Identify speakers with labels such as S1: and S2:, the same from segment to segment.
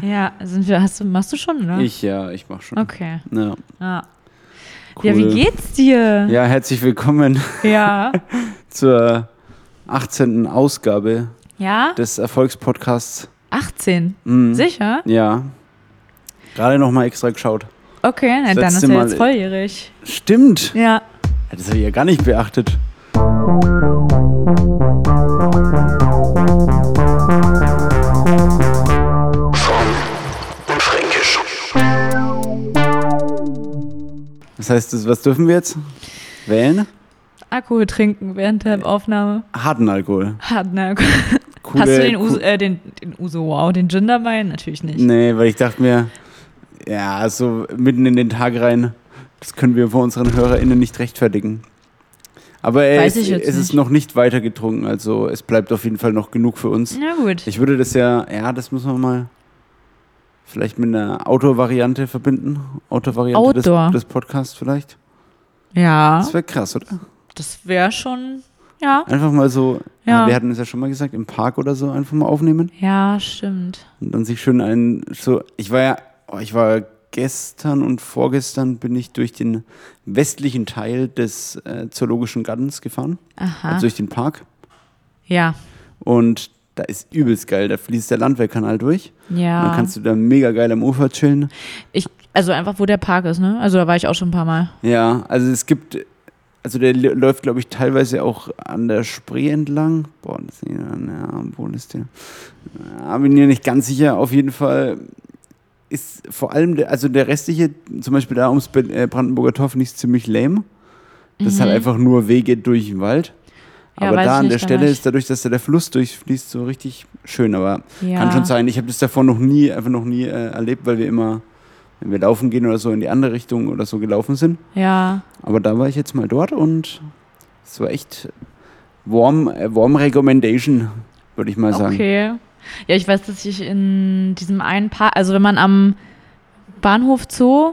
S1: Ja, sind wir, hast du, machst du schon, oder?
S2: Ich ja, ich mach schon.
S1: Okay.
S2: Ja,
S1: Ja.
S2: cool.
S1: ja, wie geht's dir?
S2: Ja, herzlich willkommen
S1: Ja.
S2: zur 18. Ausgabe
S1: Ja?
S2: des Erfolgspodcasts.
S1: 18.
S2: Mhm.
S1: Sicher?
S2: Ja. Gerade noch mal extra geschaut.
S1: Okay, na, dann ist
S2: letzte
S1: er
S2: Mal-
S1: jetzt volljährig.
S2: Stimmt.
S1: Ja.
S2: Das habe ich ja gar nicht beachtet. Das heißt, das- was dürfen wir jetzt? Wählen?
S1: Alkohol trinken während der Aufnahme.
S2: Harten Alkohol.
S1: Harten Alkohol.
S2: Coole-
S1: Hast du den
S2: cool-
S1: Uso, äh, den, den Uso, wow, den Ginderwein? Natürlich nicht.
S2: Nee, weil ich dachte mir, ja, so mitten in den Tag rein, das können wir vor unseren HörerInnen nicht rechtfertigen. Aber er
S1: Weiß
S2: ist,
S1: ich jetzt
S2: es ist
S1: nicht.
S2: noch nicht weiter getrunken, also es bleibt auf jeden Fall noch genug für uns.
S1: Na gut.
S2: Ich würde das ja, ja, das müssen wir mal vielleicht mit einer Outdoor-Variante verbinden. Outdoor-Variante des,
S1: Outdoor.
S2: des Podcasts vielleicht.
S1: ja,
S2: Das wäre krass, oder?
S1: das wäre schon, ja.
S2: Einfach mal so,
S1: Ja.
S2: wir hatten es ja schon mal gesagt, im Park oder so einfach mal aufnehmen.
S1: Ja, stimmt.
S2: Und dann sich schön ein, so, ich war ja, oh, ich war gestern und vorgestern bin ich durch den westlichen Teil des äh, Zoologischen Gardens gefahren,
S1: Aha.
S2: also durch den Park.
S1: ja,
S2: Und da ist übelst geil, da fließt der Landwehrkanal durch.
S1: ja.
S2: Dann kannst du da mega geil am Ufer chillen.
S1: Ich, also einfach, wo der Park ist, ne? Also da war ich auch schon ein paar Mal.
S2: Ja, also es gibt, also der lä- läuft, glaube ich, teilweise auch an der Spree entlang. Boah, das ist nicht, ja, wo ist der? Ja, bin mir nicht ganz sicher. Auf jeden Fall ist vor allem, der, also der restliche, zum Beispiel da ums Be- äh, Brandenburger Tor, finde ich ziemlich lame. Das hat einfach nur Wege durch den Wald.
S1: Mhm. Ja,
S2: aber
S1: weiß ich
S2: da an
S1: nicht,
S2: der
S1: da
S2: Stelle
S1: war ich-
S2: ist dadurch, dass da der Fluss durchfließt, so richtig schön. Aber
S1: Ja.
S2: kann schon sein, ich habe das davor noch nie, einfach noch nie äh, erlebt, weil wir immer, wenn wir laufen gehen oder so, in die andere Richtung oder so gelaufen sind.
S1: Ja,
S2: Aber da war ich jetzt mal dort und es war echt warm, äh, warm Recommendation, würde ich mal sagen.
S1: okay. Ja, ich weiß, dass ich in diesem einen Park, also wenn man am Bahnhof Zoo,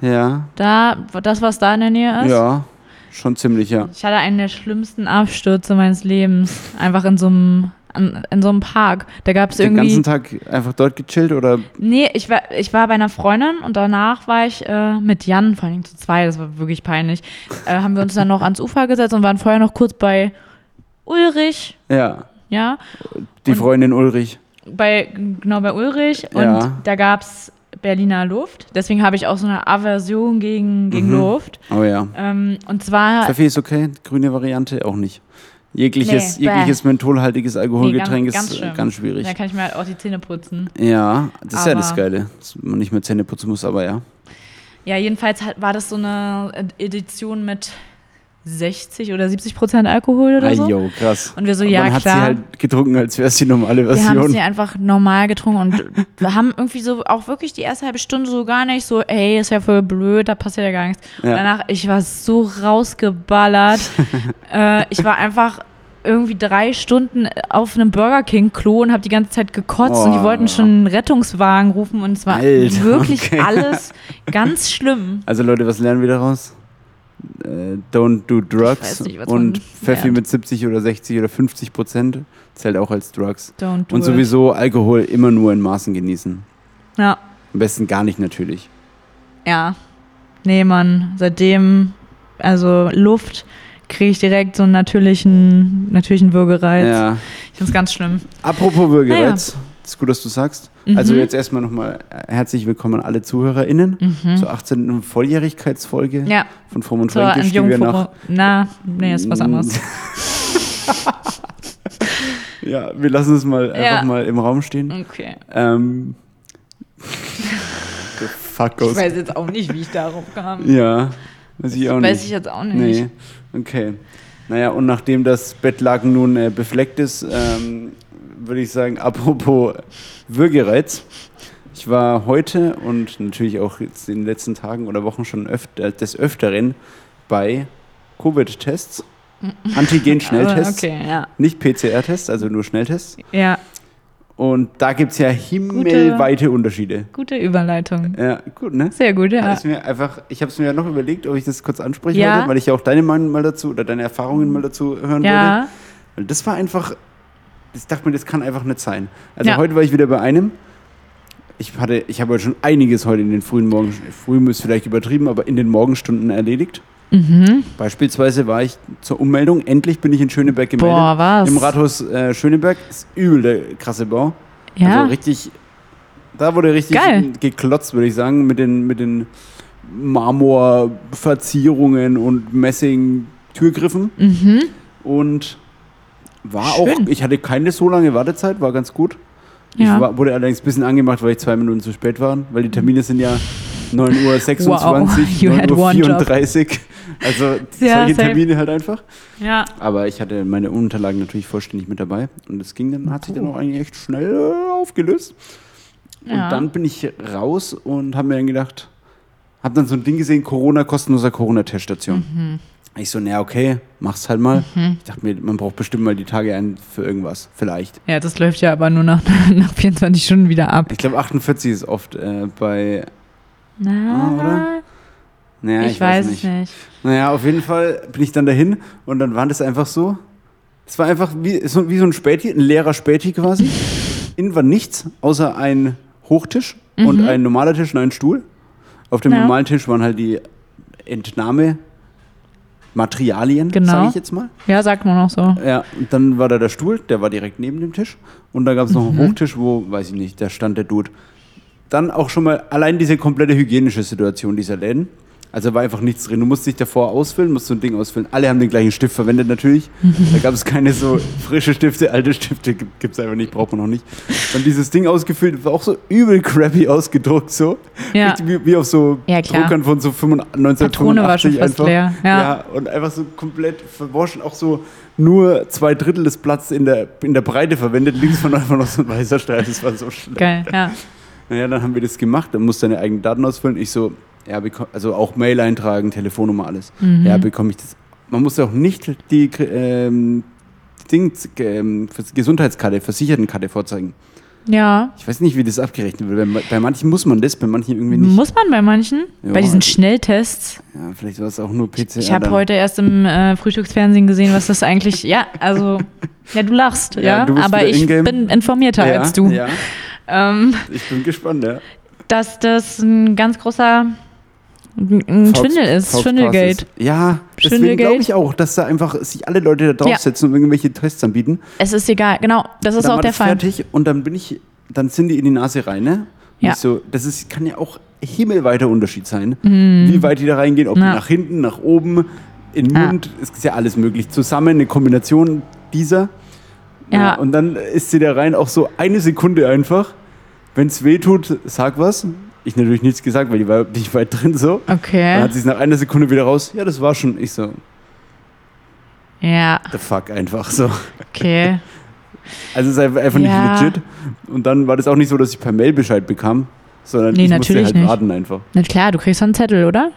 S2: Ja,
S1: da, das, was da in der Nähe ist.
S2: ja, schon ziemlich, ja.
S1: Ich hatte einen der schlimmsten Abstürze meines Lebens. Einfach in so einem, an- in so einem Park. Da gab es
S2: Den
S1: irgendwie.
S2: ganzen Tag einfach dort gechillt oder
S1: Nee, ich war, ich war bei einer Freundin und danach war ich äh, mit Jan, vor allem zu zwei, das war wirklich peinlich. Äh, haben wir uns dann noch ans Ufer gesetzt und waren vorher noch kurz bei Ulrich,
S2: ja,
S1: ja.
S2: die
S1: Und-
S2: Freundin Ulrich.
S1: bei, genau bei Ulrich und
S2: Ja.
S1: da gab es Berliner Luft. Deswegen habe ich auch so eine Aversion gegen, gegen Luft.
S2: Oh ja.
S1: Ähm, und zwar,
S2: Kaffee ist okay, grüne Variante auch nicht. Jegliches,
S1: Nee, bäh.
S2: jegliches mentholhaltiges Alkoholgetränk
S1: Nee, ganz-
S2: ist
S1: ganz
S2: äh,
S1: schlimm.
S2: ganz
S1: da
S2: schwierig.
S1: kann ich mir halt auch die Zähne putzen.
S2: Ja, das ist ja das
S1: Aber-
S2: Geile, dass man nicht mehr Zähne putzen muss, aber ja.
S1: Ja, jedenfalls hat, war das so eine Edition mit 60 oder 70 Prozent Alkohol oder so.
S2: Ayo, krass.
S1: Und wir so,
S2: Und
S1: ja,
S2: man hat sie
S1: klar.
S2: halt getrunken, als wäre es die normale
S1: Wir haben
S2: Version.
S1: sie einfach normal getrunken und wir haben irgendwie so auch wirklich die erste halbe Stunde so gar nicht so, ey, ist ja voll blöd, da passiert ja gar nichts.
S2: Ja.
S1: Und danach, ich war so rausgeballert. äh, ich war einfach irgendwie drei Stunden auf einem Burger King Klo und habe die ganze Zeit gekotzt und die
S2: Oh.
S1: wollten schon einen Rettungswagen rufen und es war
S2: Alter,
S1: wirklich
S2: okay.
S1: alles ganz schlimm.
S2: Also Leute, was lernen wir daraus? Äh, don't do drugs
S1: weiß nicht, was
S2: und
S1: man
S2: Pfeffi
S1: lernt.
S2: mit 70 oder 60 oder 50 Prozent zählt auch als Drugs.
S1: Don't do
S2: Und sowieso Alkohol immer nur in Maßen genießen.
S1: it. Ja.
S2: Am besten gar nicht natürlich.
S1: Ja. Nee, Mann, seitdem, also Luft, kriege ich direkt so einen natürlichen, natürlichen Würgereiz.
S2: Ja.
S1: Ich finde es ganz schlimm.
S2: Apropos Würgereiz, ist gut, dass du sagst.
S1: Mhm.
S2: Also jetzt erstmal nochmal äh, herzlich willkommen an alle ZuhörerInnen zur 18. Volljährigkeitsfolge
S1: Mhm. Ja,
S2: von Fromm und
S1: zur
S2: Fränkisch, die wir nach
S1: Entjungferung. Na, nee, ist was anderes.
S2: Ja, wir lassen es mal einfach
S1: Ja. Mhm.
S2: mal im Raum stehen.
S1: Okay.
S2: Ähm, the fuck
S1: Ich
S2: goes
S1: weiß jetzt auch nicht, wie ich darauf kam.
S2: Ja, weiß ich auch
S1: Weiß ich
S2: nicht.
S1: jetzt auch nicht.
S2: nee, okay. Naja, und nachdem das Bettlaken nun äh, befleckt ist, ähm, würde ich sagen, apropos Würgereiz. Ich war heute und natürlich auch jetzt in den letzten Tagen oder Wochen schon öfter, des Öfteren bei Covid-Tests,
S1: Aber
S2: Antigen-Schnelltests,
S1: Ah, okay, ja.
S2: nicht PCR-Tests, also nur Schnelltests.
S1: Ja,
S2: Und da gibt es ja himmelweite Unterschiede.
S1: gute Überleitung.
S2: Ja, gut, ne?
S1: Sehr gut,
S2: Ja.
S1: ja.
S2: Ist mir einfach, ich habe es mir ja noch überlegt, ob ich das kurz ansprechen
S1: Ja.
S2: wollte, weil ich ja auch deine Meinung mal dazu oder deine Erfahrungen mal dazu hören wollte.
S1: Ja,
S2: Weil das war einfach, ich dachte mir, das kann einfach nicht sein. Also
S1: Ja.
S2: heute war ich wieder bei einem, Ich, hatte, ich habe heute schon einiges heute in den frühen Morgen, früh ist vielleicht übertrieben, aber in den Morgenstunden erledigt.
S1: Mhm.
S2: Beispielsweise war ich zur Ummeldung, endlich bin ich in Schöneberg gemeldet.
S1: Boah, was?
S2: Im Rathaus äh, Schöneberg ist übel der krasse Bau.
S1: ja.
S2: Also richtig, da wurde richtig
S1: Geil.
S2: geklotzt, würde ich sagen, mit den, mit den Marmorverzierungen und Messing-Türgriffen.
S1: mhm.
S2: Und war
S1: Schön.
S2: auch, ich hatte keine so lange Wartezeit, war ganz gut.
S1: Ja.
S2: Ich war, wurde allerdings ein bisschen angemacht, weil ich zwei Minuten zu spät war, weil die Termine sind ja 9 Uhr 26,
S1: you
S2: 9
S1: had
S2: Uhr
S1: one job.
S2: 34. Also
S1: Ja, safe.
S2: solche Termine halt einfach.
S1: ja.
S2: Aber ich hatte meine Unterlagen natürlich vollständig mit dabei. Und es ging dann, hat sich dann
S1: Puh.
S2: auch eigentlich echt schnell äh, aufgelöst.
S1: Ja.
S2: Und dann bin ich raus und habe mir dann gedacht, habe dann so ein Ding gesehen, Corona, kostenloser Corona-Teststation.
S1: Mhm.
S2: Ich so, naja, okay, mach's halt mal. Ich dachte mir, man braucht bestimmt mal die Tage ein für irgendwas, vielleicht.
S1: Ja, das läuft ja aber nur nach, nach 24 Stunden wieder ab.
S2: Ich glaube, 48 ist oft äh, bei,
S1: Na,
S2: Ah, oder? naja, ich,
S1: ich, weiß es nicht.
S2: Naja, auf jeden Fall bin ich dann dahin und dann war das einfach so. Es war einfach wie so, wie so ein Späti, ein leerer Späti quasi. Innen war nichts, außer ein Hochtisch und ein normaler Tisch und ein Stuhl. Auf dem
S1: Mhm. Ja.
S2: normalen Tisch waren halt die Entnahmematerialien,
S1: Genau.
S2: sage ich jetzt mal.
S1: Ja, sagt man auch so.
S2: Ja, und dann war da der Stuhl, der war direkt neben dem Tisch. Und da gab es noch einen
S1: Mhm.
S2: Hochtisch, wo, weiß ich nicht, da stand der Dude. Dann auch schon mal allein diese komplette hygienische Situation dieser Läden. Also war einfach nichts drin. Du musst dich davor ausfüllen, musst so ein Ding ausfüllen. Alle haben den gleichen Stift verwendet natürlich. Da gab es keine so frische Stifte, alte Stifte gibt es einfach nicht, braucht man auch nicht. Dann dieses Ding ausgefüllt, war auch so übel crappy ausgedruckt so.
S1: Ja.
S2: Richtig Wie, wie auf so
S1: Ja, klar.
S2: Druckern von so 1985
S1: Patrone war schon fast
S2: einfach.
S1: leer, ja.
S2: ja, und einfach so komplett verwaschen, auch so nur zwei Drittel des Platzes in der, in der Breite verwendet, links von einfach noch so ein weißer Streifen, das war so schlimm.
S1: Geil, ja.
S2: Naja, dann haben wir das gemacht, dann musst du deine eigenen Daten ausfüllen. Ich so, ja, beko- also auch Mail eintragen, Telefonnummer, alles.
S1: Mhm.
S2: Ja, bekomme ich das. Man muss auch nicht die ähm, Dings, ähm, Gesundheitskarte, Versichertenkarte vorzeigen.
S1: Ja.
S2: Ich weiß nicht, wie das abgerechnet wird. Bei, bei manchen muss man das, bei manchen irgendwie nicht.
S1: Muss man bei manchen?
S2: Ja,
S1: bei diesen
S2: also-
S1: Schnelltests.
S2: Ja, vielleicht war es auch nur PCR.
S1: Ich habe
S2: dann.
S1: heute erst im äh, Frühstücksfernsehen gesehen, was das eigentlich. Ja, also. Ja, du lachst, ja.
S2: Ja, du bist
S1: aber
S2: wieder
S1: ich
S2: in-game.
S1: bin informierter
S2: ja,
S1: als du.
S2: Ja,
S1: Ähm,
S2: ich bin gespannt, ja.
S1: dass das ein ganz großer. Ein
S2: Fox-
S1: Schwindel ist,
S2: Fox
S1: Schwindelgate.
S2: Passes. Ja, deswegen
S1: Schwindelgate.
S2: glaube ich auch, dass da einfach sich alle Leute da draufsetzen und irgendwelche Tests anbieten.
S1: Es ist egal, genau. Das ist
S2: dann
S1: auch
S2: war
S1: der
S2: das
S1: Fall.
S2: fertig und dann bin ich, dann sind die in die Nase rein, ne? Und
S1: Ja.
S2: Ich so, das ist, kann ja auch himmelweiter Unterschied sein, wie weit die da reingehen, ob
S1: Mhm. Ja.
S2: die nach hinten, nach oben, in den
S1: Ja.
S2: Mund, es ist ja alles möglich. Zusammen eine Kombination dieser.
S1: Ja.
S2: genau, und dann ist sie da rein auch so eine Sekunde einfach. Wenn es weh tut, sag was. Ich natürlich nichts gesagt, weil die war nicht weit drin so. Dann
S1: Okay.
S2: hat sie es nach einer Sekunde wieder raus. Ja, das war schon. Ich so,
S1: Ja,
S2: the fuck einfach so.
S1: okay.
S2: Also es ist einfach einfach
S1: Ja.
S2: nicht legit. Und dann war das auch nicht so, dass ich per Mail Bescheid bekam, sondern
S1: Nee,
S2: ich musste
S1: natürlich
S2: halt
S1: nicht.
S2: warten einfach.
S1: Na klar, du kriegst so einen Zettel, oder?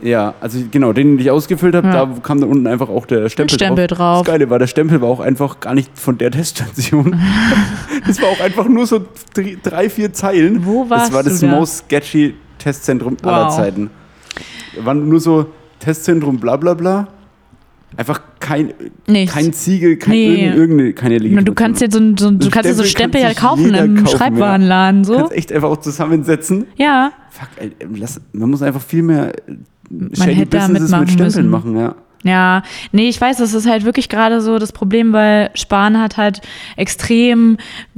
S2: Ja, also ich- genau, den, den ich ausgefüllt habe,
S1: Ja.
S2: da kam dann unten einfach auch der Stempel,
S1: Stempel drauf.
S2: Das Geile war, der Stempel war auch einfach gar nicht von der Teststation. das war auch einfach nur so dr- drei, vier Zeilen.
S1: Wo warst
S2: Das war das
S1: du da?
S2: most sketchy Testzentrum aller
S1: Wow.
S2: Zeiten. Waren nur so Testzentrum bla bla bla. Einfach kein,
S1: Nichts.
S2: kein Ziegel, kein,
S1: Nee.
S2: irgendeine, irgendeine, keine
S1: Na,
S2: Legitimation.
S1: du kannst jetzt so ein, so ein, du kannst dir so Stempel
S2: Stempel kann
S1: ja
S2: sich
S1: kaufen
S2: jeder
S1: im
S2: kaufen, ja.
S1: Schreibwarenladen so.
S2: Kannst echt einfach auch zusammensetzen.
S1: Ja,
S2: Fuck, ey, lass, man muss einfach viel mehr äh, shady
S1: hätte da
S2: Businesses
S1: mitmachen
S2: mit
S1: müssen.
S2: Stempeln machen, ja.
S1: ja. Nee, ich weiß, das ist halt wirklich gerade so das Problem, weil Spahn hat halt extrem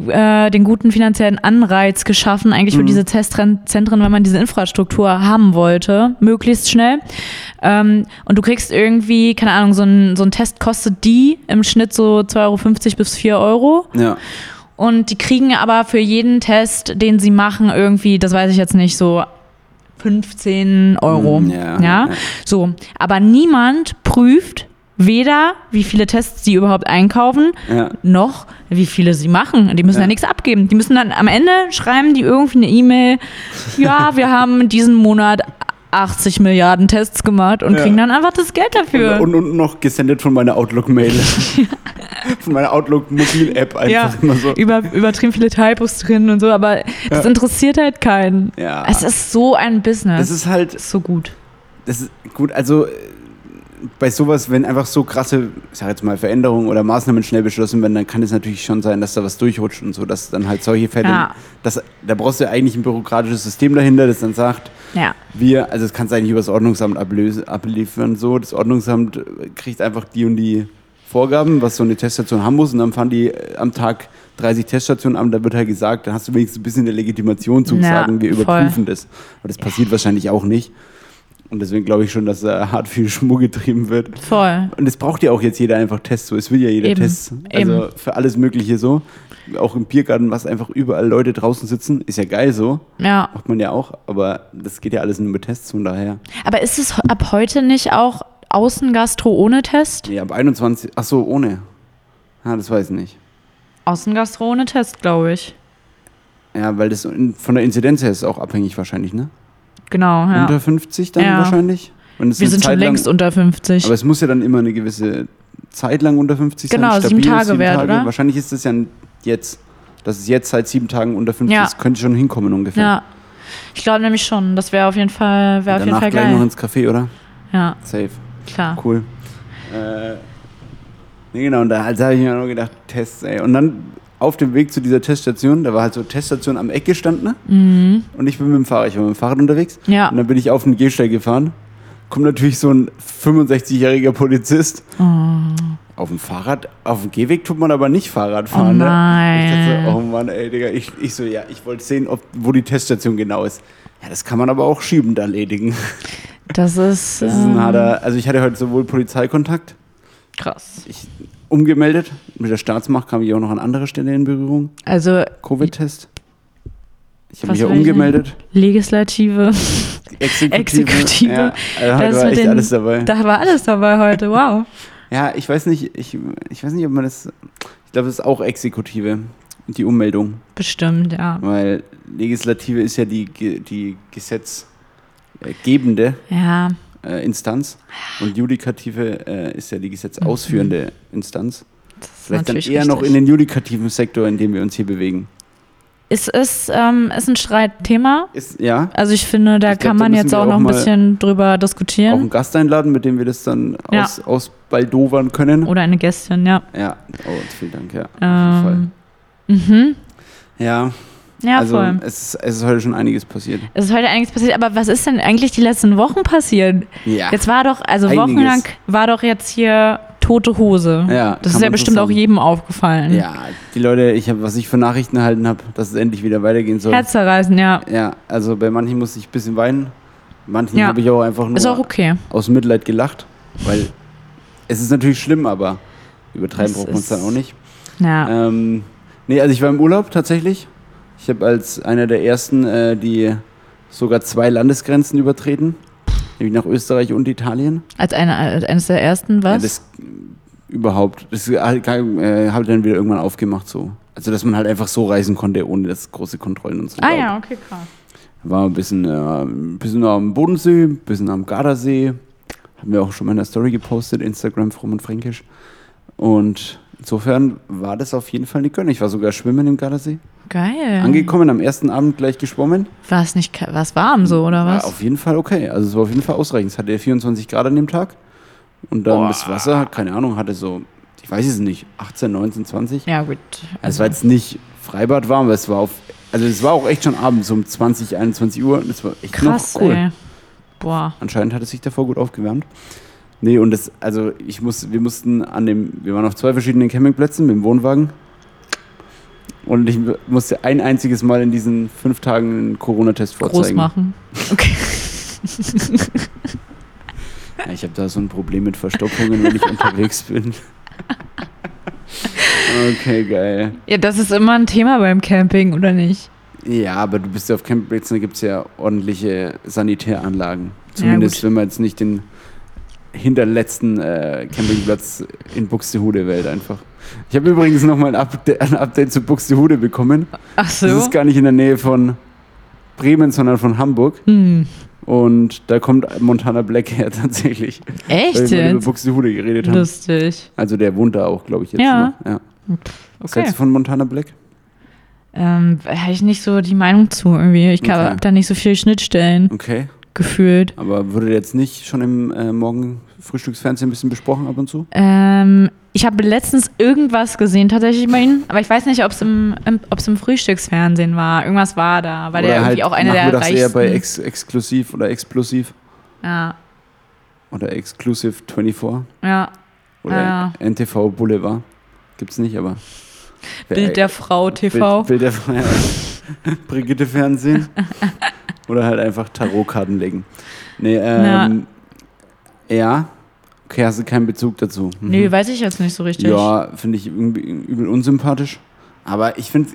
S1: äh, den guten finanziellen Anreiz geschaffen, eigentlich für diese Testzentren, weil man diese Infrastruktur haben wollte, möglichst schnell. Ähm, und du kriegst irgendwie, keine Ahnung, so ein, so ein Test kostet die im Schnitt so 2,50 Euro bis 4 Euro.
S2: Ja,
S1: Und die kriegen aber für jeden Test, den sie machen, irgendwie, das weiß ich jetzt nicht, so 15 Euro.
S2: Mm, ja,
S1: ja,
S2: ja.
S1: So. Aber niemand prüft weder, wie viele Tests sie überhaupt einkaufen,
S2: ja.
S1: noch wie viele sie machen. Die müssen ja,
S2: Ja.
S1: nichts abgeben. Die müssen dann am Ende schreiben die irgendwie eine E-Mail, ja, wir haben diesen Monat 80 Milliarden Tests gemacht und
S2: Ja.
S1: kriegen dann einfach das Geld dafür.
S2: Und unten noch gesendet von meiner Outlook-Mail. von meiner Outlook-Mobil-App einfach
S1: Ja.
S2: immer so.
S1: über, übertrieben viele Typos drin und so, aber das
S2: Ja.
S1: interessiert halt keinen.
S2: Ja.
S1: Es ist so ein Business.
S2: Das ist halt,
S1: so gut.
S2: das ist gut, also äh, bei sowas, wenn einfach so krasse, ich sag jetzt mal, Veränderungen oder Maßnahmen schnell beschlossen werden, dann kann es natürlich schon sein, dass da was durchrutscht und so, dass dann halt solche Fälle,
S1: Ja.
S2: dass, da brauchst du eigentlich ein bürokratisches System dahinter, das dann sagt,
S1: Ja.
S2: wir, also es kannst du eigentlich übers Ordnungsamt ablöse, abliefern, so, das Ordnungsamt äh, kriegt einfach die und die Vorgaben, was so eine Teststation haben muss und dann fahren die äh, am Tag 30 Teststationen an, da wird halt gesagt, dann hast du wenigstens ein bisschen eine Legitimation zu
S1: Ja,
S2: sagen, wir
S1: voll.
S2: überprüfen das. Aber das passiert wahrscheinlich auch nicht. Und deswegen glaube ich schon, dass da hart viel Schmuck getrieben wird.
S1: Voll.
S2: Und es braucht ja auch jetzt jeder einfach Tests, so es will ja jeder
S1: Eben,
S2: Tests. Also für alles Mögliche so. Auch im Biergarten, was einfach überall Leute draußen sitzen, ist ja geil so.
S1: Ja.
S2: Macht man ja auch, aber das geht ja alles nur mit Tests von daher.
S1: Aber ist es ab heute nicht auch Außengastro ohne Test?
S2: Nee, ab 21, ach so, ohne. Ah, das weiß ich nicht.
S1: Außengastro ohne Test, glaube ich.
S2: Ja, weil das in- von der Inzidenz her ist auch abhängig wahrscheinlich, ne?
S1: Genau, ja.
S2: Unter 50 dann
S1: Ja.
S2: wahrscheinlich. Und es
S1: Wir
S2: eine
S1: sind schon
S2: Zeit lang-
S1: längst unter 50.
S2: Aber es muss ja dann immer eine gewisse Zeit lang unter 50
S1: Genau,
S2: sein.
S1: sieben Tage wert, oder?
S2: Wahrscheinlich ist es ja jetzt, dass es jetzt seit sieben Tagen unter 50
S1: Ja.
S2: ist, könnte schon hinkommen ungefähr.
S1: ja. Ich glaube nämlich schon. Das wäre auf jeden Fall, wäre auf jeden
S2: Danach
S1: Fall
S2: gleich noch
S1: geil.
S2: ins Café, oder?
S1: Ja,
S2: Safe.
S1: klar.
S2: Cool. Äh, nee, genau, und da, also habe ich mir nur gedacht, Tests, ey. Und dann auf dem Weg zu dieser Teststation, da war halt so Teststation am Eck gestanden, ne? Und ich bin mit dem Fahrrad, ich war mit dem Fahrrad unterwegs.
S1: Mhm. Ja.
S2: Und dann bin ich auf den Gehsteig gefahren. Kommt natürlich so ein 65-jähriger Polizist.
S1: Oh.
S2: Auf dem Fahrrad, auf dem Gehweg tut man aber nicht Fahrrad fahren.
S1: Oh nein.
S2: Ne? Ich dachte, so, oh Mann, ey, Digga, ich, ich so, ja, ich wollte sehen, ob, wo die Teststation genau ist. Ja, das kann man aber auch schiebend erledigen.
S1: Das ist,
S2: Das ist ein
S1: ähm,
S2: harter, also ich hatte heute sowohl Polizeikontakt,
S1: krass.
S2: ich umgemeldet, mit der Staatsmacht kam ich auch noch an anderer Stelle in Berührung,
S1: Also
S2: Covid-Test. Ich habe
S1: Was
S2: mich ja
S1: will ich
S2: umgemeldet.
S1: Legislative, Exekutive.
S2: Ja,
S1: Das
S2: also heute war
S1: mit
S2: echt
S1: den-
S2: alles dabei.
S1: da war alles dabei heute. Wow.
S2: ja, ich weiß nicht, ich, ich weiß nicht, ob man das, ich glaube, das ist auch Exekutive, die Ummeldung,
S1: Bestimmt, ja.
S2: weil Legislative ist ja die, Ge- die gesetzgebende
S1: Ja,
S2: äh, Instanz und Judikative äh, ist ja die gesetzausführende Instanz.
S1: das ist
S2: Vielleicht dann
S1: Mhm. natürlich
S2: eher noch
S1: richtig.
S2: in den judikativen Sektor, in dem wir uns hier bewegen.
S1: Es ist, ähm, ist ein Streitthema.
S2: Ist, ja,
S1: Also ich finde, da
S2: Ich glaub,
S1: kann
S2: da
S1: man
S2: müssen
S1: jetzt
S2: wir
S1: auch,
S2: auch
S1: noch ein
S2: mal
S1: bisschen drüber
S2: auch einen
S1: diskutieren.
S2: Gast einladen, mit dem wir das dann
S1: Ja.
S2: aus, ausbaldowern können.
S1: Oder eine Gästin, ja.
S2: Ja, oh, vielen Dank, ja. Auf jeden
S1: Ähm, mhm.
S2: Fall. Ja,
S1: Ja,
S2: also
S1: voll.
S2: es ist, es ist heute schon einiges passiert.
S1: Es ist heute eigentlich passiert, aber was ist denn eigentlich die letzten Wochen passiert?
S2: Ja,
S1: Jetzt war doch, also
S2: Einiges.
S1: wochenlang war doch jetzt hier tote Hose.
S2: Ja,
S1: das
S2: kann
S1: ist ja
S2: man so
S1: bestimmt auch
S2: sagen.
S1: jedem aufgefallen.
S2: ja die Leute, ich hab, was ich für Nachrichten erhalten habe, dass es endlich wieder weitergehen soll.
S1: Herzzerreißen, ja.
S2: ja, also bei manchen musste ich ein bisschen weinen, manchen
S1: Ja.
S2: habe ich auch einfach nur
S1: Ist auch okay.
S2: aus Mitleid gelacht, weil es ist natürlich schlimm, aber übertreiben
S1: Es
S2: braucht man es dann
S1: ist-
S2: auch nicht.
S1: Ja.
S2: Ähm, nee, also ich war im Urlaub tatsächlich. Ich habe als einer der ersten äh, die sogar zwei Landesgrenzen übertreten, nämlich nach Österreich und Italien.
S1: Als, eine, als eines der ersten,
S2: Ja,
S1: was?
S2: das äh, überhaupt. Das äh, habe ich dann wieder irgendwann aufgemacht so. Also dass man halt einfach so reisen konnte, ohne dass große Kontrollen und so.
S1: ah
S2: gab.
S1: ja, okay, krass.
S2: War ein bisschen, äh, ein bisschen am Bodensee, ein bisschen am Gardasee. Haben wir auch schon mal in der Story gepostet, Instagram, Fromm und Fränkisch. Und insofern war das auf jeden Fall eine Gönne. Ich war sogar schwimmen im Gardasee.
S1: Geil.
S2: Angekommen, am ersten Abend gleich geschwommen.
S1: war es nicht ka- war es warm so, oder
S2: War
S1: was?
S2: auf jeden Fall okay. Also es war auf jeden Fall ausreichend. Es hatte 24 Grad an dem Tag. Und dann
S1: Boah.
S2: das Wasser, hat- keine Ahnung, hatte so, ich weiß es nicht, 18, 19, 20.
S1: ja, gut.
S2: Also es war jetzt nicht Freibad warm, aber es war auf, also es war auch echt schon abends um 20, 21 Uhr. Und das war echt
S1: krass,
S2: noch cool.
S1: ey. Boah.
S2: Anscheinend hat es sich davor gut aufgewärmt. Nee, und das, also ich muss, wir mussten an dem, wir waren auf zwei verschiedenen Campingplätzen mit dem Wohnwagen. Und ich musste ein einziges Mal in diesen fünf Tagen einen Corona-Test
S1: Groß
S2: vorzeigen.
S1: machen. Okay.
S2: Ja, ich habe da so ein Problem mit Verstopfungen, wenn ich unterwegs bin. Okay, geil.
S1: Ja, das ist immer ein Thema beim Camping, oder nicht?
S2: Ja, aber du bist ja auf Campingplätzen, da gibt es ja ordentliche Sanitäranlagen. Zumindest wenn man jetzt nicht den hinterletzten äh, Campingplatz in Buxtehude wählt einfach. Ich habe übrigens nochmal ein, Upda- ein Update zu Buxtehude bekommen.
S1: Ach so.
S2: Das ist gar nicht in der Nähe von Bremen, sondern von Hamburg.
S1: hm.
S2: Und da kommt Montana Black her tatsächlich.
S1: Echt
S2: Weil wir über
S1: jetzt?
S2: Buxtehude geredet haben.
S1: Lustig.
S2: Also der wohnt da auch, glaube ich, jetzt.
S1: Ja.
S2: Ne? ja. Was
S1: Okay.
S2: hältst du von Montana Black?
S1: Ähm, habe ich nicht so die Meinung zu irgendwie. Ich glaube,
S2: Okay.
S1: hab da nicht so viele Schnittstellen
S2: Okay.
S1: gefühlt.
S2: Aber würde der jetzt nicht schon im äh, Morgen Frühstücksfernsehen ein bisschen besprochen ab und zu?
S1: Ähm, ich habe letztens irgendwas gesehen, tatsächlich bei ihm, aber ich weiß nicht, ob es im, im, ob's im Frühstücksfernsehen war. Irgendwas war da, weil der irgendwie auch einer der
S2: halt nachmittags eher
S1: reichsten.
S2: bei Ex Exklusiv oder Explosiv
S1: ja,
S2: oder Exclusive 24
S1: ja.
S2: oder
S1: Ja.
S2: NTV Boulevard. Gibt's nicht, aber.
S1: Bild der Frau TV.
S2: Bild, Bild der Frau. ja. Brigitte Fernsehen. Oder halt einfach Tarotkarten legen. Nee, ähm. Ja. Okay, hast du keinen Bezug dazu? Mhm.
S1: Nö, weiß ich jetzt nicht so richtig.
S2: Ja, finde ich irgendwie übel unsympathisch. Aber ich finde,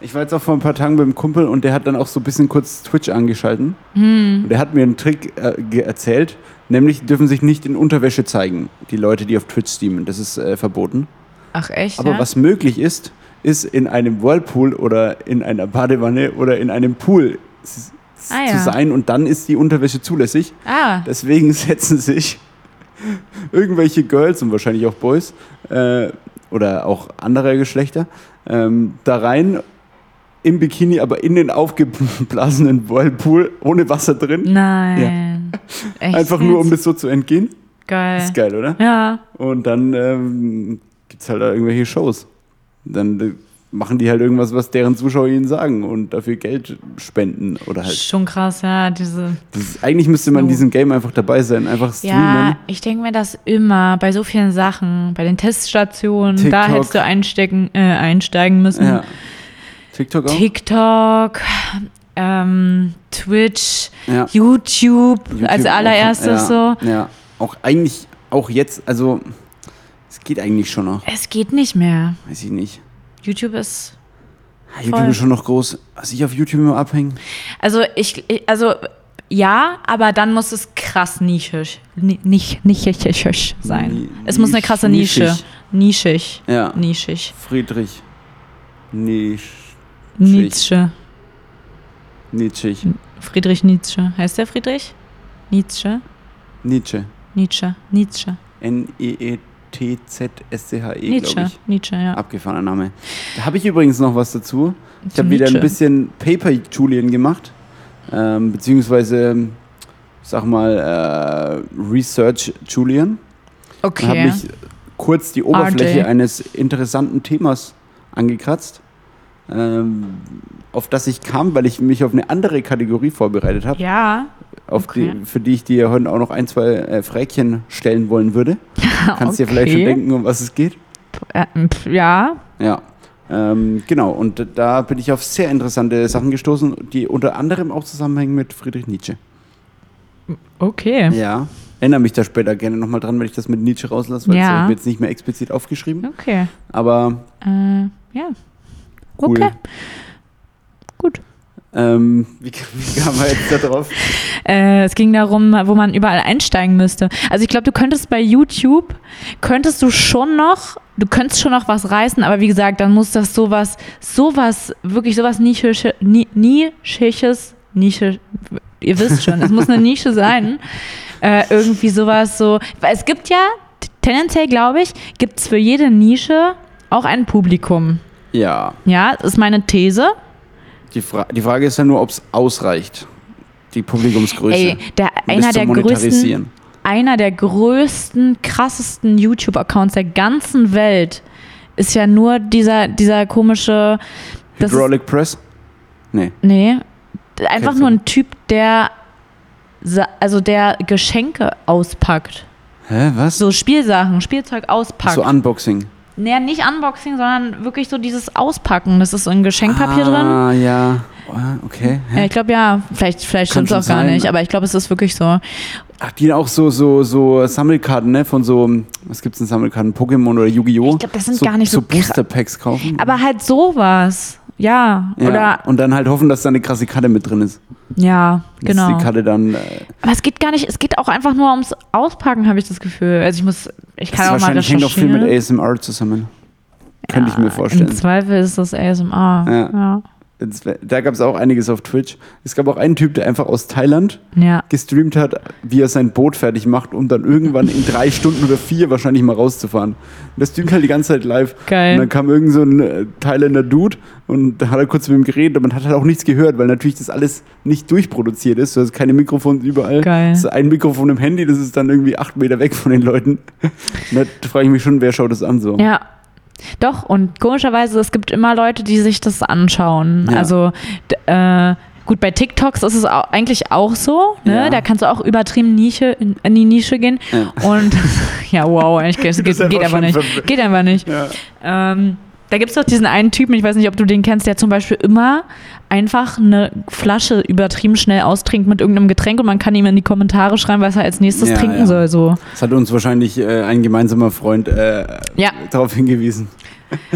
S2: ich war jetzt auch vor ein paar Tagen beim Kumpel und der hat dann auch so ein bisschen kurz Twitch angeschalten.
S1: Hm.
S2: Und der hat mir einen Trick äh, ge- erzählt, nämlich dürfen sich nicht in Unterwäsche zeigen, die Leute, die auf Twitch streamen. Das ist äh, verboten.
S1: Ach echt?
S2: Aber
S1: ja?
S2: was möglich ist, ist in einem Whirlpool oder in einer Badewanne oder in einem Pool s- s-
S1: Ah, ja.
S2: zu sein und dann ist die Unterwäsche zulässig.
S1: Ah,
S2: Deswegen setzen sich irgendwelche Girls und wahrscheinlich auch Boys äh, oder auch anderer Geschlechter ähm, da rein im Bikini, aber in den aufgeblasenen Whirlpool ohne Wasser drin.
S1: nein. Echt
S2: Einfach nur, um
S1: jetzt?
S2: das so zu entgehen.
S1: Geil.
S2: Ist geil, oder?
S1: Ja,
S2: Und dann ähm, gibt es halt da irgendwelche Shows. Dann äh, machen die halt irgendwas, was deren Zuschauer ihnen sagen und dafür Geld spenden oder halt.
S1: schon krass, ja, diese.
S2: Das ist, eigentlich müsste man in diesem Game einfach dabei sein, einfach streamen.
S1: Ja, ich denke mir das immer bei so vielen Sachen, bei den Teststationen, da
S2: TikTok.
S1: hättest du einstecken, äh, einsteigen müssen.
S2: Ja. TikTok auch?
S1: TikTok, ähm, Twitch,
S2: Ja.
S1: YouTube,
S2: YouTube
S1: als
S2: auch,
S1: allererstes so.
S2: ja, Ja, auch eigentlich, auch jetzt, also es geht eigentlich schon noch,
S1: Es geht nicht mehr.
S2: weiß ich nicht.
S1: YouTube ist
S2: Ja, YouTube ist schon noch groß. Was ich auf YouTube immer abhänge,
S1: Also ich, ich- also ja, aber dann muss es krass nischisch, ni- nicht nischisch sein.
S2: Ni-
S1: es muss eine
S2: nisch-
S1: krasse Nische,
S2: nischig.
S1: nischig,
S2: Ja.
S1: nischig,
S2: Friedrich, Nietzsch,
S1: Nietzsche,
S2: Nietzsche,
S1: Friedrich Nietzsche, heißt der Friedrich? Nietzsche,
S2: Nietzsche, E
S1: Nietzsche, Nietzsche,
S2: N-E-E-T-Z-S-C-H-E, glaube
S1: Nietzsche,
S2: E, ich.
S1: Nietzsche, ja.
S2: Abgefahrener Name. Da habe ich übrigens noch was dazu. Ich
S1: Zu
S2: habe wieder ein
S1: Nietzsche.
S2: bisschen Paper Julian gemacht, ähm, beziehungsweise, sag mal, äh, Research Julian. und habe
S1: Okay.
S2: mich kurz die Oberfläche
S1: RJ.
S2: eines interessanten Themas angekratzt, ähm, auf das ich kam, weil ich mich auf eine andere Kategorie vorbereitet habe,
S1: Ja.
S2: auf
S1: okay.
S2: die, für die ich dir heute auch noch ein, zwei äh, Fräkchen stellen wollen würde. Kannst dir vielleicht schon
S1: Okay.
S2: denken, um was es geht.
S1: Äh, pf, ja.
S2: Ja. Ähm, genau, und da bin ich auf sehr interessante Sachen gestoßen, die unter anderem auch zusammenhängen mit Friedrich Nietzsche.
S1: Okay.
S2: Ja. Erinnere mich da später gerne nochmal dran, wenn ich das mit Nietzsche rauslasse, weil das
S1: Ja.
S2: habe ich mir jetzt nicht mehr explizit aufgeschrieben.
S1: Okay.
S2: Aber
S1: Äh, ja.
S2: Cool.
S1: Okay. Gut.
S2: Ähm, wie, kam- wie kamen wir jetzt da drauf?
S1: Äh, es ging darum, wo man überall einsteigen müsste. Also ich glaube, du könntest bei YouTube, könntest du schon noch, du könntest schon noch was reißen, aber wie gesagt, dann muss das sowas, sowas, wirklich sowas Nische, Ni- Nischiges, Nische, ihr wisst schon, es muss eine Nische sein. Äh, irgendwie sowas so, weil es gibt ja, t- tendenziell glaube ich, gibt es für jede Nische auch ein Publikum.
S2: Ja,
S1: Ja, das ist meine These.
S2: die, Fra die Frage ist ja nur, ob es ausreicht, die Publikumsgröße.
S1: Ey, der,
S2: um
S1: einer
S2: das zu
S1: der größten,
S2: monetarisieren.
S1: einer der größten, krassesten YouTube-Accounts der ganzen Welt ist ja nur dieser, dieser komische. Das ist,
S2: Hydraulic Press? Nee.
S1: nee, einfach
S2: Kennst
S1: nur
S2: du?
S1: ein Typ, der, sa- also der Geschenke auspackt.
S2: Hä, was? So,
S1: So Spielsachen, Spielzeug auspackt.
S2: Unboxing.
S1: naja, nicht Unboxing, sondern wirklich so dieses Auspacken. Das ist so ein Geschenkpapier drin.
S2: Ah, ja. Ah, Okay.
S1: Ja,
S2: Hä?
S1: ich glaube ja, vielleicht, vielleicht
S2: Kann
S1: stimmt es auch
S2: schon
S1: gar
S2: sein.
S1: nicht, aber ich glaube, es ist wirklich so.
S2: Ach, die auch so, so, so Sammelkarten, ne? Von so, was gibt's denn Sammelkarten? Pokémon oder Yu-Gi-Oh?
S1: Ich glaub, das sind gar nicht so
S2: So Booster Packs kaufen.
S1: Aber halt sowas. Ja,
S2: ja.
S1: oder
S2: und dann halt hoffen, dass da eine krasse Karte mit drin ist.
S1: ja,
S2: Dass
S1: genau.
S2: die Karte dann. Äh,
S1: Aber es geht gar nicht, es geht auch einfach nur ums Auspacken, habe ich das Gefühl. Also ich muss, ich kann
S2: das
S1: auch mal
S2: wahrscheinlich hängt auch viel
S1: recherchieren.
S2: mit ASMR zusammen. Könnte ich mir
S1: Im
S2: vorstellen.
S1: Zweifel ist das ASMR.
S2: Ja.
S1: Ja.
S2: es wär- da gab es auch einiges auf Twitch. Es gab auch einen Typ, der einfach aus Thailand
S1: Ja.
S2: gestreamt hat, wie er sein Boot fertig macht, um dann irgendwann in drei Stunden oder vier wahrscheinlich mal rauszufahren. Und das streamt halt die ganze Zeit live.
S1: Geil.
S2: Und dann kam irgend so ein äh, Thailänder Dude und da hat er kurz mit ihm geredet, aber man hat halt auch nichts gehört, weil natürlich das alles nicht durchproduziert ist. Du hast keine Mikrofons überall.
S1: Geil.
S2: Das ist ein Mikrofon im Handy, das ist dann irgendwie acht Meter weg von den Leuten. Und da frage ich mich schon, wer schaut das an so?
S1: Ja. Doch, und komischerweise, es gibt immer Leute, die sich das anschauen.
S2: Ja.
S1: Also, d- äh, gut, bei TikToks ist es au eigentlich auch so. Ne?
S2: Ja.
S1: Da kannst du auch übertrieben Nische, in, in die Nische gehen. Und, ja, wow, ich, geht,
S2: bist
S1: geht,
S2: einfach
S1: aber
S2: schon
S1: nicht.
S2: verw-
S1: Geht einfach nicht.
S2: Ja.
S1: Ähm, da gibt es doch diesen einen Typen, ich weiß nicht, ob du den kennst, der zum Beispiel immer einfach eine Flasche übertrieben schnell austrinkt mit irgendeinem Getränk und man kann ihm in die Kommentare schreiben, was er als nächstes
S2: Ja,
S1: trinken
S2: ja.
S1: soll. So.
S2: Das hat uns wahrscheinlich äh, ein gemeinsamer Freund äh,
S1: Ja.
S2: darauf hingewiesen.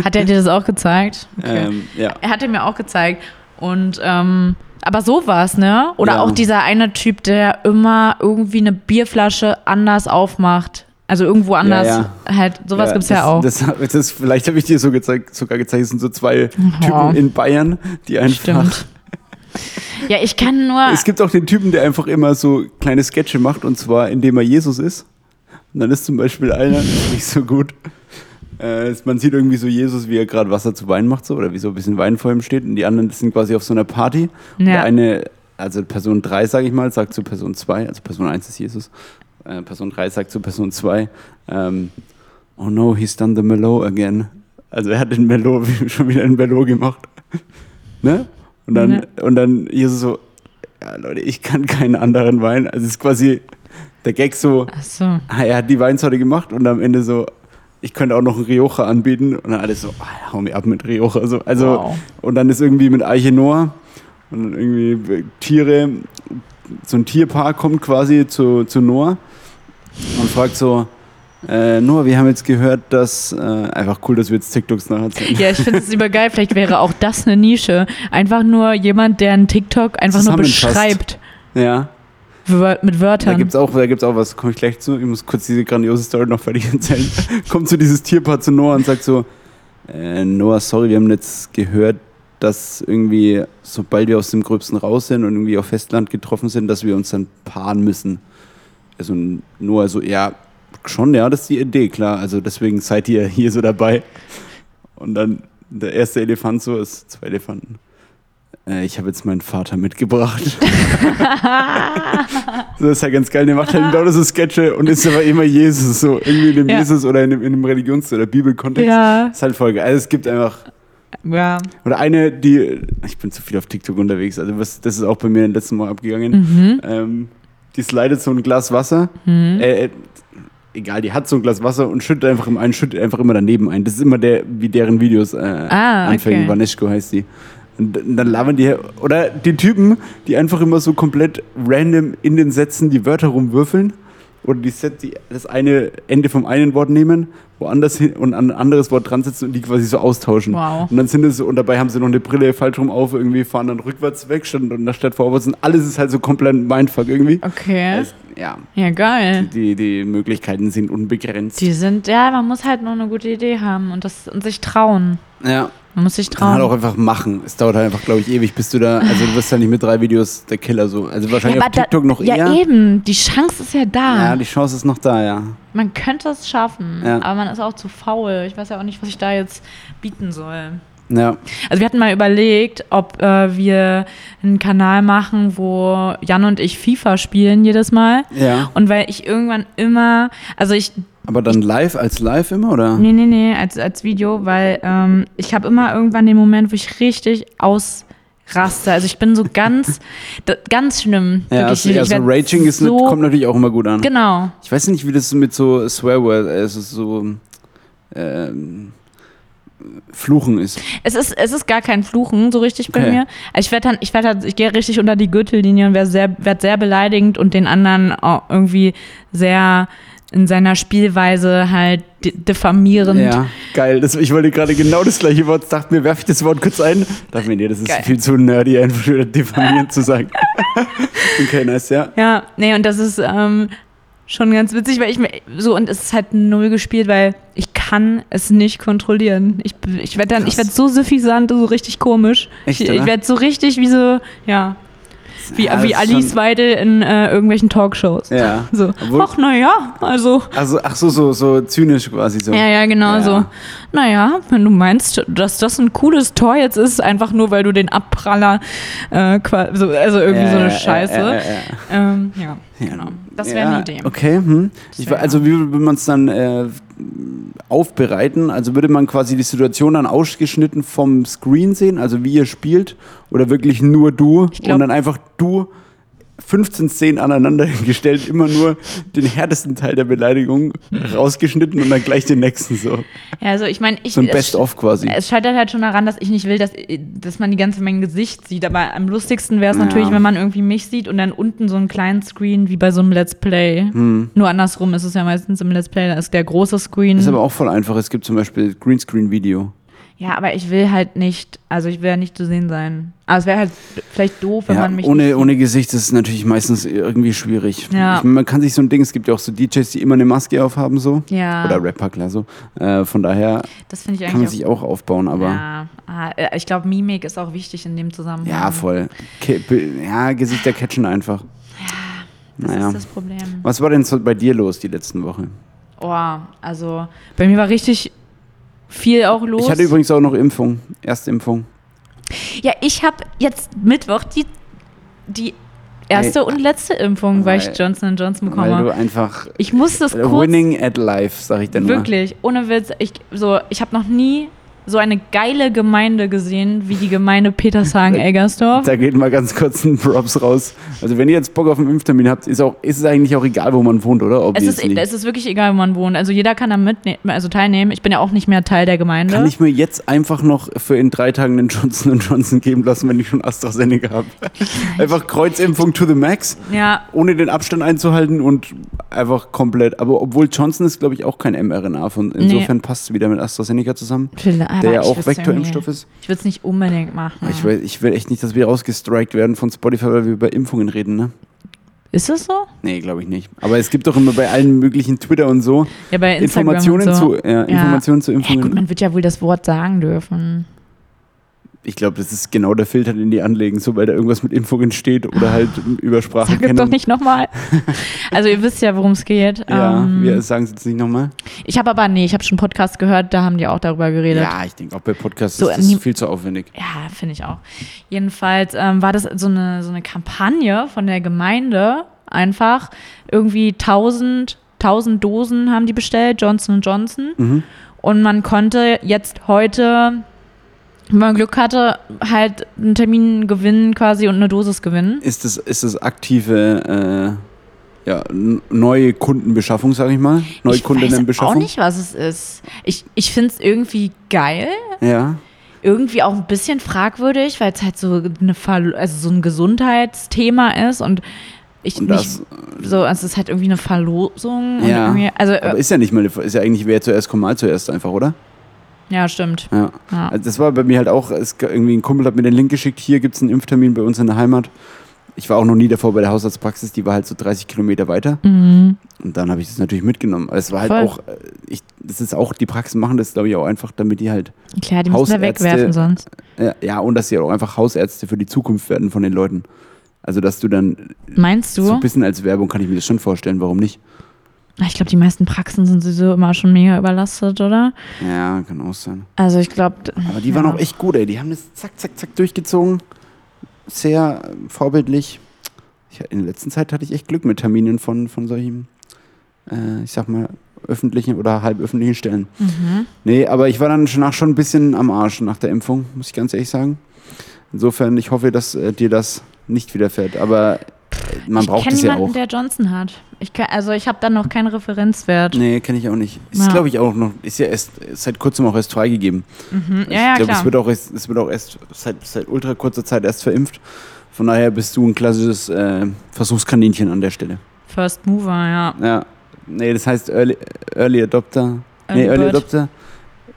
S1: Hat er dir das auch gezeigt?
S2: Ähm, ja.
S1: Er hatte mir auch gezeigt. Und ähm, aber so war's, ne? Oder
S2: Ja.
S1: auch dieser eine Typ, der immer irgendwie eine Bierflasche anders aufmacht. Also irgendwo anders.
S2: ja.
S1: Halt, sowas gibt's ja
S2: das,
S1: auch.
S2: Das, das, vielleicht habe ich dir so gezeigt, sogar gezeigt, es sind so zwei
S1: Ja.
S2: Typen in Bayern, die einfach.
S1: Stimmt. Ah. ja, ich kann nur.
S2: Es gibt auch den Typen, der einfach immer so kleine Sketche macht und zwar indem er Jesus ist. Und dann ist zum Beispiel einer, das ist nicht so gut. Äh, man sieht irgendwie so Jesus, wie er gerade Wasser zu Wein macht, so, oder wie so ein bisschen Wein vor ihm steht. Und die anderen das sind quasi auf so einer Party. Und
S1: Ja.
S2: der eine, also Person 3, sage ich mal, sagt zu Person 2, also Person 1 ist Jesus. Äh, Person 3 sagt zu Person 2, ähm, oh no, he's done the Melo again. Also er hat den Melo schon wieder einen Melo gemacht. Ne? Und dann, und dann Jesus so, ja, Leute, ich kann keinen anderen Wein. Also es ist quasi der Gag so,
S1: Ach so.
S2: ah, er hat die Weinsorte gemacht und am Ende so, ich könnte auch noch einen Rioja anbieten. Und dann alles so, ah, hau mir ab mit Rioja. So, also,
S1: Wow.
S2: Und dann ist irgendwie mit Eiche Noah und dann irgendwie Tiere, so ein Tierpaar kommt quasi zu, zu Noah und fragt so, äh, Noah, wir haben jetzt gehört, dass, äh, einfach cool, dass wir jetzt TikToks nacherzählen.
S1: Ja, ich finde es übergeil. Vielleicht wäre auch das eine Nische. Einfach nur jemand, der einen TikTok einfach nur
S2: Zusammenfasst.
S1: beschreibt.
S2: Ja.
S1: Wör mit
S2: Da
S1: Wörtern.
S2: gibt's auch, da gibt's auch was, komme ich gleich zu. Ich muss kurz diese grandiose Story noch fertig erzählen. Kommt so dieses Tierpaar zu Noah und sagt so, äh, Noah, sorry, wir haben jetzt gehört, dass irgendwie, sobald wir aus dem Gröbsten raus sind und irgendwie auf Festland getroffen sind, dass wir uns dann paaren müssen. Also Noah so, ja, schon, ja, das ist die Idee, klar. Also deswegen seid ihr hier so dabei. Und dann der erste Elefant so ist, zwei Elefanten. Äh, ich habe jetzt meinen Vater mitgebracht. So, Das ist ja ganz geil. Der macht halt genau so Sketche und ist aber immer Jesus, so irgendwie in dem
S1: Ja.
S2: Jesus oder in dem, in dem Religions- oder Bibelkontext.
S1: ja.
S2: Das ist halt voll geil. Also es gibt einfach.
S1: ja.
S2: Oder eine, die. Ich bin zu viel auf TikTok unterwegs, also was, das ist auch bei mir letzten Mal abgegangen.
S1: Mhm.
S2: Ähm, die slidet so ein Glas Wasser. Äh, äh, egal, die hat so ein Glas Wasser und schüttet einfach im einen, schüttet einfach immer daneben ein. Das ist immer der, wie deren Videos äh,
S1: Ah,
S2: anfangen.
S1: okay.
S2: Vaneschko heißt die. Und d- dann labern die. Oder die Typen, die einfach immer so komplett random in den Sätzen die Wörter rumwürfeln. Oder die, Set, die das eine Ende vom einen Wort nehmen, woanders hin und an ein anderes Wort dran setzen und die quasi so austauschen.
S1: Wow.
S2: Und dann sind es, und dabei haben sie noch eine Brille falsch rum auf, irgendwie fahren dann rückwärts weg, statt, und statt vorwärts. Und alles ist halt so komplett Mindfuck irgendwie.
S1: Okay.
S2: Es- ja,
S1: Ja, geil.
S2: die, die Möglichkeiten sind unbegrenzt.
S1: Die sind, ja, man muss halt nur eine gute Idee haben und, das, und sich trauen.
S2: ja,
S1: Man muss sich
S2: kann man
S1: trauen.
S2: halt auch einfach machen. Es dauert halt einfach, glaube ich, ewig, bis du da, also du wirst ja nicht mit drei Videos der Killer so. Also wahrscheinlich auf
S1: aber
S2: TikTok
S1: da,
S2: noch eher.
S1: Ja, eben. Die Chance ist ja da.
S2: Ja, die Chance ist noch da, ja.
S1: man könnte es schaffen,
S2: Ja.
S1: aber man ist auch zu faul. Ich weiß ja auch nicht, was ich da jetzt bieten soll.
S2: Ja,
S1: Also wir hatten mal überlegt, ob äh, wir einen Kanal machen, wo Jan und ich FIFA spielen jedes Mal.
S2: ja.
S1: Und weil ich irgendwann immer, also ich
S2: Aber dann live als live immer, oder?
S1: Nee, nee, nee, als, als Video, weil ähm, ich habe immer irgendwann den Moment, wo ich richtig ausraste. Also ich bin so ganz, d- ganz schlimm. Wirklich,
S2: Ja, also,
S1: ich
S2: ja, so
S1: werd
S2: Raging ist,
S1: so,
S2: kommt natürlich auch immer gut an.
S1: Genau.
S2: Ich weiß nicht, wie das mit so Swearword, also so ähm, Fluchen ist.
S1: Es ist, es ist gar kein Fluchen so richtig bei
S2: Okay.
S1: mir. Also ich werd dann, ich werd dann, ich gehe richtig unter die Gürtellinie und werde sehr, werd sehr beleidigend und den anderen auch irgendwie sehr in seiner Spielweise halt di- diffamierend.
S2: Ja, geil. Das, ich wollte gerade genau das gleiche Wort. Dachte mir, werfe ich das Wort kurz ein. Dachte mir, nee, das ist
S1: Geil.
S2: viel zu nerdy, einfach wieder diffamierend zu sagen. okay, nice, ja.
S1: Ja, nee, und das ist ähm, schon ganz witzig, weil ich mir so und es ist halt null gespielt, weil ich kann es nicht kontrollieren. Ich, ich werde dann, ich werde so suffisant, so richtig komisch.
S2: Echt,
S1: ich ich
S2: oder?
S1: werde so richtig wie so, ja, wie,
S2: Ja,
S1: wie
S2: das ist
S1: Alice
S2: schon-
S1: Weidel in äh, irgendwelchen Talkshows.
S2: Ja.
S1: So,
S2: Obwohl-
S1: ach naja, also.
S2: Also, ach so, so, so zynisch quasi so.
S1: Ja, ja, genau
S2: Ja.
S1: so. Naja, wenn du meinst, dass das ein cooles Tor jetzt ist, einfach nur weil du den Abpraller, äh, qua- so, also irgendwie
S2: Ja,
S1: so eine
S2: ja,
S1: Scheiße.
S2: Ja, ja, ja, ja.
S1: Ähm, ja, genau. Das wäre
S2: ja,
S1: eine Idee.
S2: Okay. Hm.
S1: Das
S2: Ich,
S1: wär-
S2: wa- also wie würde man es dann äh, aufbereiten? Also würde man quasi die Situation dann ausgeschnitten vom Screen sehen, also wie ihr spielt, oder wirklich nur du
S1: glaub-
S2: und dann einfach du 15 Szenen aneinander gestellt, immer nur den härtesten Teil der Beleidigung rausgeschnitten und dann gleich den nächsten so.
S1: Ja, also ich meine, ich.
S2: So ein
S1: es-
S2: Best-of quasi.
S1: Es scheitert halt schon daran, dass ich nicht will, dass, dass man die ganze mein Gesicht sieht. Aber am lustigsten wäre es
S2: Ja.
S1: natürlich, wenn man irgendwie mich sieht und dann unten so einen kleinen Screen wie bei so einem Let's Play. Nur andersrum ist es ja meistens im Let's Play, da ist der große Screen.
S2: Hm. Ist aber auch voll einfach. Es gibt zum Beispiel Greenscreen-Video.
S1: ja, aber ich will halt nicht, also ich will ja nicht zu sehen sein. Aber es wäre halt vielleicht doof, wenn
S2: Ja,
S1: man mich.
S2: ohne,
S1: nicht
S2: ohne Gesicht ist es natürlich meistens irgendwie schwierig.
S1: Ja.
S2: Ich, meine, man kann sich so ein Ding, es gibt ja auch so DJs, die immer eine Maske aufhaben so.
S1: Ja.
S2: Oder Rapper, klar so. Äh, von daher
S1: das finde ich
S2: kann man
S1: eigentlich
S2: sich auch aufbauen,
S1: auch.
S2: aber ja,
S1: Ja, ah, äh, ich glaube, Mimik ist auch wichtig in dem Zusammenhang.
S2: voll. Ke be- ja, Gesichter catchen einfach.
S1: Das
S2: Naja.
S1: ist das Problem.
S2: Was war denn so bei dir los die letzten Woche?
S1: Oh, also bei mir war richtig viel auch los.
S2: Ich hatte übrigens auch noch Impfung. Erstimpfung.
S1: ja, ich habe jetzt Mittwoch die, die erste
S2: Ey,
S1: und letzte Impfung, weil,
S2: weil-
S1: ich Johnson Johnson
S2: Weil
S1: bekomme.
S2: du einfach äh,
S1: Ich muss das kurz
S2: winning at life, sag ich dann
S1: wirklich ohne Witz. Ich so, ich habe noch nie so eine geile Gemeinde gesehen wie die Gemeinde
S2: mal.
S1: Petershagen-Eggersdorf.
S2: Da geht mal ganz kurz ein Props raus. Also wenn ihr jetzt Bock auf einen Impftermin habt, ist, auch, ist es eigentlich auch egal, wo man wohnt, oder?
S1: Es ist, e-
S2: Obviously.
S1: es ist wirklich egal, wo man wohnt. Also jeder kann da mitnehmen, also teilnehmen. Ich bin ja auch nicht mehr Teil der Gemeinde.
S2: Kann ich mir jetzt einfach noch für in drei Tagen den Johnson Johnson geben lassen, wenn ich schon AstraZeneca habe? Einfach Kreuzimpfung to the max,
S1: ja,
S2: ohne den Abstand einzuhalten und einfach komplett. Aber obwohl Johnson ist, glaube ich, auch kein mRNA. Von, insofern passt es wieder mit AstraZeneca zusammen,
S1: vielleicht,
S2: der
S1: aber
S2: ja
S1: ich
S2: auch
S1: will's
S2: Vektorimpfstoff
S1: irgendwie- Ah.
S2: ist.
S1: Ich würde es nicht unbedingt machen.
S2: Ich, will, ich will echt nicht, dass wir rausgestrikt werden von Spotify, weil wir über Impfungen reden, ne?
S1: Ist das so?
S2: Nee, glaube ich nicht. Aber es gibt doch immer bei allen möglichen Twitter und so
S1: Ja, bei Instagram
S2: Informationen,
S1: und so.
S2: zu, ja, Informationen zu
S1: Ja, gut,
S2: Impfungen.
S1: man wird ja wohl das Wort sagen dürfen.
S2: Ich glaube, das ist genau der Filter, den die anlegen, sobald da irgendwas mit Impfungen steht oder halt über
S1: Ah. Sag es doch
S2: Spracherkennung.
S1: nicht nochmal. Also ihr wisst ja, worum es geht.
S2: Ja,
S1: ähm,
S2: wir sagen es jetzt nicht nochmal.
S1: ich habe aber, nee, ich habe schon einen Podcast gehört, da haben die auch darüber geredet.
S2: Ja, ich denke, auch bei Podcasts
S1: So,
S2: ist das
S1: ähm,
S2: viel zu aufwendig.
S1: Ja, finde ich auch. Jedenfalls ähm, war das so eine, so eine Kampagne von der Gemeinde einfach. Irgendwie 1000, 1000 Dosen haben die bestellt, Johnson Johnson.
S2: Mhm.
S1: Und man konnte jetzt heute, wenn man Glück hatte, halt einen Termin gewinnen quasi und eine Dosis gewinnen.
S2: Ist das, ist das aktive, äh, ja, n- neue Kundenbeschaffung, sage ich mal? Neue
S1: Ich weiß auch
S2: Kundinnenbeschaffung?
S1: nicht, was es ist. Ich, ich finde es irgendwie geil,
S2: Ja.
S1: irgendwie auch ein bisschen fragwürdig, weil es halt so, eine, Verl- also so ein Gesundheitsthema ist und ich
S2: Und
S1: nicht,
S2: das,
S1: so, also es ist halt irgendwie eine Verlosung.
S2: Ja.
S1: Und irgendwie, also,
S2: aber
S1: äh,
S2: ist ja nicht mal, eine- ist ja eigentlich, wer zuerst kommt, mal zuerst einfach, oder?
S1: ja, stimmt.
S2: Ja.
S1: Ja.
S2: Also das war bei mir halt auch, es, irgendwie ein Kumpel hat mir den Link geschickt, hier gibt es einen Impftermin bei uns in der Heimat. Ich war auch noch nie davor bei der Hausarztpraxis, die war halt so 30 Kilometer weiter.
S1: Mhm.
S2: Und dann habe ich das natürlich mitgenommen. Aber es war halt
S1: Voll.
S2: auch, äh, ich, das ist auch, die Praxen machen das, glaube ich, auch einfach, damit die halt,
S1: Klar, die müssen wir
S2: Hausärzte-
S1: wegwerfen sonst.
S2: äh, ja, und dass sie auch einfach Hausärzte für die Zukunft werden von den Leuten. Also, dass du dann
S1: Meinst
S2: so ein
S1: du?
S2: bisschen als Werbung kann ich mir das schon vorstellen, warum nicht?
S1: Ach, ich glaube, die meisten Praxen sind sowieso immer schon mega überlastet, oder?
S2: Ja, kann auch sein.
S1: Also ich glaube.
S2: Aber die waren auch echt gut, ey. Die haben das zack, zack, zack durchgezogen. Sehr äh, vorbildlich. Ich, in der letzten Zeit hatte ich echt Glück mit Terminen von, von solchen, äh, ich sag mal, öffentlichen oder halböffentlichen Stellen.
S1: Mhm.
S2: Nee, aber ich war dann danach schon ein bisschen am Arsch nach der Impfung, muss ich ganz ehrlich sagen. Insofern, ich hoffe, dass äh, dir das nicht widerfährt. Aber äh, man
S1: ich
S2: braucht
S1: kenne
S2: es ja
S1: niemanden,
S2: auch.
S1: der Johnson hat. Ich kann, also ich habe dann noch keinen Referenzwert.
S2: Nee, kenne ich auch nicht. Ist,
S1: Ja.
S2: glaube ich, auch noch, ist ja erst ist seit kurzem auch erst freigegeben.
S1: Mhm.
S2: ich
S1: Ja, ja,
S2: glaube,
S1: klar.
S2: es wird auch erst, es wird auch erst seit, seit ultra kurzer Zeit erst verimpft. Von daher bist du ein klassisches äh, Versuchskaninchen an der Stelle.
S1: First Mover, ja.
S2: Ja. Nee, das heißt Early, Early Adopter. nee,
S1: Early
S2: Early
S1: Bird.
S2: Adopter.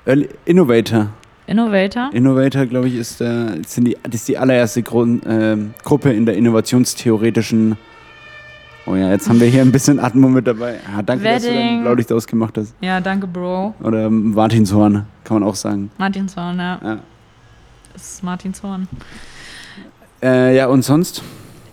S2: Early Innovator.
S1: Innovator.
S2: Innovator, glaube ich, ist, äh, der, sind die, das ist die allererste Grund, ähm, Gruppe in der innovationstheoretischen Oh ja, jetzt haben wir hier ein bisschen Atmo mit dabei. Ah, danke, dass du
S1: Wedding.
S2: dein Blaulicht ausgemacht hast.
S1: Ja, danke, Bro.
S2: Oder ähm, Martinshorn, kann man auch sagen.
S1: Martin Zorn, ja.
S2: Ja,
S1: Das ist Martin Zorn.
S2: äh, ja und sonst?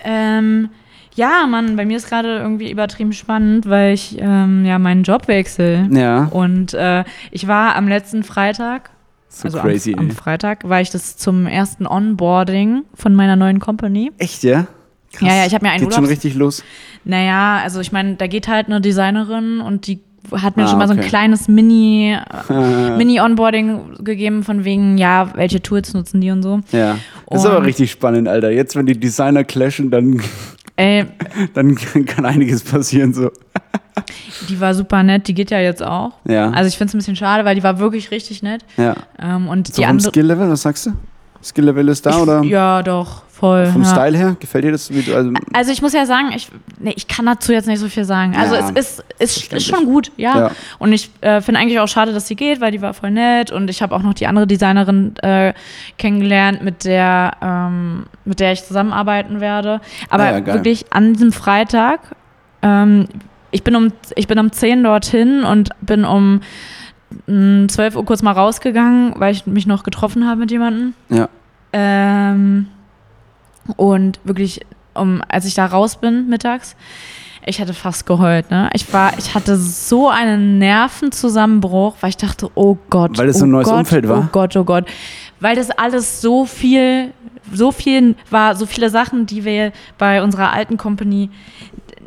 S1: Ähm, ja, Mann, bei mir ist gerade irgendwie übertrieben spannend, weil ich ähm, ja meinen Job wechsle.
S2: Ja,
S1: Und äh, ich war am letzten Freitag,
S2: so
S1: also
S2: crazy.
S1: am, am
S2: ey.
S1: Freitag, war ich das zum ersten Onboarding von meiner neuen Company.
S2: Echt, ja? Krass.
S1: Ja, ja, ich habe mir einen
S2: Geht schon
S1: Urlaubs-
S2: richtig los.
S1: Naja, also ich meine, da geht halt eine Designerin und die hat mir
S2: Ah,
S1: schon mal so ein
S2: okay.
S1: kleines Mini,
S2: Äh,
S1: Mini-Onboarding gegeben von wegen, ja, welche Tools nutzen die und so.
S2: Ja. Das ist
S1: Und-
S2: aber richtig spannend, Alter. Jetzt, wenn die Designer clashen, dann,
S1: Ey,
S2: dann kann einiges passieren. So.
S1: die war super nett, die geht ja jetzt auch.
S2: Ja.
S1: Also ich finde es ein bisschen schade, weil die war wirklich richtig nett.
S2: ja.
S1: Ähm, und
S2: So
S1: die
S2: vom
S1: andere.
S2: Skill-Level, was sagst du? Skill-Level ist da
S1: Ich-
S2: oder
S1: Ja, doch, voll.
S2: vom
S1: ja.
S2: Style her? Gefällt dir das? Wie du, also,
S1: Also ich muss ja sagen, ich, nee, ich kann dazu jetzt nicht so viel sagen. Also
S2: Ja,
S1: es ist, ist, ist
S2: verständlich.
S1: schon gut, ja.
S2: Ja.
S1: Und ich äh, finde eigentlich auch schade, dass sie geht, weil die war voll nett. Und ich habe auch noch die andere Designerin äh, kennengelernt, mit der, ähm, mit der ich zusammenarbeiten werde. Aber
S2: Ah ja, geil.
S1: wirklich an diesem Freitag, ähm, ich, bin um, ich bin um 10 dorthin und bin um mm, 12 Uhr kurz mal rausgegangen, weil ich mich noch getroffen habe mit jemandem.
S2: ja.
S1: Ähm, und wirklich, um, als ich da raus bin mittags, ich hatte fast geheult, ne? Ich war, ich hatte so einen Nervenzusammenbruch, weil ich dachte, oh Gott,
S2: Weil das
S1: oh
S2: so ein neues
S1: Gott,
S2: Umfeld war?
S1: Oh Gott, oh Gott, weil das alles so viel, so viel war, so viele Sachen, die wir bei unserer alten Company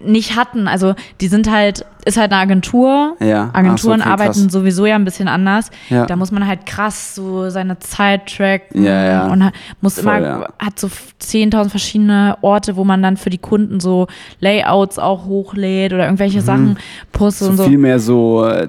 S1: nicht hatten. Also die sind halt, ist halt eine Agentur.
S2: Ja.
S1: Agenturen
S2: Ach Ah, so, okay,
S1: arbeiten
S2: krass.
S1: sowieso ja ein bisschen anders.
S2: Ja.
S1: Da muss man halt krass so seine Zeit tracken
S2: Ja, ja.
S1: und ha- muss
S2: Voll,
S1: immer,
S2: ja.
S1: hat so 10.000 verschiedene Orte, wo man dann für die Kunden so Layouts auch hochlädt oder irgendwelche Sachen postet und
S2: Mhm. so
S1: so.
S2: viel mehr so äh,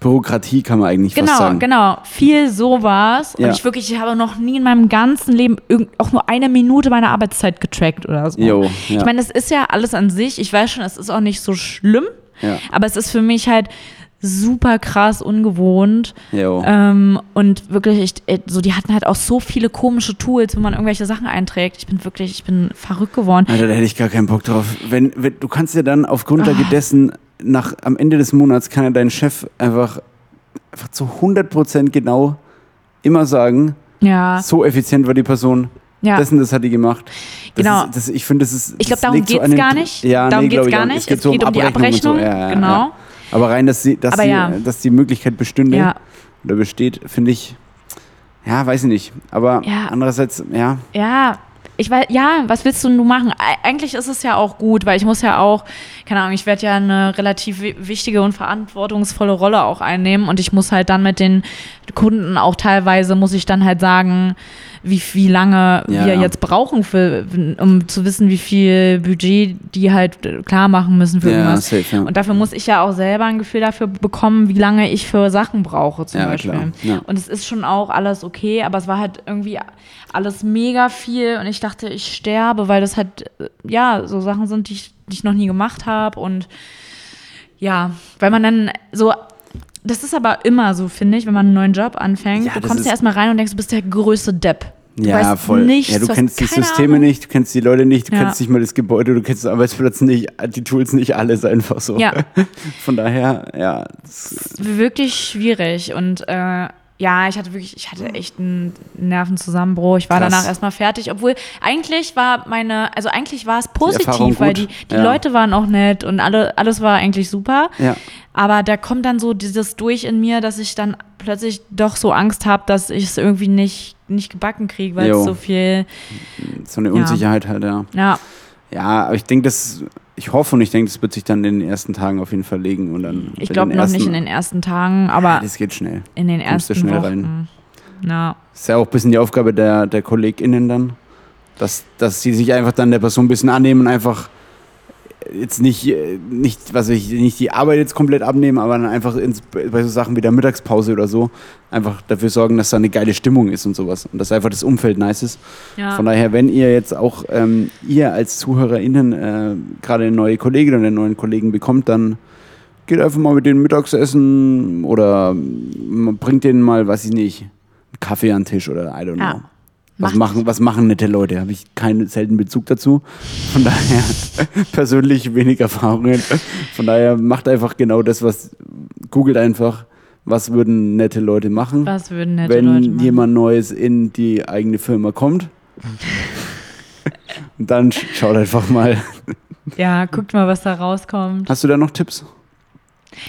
S2: Bürokratie kann man eigentlich fast
S1: Genau,
S2: sagen.
S1: genau. Viel sowas.
S2: Ja.
S1: Und ich wirklich, ich habe noch nie in meinem ganzen Leben irgend, auch nur eine Minute meiner Arbeitszeit getrackt oder so.
S2: Jo, ja.
S1: Ich meine, es ist ja alles an sich. Ich weiß schon, es ist auch nicht so schlimm,
S2: Ja.
S1: aber es ist für mich halt super krass ungewohnt.
S2: Jo.
S1: Ähm, und wirklich, ich, äh, so die hatten halt auch so viele komische Tools, wo man irgendwelche Sachen einträgt. Ich bin wirklich, ich bin verrückt geworden.
S2: Alter, Ah, da hätte ich gar keinen Bock drauf. Wenn, wenn du kannst ja dann auf
S1: Ah.
S2: Grundlage dessen nach am Ende des Monats kann ja dein Chef einfach einfach zu 100% genau immer sagen,
S1: Ja,
S2: so effizient war die Person.
S1: Ah. ja.
S2: Das und das hat die gemacht. Das
S1: Genau.
S2: Ist, das, ich finde, das ist.
S1: Ich glaub,
S2: das
S1: darum
S2: legt so
S1: geht's
S2: einen-
S1: gar nicht.
S2: Ja,
S1: Darum
S2: nee,
S1: geht's
S2: glaub ich
S1: gar
S2: auch
S1: nicht.
S2: Es geht
S1: Es
S2: so
S1: geht
S2: um
S1: um die
S2: Abrechnung. und so.
S1: Abrechnung,
S2: Ja, ja,
S1: genau.
S2: Ja. Aber rein, dass, die, dass,
S1: Aber
S2: die,
S1: ja.
S2: dass die Möglichkeit bestünde
S1: ja,
S2: oder besteht, finde ich. Ja, weiß ich nicht. Aber
S1: Ja.
S2: andererseits, ja.
S1: ja. Ich weiß, ja, was willst du denn du machen? Ei- Eigentlich ist es ja auch gut, weil ich muss ja auch, keine Ahnung, ich werde ja eine relativ wi- wichtige und verantwortungsvolle Rolle auch einnehmen und ich muss halt dann mit den Kunden auch teilweise, muss ich dann halt sagen, wie, wie lange
S2: Ja,
S1: wir
S2: ja.
S1: jetzt brauchen, für, um zu wissen, wie viel Budget die halt äh, klar machen müssen für
S2: Ja,
S1: irgendwas.
S2: safe, ja.
S1: Und dafür muss ich ja auch selber ein Gefühl dafür bekommen, wie lange ich für Sachen brauche, zum
S2: Ja,
S1: Beispiel.
S2: klar, ja.
S1: Und es ist schon auch alles okay, aber es war halt irgendwie alles mega viel und ich dachte, ich sterbe, weil das halt, äh, ja, so Sachen sind, die ich, die ich noch nie gemacht habe und ja, weil man dann so. Das ist aber immer so, finde ich, wenn man einen neuen Job anfängt.
S2: Ja,
S1: du
S2: das
S1: kommst
S2: ist-
S1: ja erstmal rein und denkst, du bist der größte Depp. Du
S2: Ja,
S1: weißt
S2: voll.
S1: Nichts,
S2: ja, du
S1: hast
S2: kennst die
S1: keine
S2: Systeme
S1: Ahnung.
S2: nicht, du kennst die Leute nicht, du
S1: Ja.
S2: kennst nicht mal das Gebäude, du kennst den Arbeitsplatz nicht, die Tools nicht, alles einfach so.
S1: Ja.
S2: Von daher, ja, das,
S1: wirklich schwierig und äh, ja, ich hatte wirklich, ich hatte echt einen Nervenzusammenbruch. Ich war
S2: Krass.
S1: danach erstmal fertig, obwohl eigentlich war meine, also eigentlich war es
S2: Erfahrung
S1: positiv, weil die,
S2: gut,
S1: die
S2: ja.
S1: Leute waren auch nett und alle, alles war eigentlich super.
S2: ja.
S1: Aber da kommt dann so dieses durch in mir, dass ich dann plötzlich doch so Angst habe, dass ich es irgendwie nicht, nicht gebacken kriege, weil
S2: Jo.
S1: es so viel,
S2: So eine
S1: Ja.
S2: Unsicherheit halt, ja.
S1: ja,
S2: Ja, aber ich denke, das, ich hoffe und ich denke, das wird sich dann in den ersten Tagen auf jeden Fall legen und dann.
S1: ich glaube noch nicht in den ersten Tagen, aber
S2: Das geht schnell.
S1: in den
S2: kommst du
S1: ersten
S2: schnell
S1: Wochen.
S2: rein.
S1: Ja.
S2: Ist ja auch ein bisschen die Aufgabe der, der KollegInnen dann, dass, dass sie sich einfach dann der Person ein bisschen annehmen und einfach jetzt nicht, äh, nicht, was weiß ich, nicht die Arbeit jetzt komplett abnehmen, aber dann einfach ins, bei so Sachen wie der Mittagspause oder so einfach dafür sorgen, dass da eine geile Stimmung ist und sowas und dass einfach das Umfeld nice ist.
S1: Ja.
S2: Von daher, wenn ihr jetzt auch, ähm, ihr als ZuhörerInnen äh, gerade eine neue Kollegin oder einen neuen Kollegen bekommt, dann geht einfach mal mit denen Mittagsessen oder ähm, bringt denen mal, weiß ich nicht, einen Kaffee an den Tisch oder I don't know.
S1: Ja.
S2: Was
S1: Macht-
S2: machen, was machen nette Leute? Habe ich keinen selten Bezug dazu. Von daher persönlich wenig Erfahrungen. Von daher macht einfach genau das, was googelt einfach, was würden nette Leute machen,
S1: Was würden nette
S2: wenn
S1: Leute machen?
S2: jemand Neues in die eigene Firma kommt. Und dann sch- schaut einfach mal.
S1: ja, guckt mal, was da rauskommt.
S2: Hast du da noch Tipps?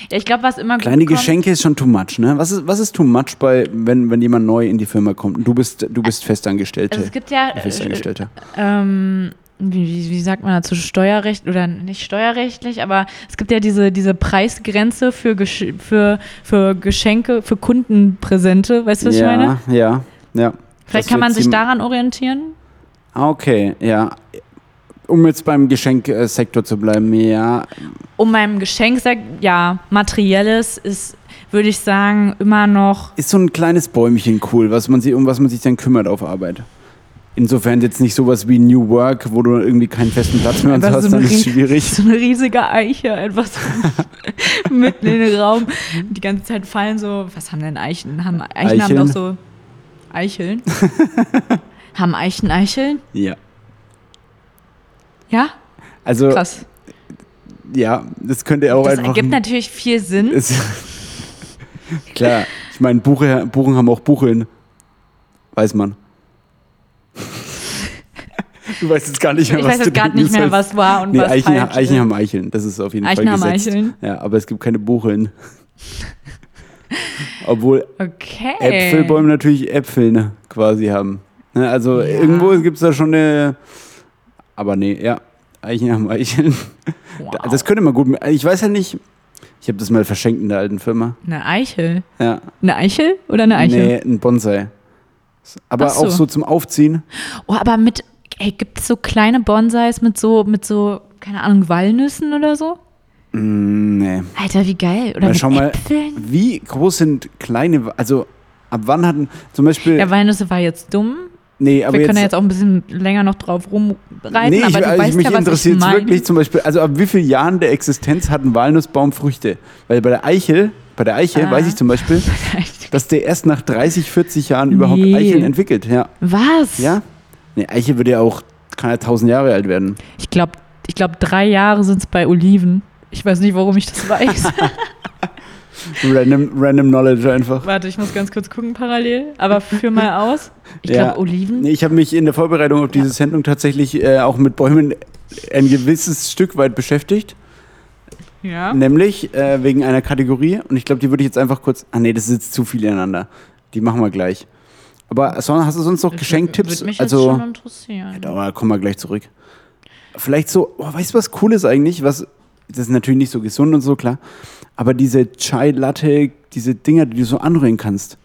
S1: Ja, ich glaube, was immer
S2: Kleine
S1: gut kommt,
S2: Geschenke ist schon too much, ne? Was ist, was ist too much bei, wenn, wenn jemand neu in die Firma kommt? und Du bist, du bist Festangestellte.
S1: Also es gibt ja äh,
S2: Festangestellte.
S1: ähm, wie, wie, wie sagt man dazu, Steuerrecht oder nicht steuerrechtlich, aber es gibt ja diese, diese Preisgrenze für, Gesch für, für Geschenke, für Kundenpräsente, weißt du, was ich meine?
S2: ja, ja, ja.
S1: Vielleicht
S2: Das
S1: kann
S2: wird
S1: man sich
S2: ziem-
S1: daran orientieren.
S2: Ah, Okay, ja. Um jetzt beim Geschenksektor zu bleiben, ja.
S1: Um meinem Geschenk, sag- ja, materielles ist, würde ich sagen, immer noch,
S2: Ist so ein kleines Bäumchen cool, was man sich, um was man sich dann kümmert auf Arbeit. Insofern jetzt nicht sowas wie New Work, wo du irgendwie keinen festen Platz mehr und so
S1: Einfach
S2: hast,
S1: so
S2: dann
S1: ein
S2: ist es
S1: Rie-
S2: schwierig.
S1: so eine riesige Eiche, einfach so mitten in den Raum. Die ganze Zeit fallen so, was haben denn Eichen? Haben Eichen, haben
S2: Eicheln?
S1: doch so Eicheln. haben Eichen Eicheln?
S2: Ja.
S1: Ja?
S2: Also,
S1: Krass.
S2: ja, das könnte auch
S1: Das
S2: einfach.
S1: ergibt
S2: ein-
S1: natürlich viel Sinn.
S2: ist, Klar, ich meine, Buche, Buchen haben auch Bucheln. Weiß man. Du weißt jetzt gar nicht mehr,
S1: Ich
S2: was
S1: weiß
S2: du
S1: jetzt gerade
S2: denken
S1: nicht mehr,
S2: sollst.
S1: was war und
S2: Nee,
S1: was
S2: Eichen,
S1: falsch
S2: Eichen
S1: ist.
S2: haben Eicheln, das ist auf jeden
S1: Eichen
S2: Fall
S1: haben
S2: gesetzt.
S1: Eicheln.
S2: Ja, aber es gibt keine Bucheln. Obwohl
S1: Okay.
S2: Äpfelbäume natürlich Äpfeln quasi haben. Ne, Also
S1: Ja.
S2: irgendwo gibt es da schon eine. Aber nee, ja. Eichen haben Eicheln.
S1: Wow.
S2: Das könnte man gut. Ich weiß ja nicht. Ich habe das mal verschenkt in der alten Firma.
S1: eine Eichel.
S2: Ja.
S1: Eine Eichel oder eine Eichel?
S2: Nee, ein Bonsai. Aber
S1: Ach so.
S2: auch so zum Aufziehen.
S1: Oh, aber mit, ey, gibt es so kleine Bonsais mit so, mit so, keine Ahnung, Walnüssen oder so?
S2: Mm, nee.
S1: Alter, wie geil. Oder
S2: Na,
S1: mit
S2: schau mal.
S1: Äpfeln?
S2: Wie groß sind kleine. Wa- Also, ab wann hatten. Zum Beispiel.
S1: Ja, Walnüsse war jetzt dumm.
S2: nee, Äh, aber
S1: Wir
S2: jetzt.
S1: können ja jetzt auch ein bisschen länger noch drauf rumreiten,
S2: nee,
S1: aber
S2: ich,
S1: du
S2: also
S1: weißt
S2: mich
S1: ja, was
S2: interessiert
S1: ich meine.
S2: wirklich zum Beispiel. Also, ab wie vielen Jahren der Existenz hat ein Walnussbaum Früchte? Weil bei der Eiche. Bei der Eiche
S1: Ah.
S2: weiß ich zum Beispiel, dass der erst nach 30, 40 Jahren überhaupt
S1: Nee.
S2: Eicheln entwickelt. Ja.
S1: Was?
S2: Ja? Nee, Eiche würde ja auch. Kann ja 1000 Jahre alt werden.
S1: Ich glaube, ich glaub, drei Jahre sind es bei Oliven. Ich weiß nicht, warum ich das weiß.
S2: Random, random Knowledge einfach.
S1: Warte, ich muss ganz kurz gucken parallel. Aber führ mal aus. Ich
S2: Ja.
S1: glaube, Oliven.
S2: Nee, Ich habe mich in der Vorbereitung auf diese Sendung tatsächlich äh, auch mit Bäumen ein gewisses Stück weit beschäftigt,
S1: Ja.
S2: nämlich äh, wegen einer Kategorie. Und ich glaube, die würde ich jetzt einfach kurz. Ah nee, das ist jetzt zu viel ineinander. Die machen wir gleich. Aber so- hast du sonst noch Geschenktipps?
S1: Würde mich jetzt
S2: Also,
S1: schon interessieren.
S2: da kommen wir gleich zurück. Vielleicht so, oh, weißt du, was cool ist eigentlich? Was, das ist natürlich nicht so gesund und so, klar. Aber diese Chai Latte, diese Dinger, die du so anrühren kannst,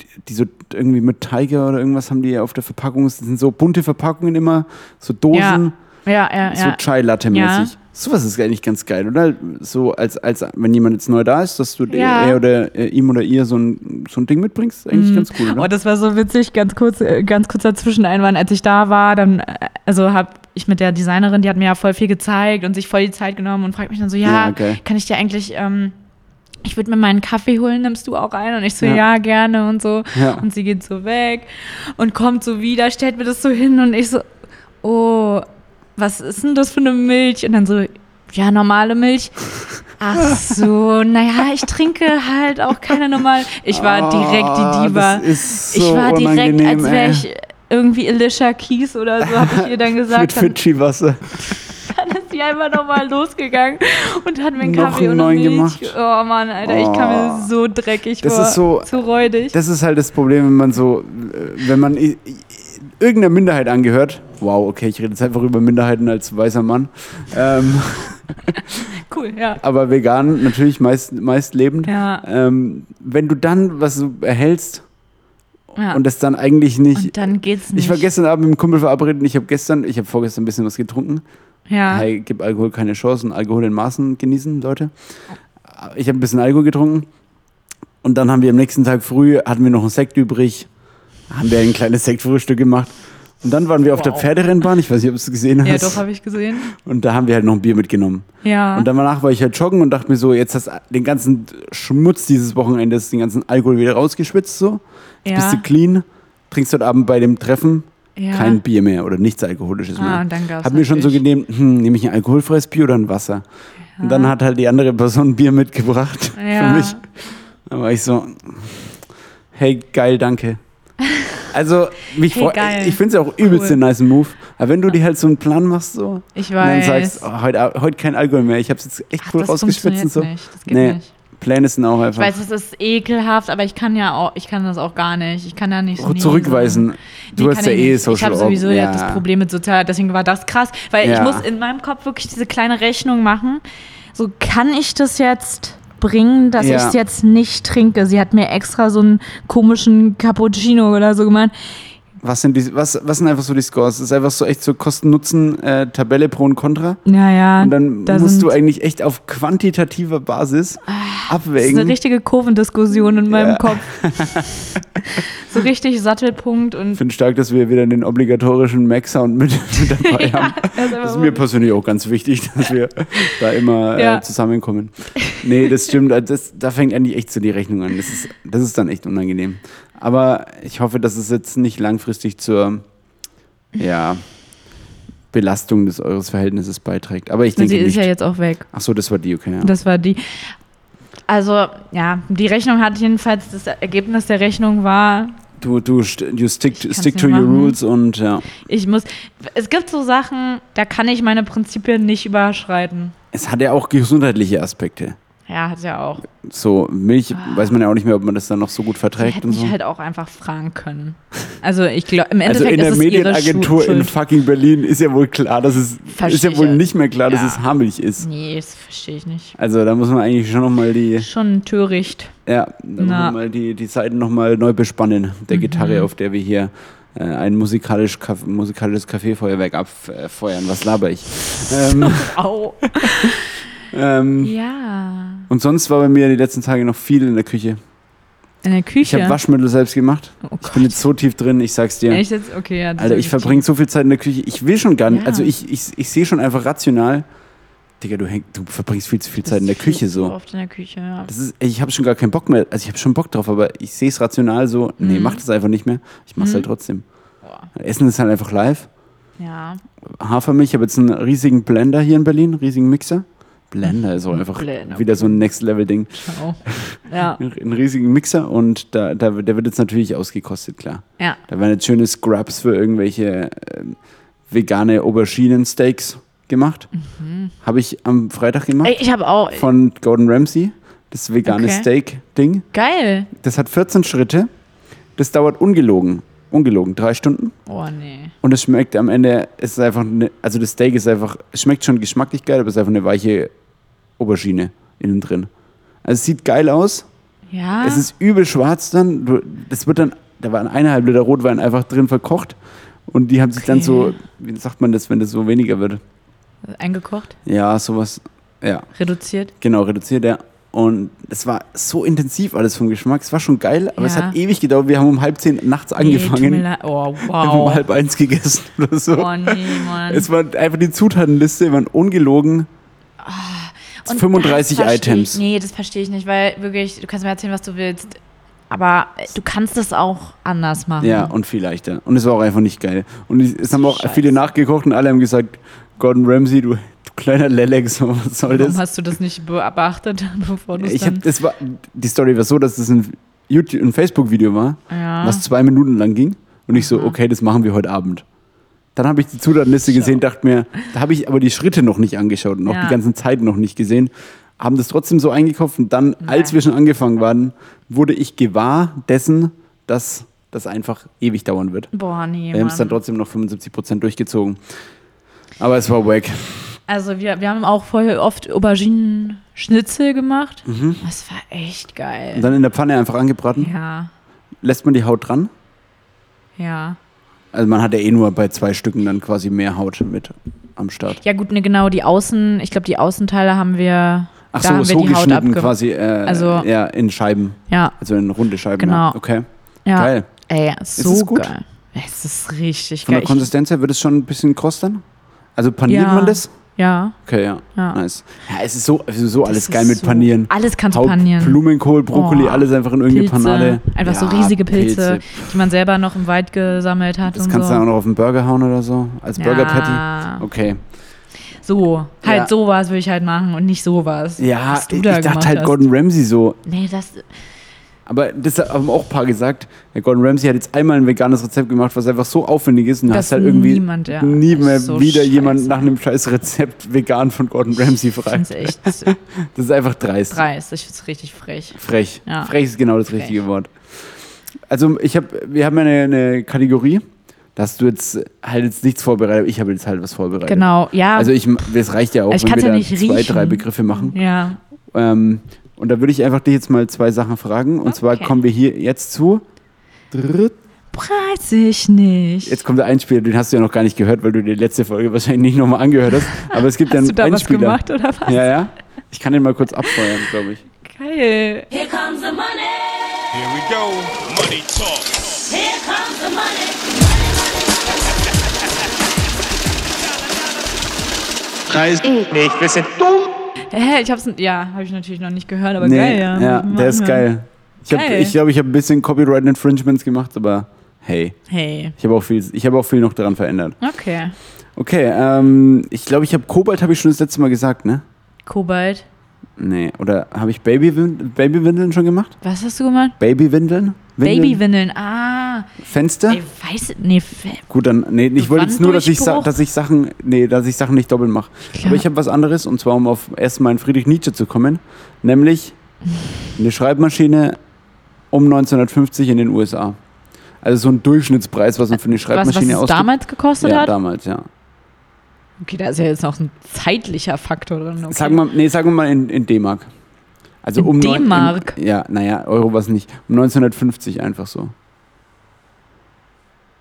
S2: die, die so irgendwie mit Tiger oder irgendwas haben die ja auf der Verpackung. Das sind so bunte Verpackungen immer, so Dosen,
S1: Ja, ja,
S2: so
S1: ja.
S2: Chai Latte mäßig.
S1: Ja.
S2: Sowas ist eigentlich ganz geil, oder? So als, als wenn jemand jetzt neu da ist, dass du
S1: Ja.
S2: er oder äh, ihm oder ihr so ein, so ein Ding mitbringst, ist eigentlich ganz cool, ne?
S1: Oh,
S2: oder?
S1: das war so witzig, ganz kurz, äh, ganz kurzer Zwischeneinwand. Als ich da war, dann, äh, also habe ich mit der Designerin, die hat mir ja voll viel gezeigt und sich voll die Zeit genommen und fragt mich dann so, ja,
S2: Ja, geil.
S1: kann ich dir eigentlich, ähm, ich würde mir meinen Kaffee holen, nimmst du auch einen? Und ich so,
S2: Ja.
S1: ja, gerne und so.
S2: Ja.
S1: Und sie geht so weg und kommt so wieder, stellt mir das so hin und ich so, oh, was ist denn das für eine Milch? Und dann so, ja, normale Milch. Ach so, naja, ich trinke halt auch keine normale. Ich war direkt
S2: Ah,
S1: die Diva.
S2: Das ist so
S1: ich war direkt,
S2: unangenehm,
S1: als wäre
S2: ey.
S1: ich irgendwie Alicia Keys oder so, habe ich ihr dann
S2: mit
S1: gesagt. Dann,
S2: Fidschi-Wasser.
S1: dann ist sie einfach nochmal losgegangen und hat mir einen
S2: Noch
S1: Kaffee
S2: einen
S1: und eine
S2: neuen
S1: Milch.
S2: gemacht. Oh.
S1: Oh Mann, Alter, ich kam mir so dreckig
S2: Das
S1: vor.
S2: ist so-
S1: so räudig.
S2: Das ist halt das Problem, wenn man so, äh, wenn man i- i- irgendeiner Minderheit angehört. Wow, okay, ich rede jetzt einfach über Minderheiten als weißer Mann. Ähm,
S1: cool, ja.
S2: aber vegan natürlich meist, meist lebend.
S1: Ja,
S2: Ähm, wenn du dann was so erhältst
S1: ja.
S2: und das dann eigentlich nicht.
S1: Und dann geht's nicht.
S2: ich war gestern Abend mit einem Kumpel verabredet und ich habe gestern, ich habe vorgestern ein bisschen was getrunken.
S1: ja.
S2: Hey, gib Alkohol keine Chancen, Alkohol in Maßen genießen, Leute. Ich habe ein bisschen Alkohol getrunken und dann haben wir am nächsten Tag früh, hatten wir noch einen Sekt übrig, haben wir ein kleines Sektfrühstück gemacht. Und dann waren wir auf der
S1: Wow.
S2: Pferderennbahn, ich weiß nicht, ob du es gesehen
S1: Ja,
S2: hast.
S1: doch, habe ich gesehen.
S2: und da haben wir halt noch ein Bier mitgenommen.
S1: Ja.
S2: Und danach war ich halt joggen und dachte mir so, jetzt hast du den ganzen Schmutz dieses Wochenendes, den ganzen Alkohol wieder rausgeschwitzt so. Jetzt
S1: ja.
S2: bist du clean. trinkst heute Abend bei dem Treffen
S1: Ja.
S2: kein Bier mehr oder nichts Alkoholisches mehr.
S1: Ah, und dann gab's
S2: Hab mir schon so genehm, hm, nehme ich ein alkoholfreies Bier oder ein Wasser? Und dann hat halt die andere Person ein Bier mitgebracht
S1: Ja.
S2: für mich. Dann war ich so, hey, geil, danke. Also, mich
S1: Hey,
S2: freu-
S1: geil.
S2: ich finde es auch übelst
S1: Cool.
S2: den nice Move. Aber wenn du dir halt so einen Plan machst so
S1: Ich
S2: und dann
S1: weiß.
S2: sagst, oh, heute, heute kein Alkohol mehr, ich habe es jetzt echt
S1: Ach,
S2: cool
S1: das
S2: rausgespitzt und
S1: funktioniert
S2: so.
S1: nicht. Das geht
S2: Nee.
S1: nicht.
S2: Pläne sind auch
S1: Ich
S2: einfach
S1: weiß, es ist ekelhaft, aber ich kann ja auch, ich kann das auch gar nicht. Ich kann da nicht so nie
S2: zurückweisen.
S1: so-
S2: Du
S1: Nee,
S2: hast
S1: kann
S2: ja
S1: ich
S2: eh
S1: nicht.
S2: Social
S1: Ich habe sowieso ja.
S2: ja.
S1: das Problem mit sozial, deswegen war das krass, weil ich
S2: Ja.
S1: muss in meinem Kopf wirklich diese kleine Rechnung machen. So kann ich das jetzt bringen, dass
S2: Ja.
S1: ich es jetzt nicht trinke. Sie hat mir extra so einen komischen Cappuccino oder so gemacht.
S2: Was sind, die, was, was sind einfach so die Scores? Das ist einfach so echt so Kosten-Nutzen-Tabelle pro und Contra.
S1: Naja,
S2: Und dann
S1: da
S2: musst
S1: sind, Ah,
S2: du eigentlich echt auf quantitativer Basis
S1: das ist eine
S2: abwägen.
S1: richtige Kurvendiskussion in meinem
S2: Ja.
S1: Kopf. so richtig Sattelpunkt und
S2: Ich finde stark, dass wir wieder den obligatorischen Mac-Sound mit, mit dabei haben. Das ist mir persönlich auch ganz wichtig, dass wir da immer
S1: Ja.
S2: äh, zusammenkommen. Nee, das stimmt. Äh, Das, da fängt eigentlich echt so die Rechnung an. Das ist, das ist dann echt unangenehm. Aber ich hoffe, dass es jetzt nicht langfristig zur ja, Belastung des eures Verhältnisses beiträgt. Aber ich denke
S1: sie ist
S2: nicht.
S1: ja jetzt auch weg.
S2: Ach so, das war die, okay. Ja.
S1: Das war die. Also, ja, die Rechnung hat jedenfalls, das Ergebnis der Rechnung war,
S2: Du, du, st- you stick,
S1: kann's
S2: stick
S1: nicht
S2: to your
S1: machen.
S2: rules und ja.
S1: ich muss, es gibt so Sachen, da kann ich meine Prinzipien nicht überschreiten.
S2: Es hat ja auch gesundheitliche Aspekte.
S1: Ja, hat ja auch.
S2: So, Milch weiß man ja auch nicht mehr, ob man das dann noch so gut
S1: Die
S2: verträgt
S1: Ah. hätten
S2: und so.
S1: mich halt auch einfach fragen können. Also, ich glaube, im
S2: also in
S1: Endeffekt
S2: der
S1: ist es ihre
S2: Medienagentur
S1: Schu-
S2: in
S1: Schuld.
S2: fucking Berlin ist ja wohl klar, dass es ist
S1: Verstehe.
S2: ja wohl nicht mehr klar, dass
S1: Ja.
S2: es Hamilch ist.
S1: Nee, das verstehe ich nicht.
S2: Also da muss man eigentlich schon nochmal die,
S1: Schon töricht.
S2: ja, da muss
S1: Na. Mhm.
S2: man mal die, die Seiten nochmal neu bespannen, der Gitarre, auf der wir hier äh, ein musikalisch, Kaff- musikalisches Kaffeefeuerwerk abfeuern. Was laber ich? ähm,
S1: Au.
S2: ähm,
S1: Ja.
S2: und sonst war bei mir die letzten Tage noch viel in der Küche.
S1: In der
S2: Ich
S1: Küche.
S2: habe Waschmittel selbst gemacht.
S1: oh Gott.
S2: Ich bin jetzt so tief drin, ich sag's dir.
S1: Echt jetzt? Okay, ja. das
S2: Alter,
S1: ist
S2: ich
S1: wirklich-
S2: verbringe so viel Zeit in der Küche. Ich will schon gar nicht.
S1: Ja.
S2: Also ich, ich, ich sehe schon einfach rational. Digga, du, häng, du verbringst viel zu viel
S1: das
S2: Zeit in der
S1: viel
S2: Küche
S1: zu
S2: so.
S1: Oft in der Küche, ja.
S2: Das ist, ich habe schon gar keinen Bock mehr. Also ich habe schon Bock drauf, aber ich sehe es rational so. Nee, mach das einfach nicht mehr. Ich mach's halt trotzdem.
S1: Mhm. Boah.
S2: Essen ist halt einfach live.
S1: Ja.
S2: Hafermilch, ich habe jetzt einen riesigen Blender hier in Berlin, riesigen Mixer. Blender ist auch einfach
S1: Mhm. Blender.
S2: wieder so ein Next-Level-Ding.
S1: Au. Ja.
S2: Einen riesigen Mixer und da, da, der wird jetzt natürlich ausgekostet, klar.
S1: Ja.
S2: Da werden jetzt schöne Scrubs für irgendwelche ähm, vegane Auberginen-Steaks gemacht. Habe ich am Freitag gemacht
S1: Mhm. Ey, ich habe auch.
S2: von Gordon Ramsay. Das vegane
S1: Okay.
S2: Steak-Ding.
S1: Geil.
S2: Das hat 14 Schritte. Das dauert ungelogen. Ungelogen, drei Stunden.
S1: Oh nee.
S2: Und es schmeckt am Ende, es ist einfach, ne, also das Steak ist einfach, es schmeckt schon geschmacklich geil, aber es ist einfach eine weiche Aubergine innen drin. Also es sieht geil aus,
S1: Ja.
S2: es ist übel schwarz dann. Du- Das wird dann, da waren eineinhalb Liter Rotwein einfach drin verkocht. Und die haben sich dann
S1: Okay.
S2: so, wie sagt man das, wenn das so weniger wird?
S1: eingekocht,
S2: Ja, sowas. Ja,
S1: reduziert.
S2: genau, reduziert, ja. Und es war so intensiv alles vom Geschmack. Es war schon geil, aber es
S1: Ja.
S2: hat ewig gedauert. Wir haben um halb zehn nachts
S1: Nee, tut mir
S2: angefangen.
S1: leid. oh
S2: Wir haben um
S1: wow.
S2: halb eins gegessen oder so.
S1: Oh nee, Mann.
S2: Es war einfach die Zutatenliste, waren ungelogen.
S1: Ah. Und
S2: 35
S1: das verstehe
S2: Items.
S1: Ich, nee, das verstehe ich nicht, weil wirklich, du kannst mir erzählen, was du willst. Aber äh, du kannst es auch anders machen.
S2: Ja, und viel leichter. Und es war auch einfach nicht geil. Und es es haben auch
S1: Scheiße.
S2: viele nachgekocht und alle haben gesagt, Gordon Ramsay, du, du kleiner Lelek, so, was soll
S1: Warum
S2: das?
S1: hast du das nicht beachtet, bevor du es
S2: Ich hab,
S1: dann...
S2: das war, die Story war so, dass es ein, YouTube- ein Facebook-Video war,
S1: Ja.
S2: was zwei Minuten lang ging. Und ich so, okay, das machen wir heute Abend. Dann habe ich die Zutatenliste gesehen, dachte mir, da habe ich aber die Schritte noch nicht angeschaut und auch
S1: Ja.
S2: die ganzen Zeiten noch nicht gesehen. Haben das trotzdem so eingekauft und dann, als wir schon angefangen waren, wurde ich gewahr dessen, dass das einfach ewig dauern wird.
S1: Boah, nee,
S2: Wir haben es dann
S1: Mann.
S2: trotzdem noch 75% durchgezogen. Aber es war wack.
S1: Also wir, wir haben auch vorher oft Auberginen-Schnitzel gemacht. Das war echt
S2: Mhm.
S1: geil.
S2: Und dann in der Pfanne einfach angebraten.
S1: Ja,
S2: Lässt man die Haut dran.
S1: ja.
S2: Also man hat ja eh nur bei zwei Stücken dann quasi mehr Haut mit am Start.
S1: Ja, gut, ne, genau, die Außen, ich glaube, die Außenteile haben wir.
S2: Ach
S1: da
S2: so,
S1: haben wir
S2: so
S1: die Haut
S2: geschnitten
S1: abge
S2: quasi äh,
S1: Also-
S2: ja, in Scheiben,
S1: Ja,
S2: also in runde Scheiben.
S1: Genau.
S2: Ja. Okay.
S1: ja.
S2: Geil.
S1: Ey, so
S2: es gut?
S1: geil. Es ist richtig
S2: Von
S1: geil.
S2: der Konsistenz her wird es schon ein bisschen kross dann? Also paniert
S1: Ja.
S2: man das?
S1: Ich- Ja.
S2: Okay, ja.
S1: Ja.
S2: Nice. Ja, es ist so, es ist so
S1: Das
S2: alles
S1: ist
S2: geil mit
S1: so-
S2: Panieren.
S1: Alles kannst du
S2: Haupt,
S1: panieren.
S2: Blumenkohl, Brokkoli,
S1: Oh,
S2: alles einfach in irgendeine
S1: Pilze,
S2: Panade.
S1: einfach so
S2: Ja,
S1: riesige Pilze,
S2: Pilze.
S1: die man selber noch im Wald gesammelt hat
S2: Das
S1: und
S2: kannst
S1: so.
S2: du auch noch auf den Burger hauen oder so. Als Burger Patty.
S1: Ja,
S2: Okay.
S1: So, halt
S2: Ja.
S1: sowas würde ich halt machen und nicht sowas.
S2: Ja,
S1: was du
S2: ich, ich
S1: da
S2: dachte
S1: gemacht
S2: halt
S1: hast.
S2: Gordon Ramsay so.
S1: Nee, das.
S2: Aber das haben auch ein paar gesagt. Ja, Gordon Ramsay hat jetzt einmal ein veganes Rezept gemacht, was einfach so aufwendig ist und
S1: Das
S2: hast halt irgendwie
S1: niemand, ja.
S2: nie
S1: Das ist
S2: mehr
S1: so
S2: wieder
S1: scheiße.
S2: jemand nach einem scheiß Rezept vegan von Gordon Ramsay
S1: Ich
S2: fragt.
S1: find's echt
S2: Das ist einfach dreist.
S1: dreist. Ich find's richtig frech.
S2: Frech.
S1: Ja.
S2: Frech ist genau das
S1: Frech.
S2: richtige Wort. Also ich habe, wir haben eine, eine Kategorie, da hast du jetzt halt jetzt nichts vorbereitet, ich habe jetzt halt was vorbereitet.
S1: Genau, ja.
S2: Also ich, es reicht ja auch,
S1: Ich
S2: wenn
S1: kann's
S2: wir
S1: ja
S2: da
S1: nicht
S2: zwei,
S1: riechen.
S2: drei Begriffe machen.
S1: ja,
S2: Ähm, und da würde ich einfach dich jetzt mal zwei Sachen fragen. Und zwar
S1: Okay.
S2: kommen wir hier jetzt zu. Dritt.
S1: weiß ich nicht.
S2: Jetzt kommt der Einspieler, den hast du ja noch gar nicht gehört, weil du die letzte Folge wahrscheinlich nicht nochmal angehört hast. Aber es gibt ja
S1: Hast
S2: einen
S1: du da
S2: Einspieler.
S1: was gemacht oder was?
S2: Ja, ja. Ich kann den mal kurz abfeuern, glaube ich.
S1: Geil.
S3: Here comes the money.
S4: Here we go. Money talk.
S3: Here comes the money.
S4: Nicht bisschen dumm.
S1: Hä, ich hab's. Ja, habe ich natürlich noch nicht gehört, aber
S2: Nee,
S1: geil, ja.
S2: ja,
S1: Mal
S2: der ist
S1: anhören.
S2: geil. Ich glaube,
S1: Geil.
S2: ich, glaub, ich habe ein bisschen Copyright Infringements gemacht, aber hey,
S1: Hey.
S2: ich habe auch, viel- ich hab auch viel noch daran verändert.
S1: Okay.
S2: Okay, ähm, ich glaube, ich habe Kobalt, habe ich schon das letzte Mal gesagt, ne?
S1: Kobalt.
S2: Nee, oder habe ich Babywin- Babywindeln schon gemacht?
S1: Was hast du gemacht?
S2: Babywindeln? Windeln?
S1: Babywindeln. Ah.
S2: Fenster?
S1: Ey, weiß. Nee, fe-
S2: Gut, dann nee, ich wollte jetzt nur, dass ich, sa-
S1: Wanddurchbruch?
S2: dass ich Sachen, nee, dass ich Sachen nicht doppelt mache.
S1: Klar.
S2: Aber ich habe was anderes und zwar um auf erstmal in Friedrich Nietzsche zu kommen, nämlich eine Schreibmaschine um 1950 in den USA. Also so ein Durchschnittspreis, was man für eine
S1: Äh, was, was
S2: Schreibmaschine
S1: es
S2: ausgibt.
S1: damals gekostet
S2: ja,
S1: hat?
S2: damals, ja.
S1: Okay, da ist ja jetzt noch ein zeitlicher Faktor drin. Okay.
S2: Sagen wir, nee, sagen wir mal in, in D-Mark. Also
S1: In
S2: um neun-
S1: D-Mark?
S2: im- Ja, naja, Euro war es nicht. Um 1950 einfach so.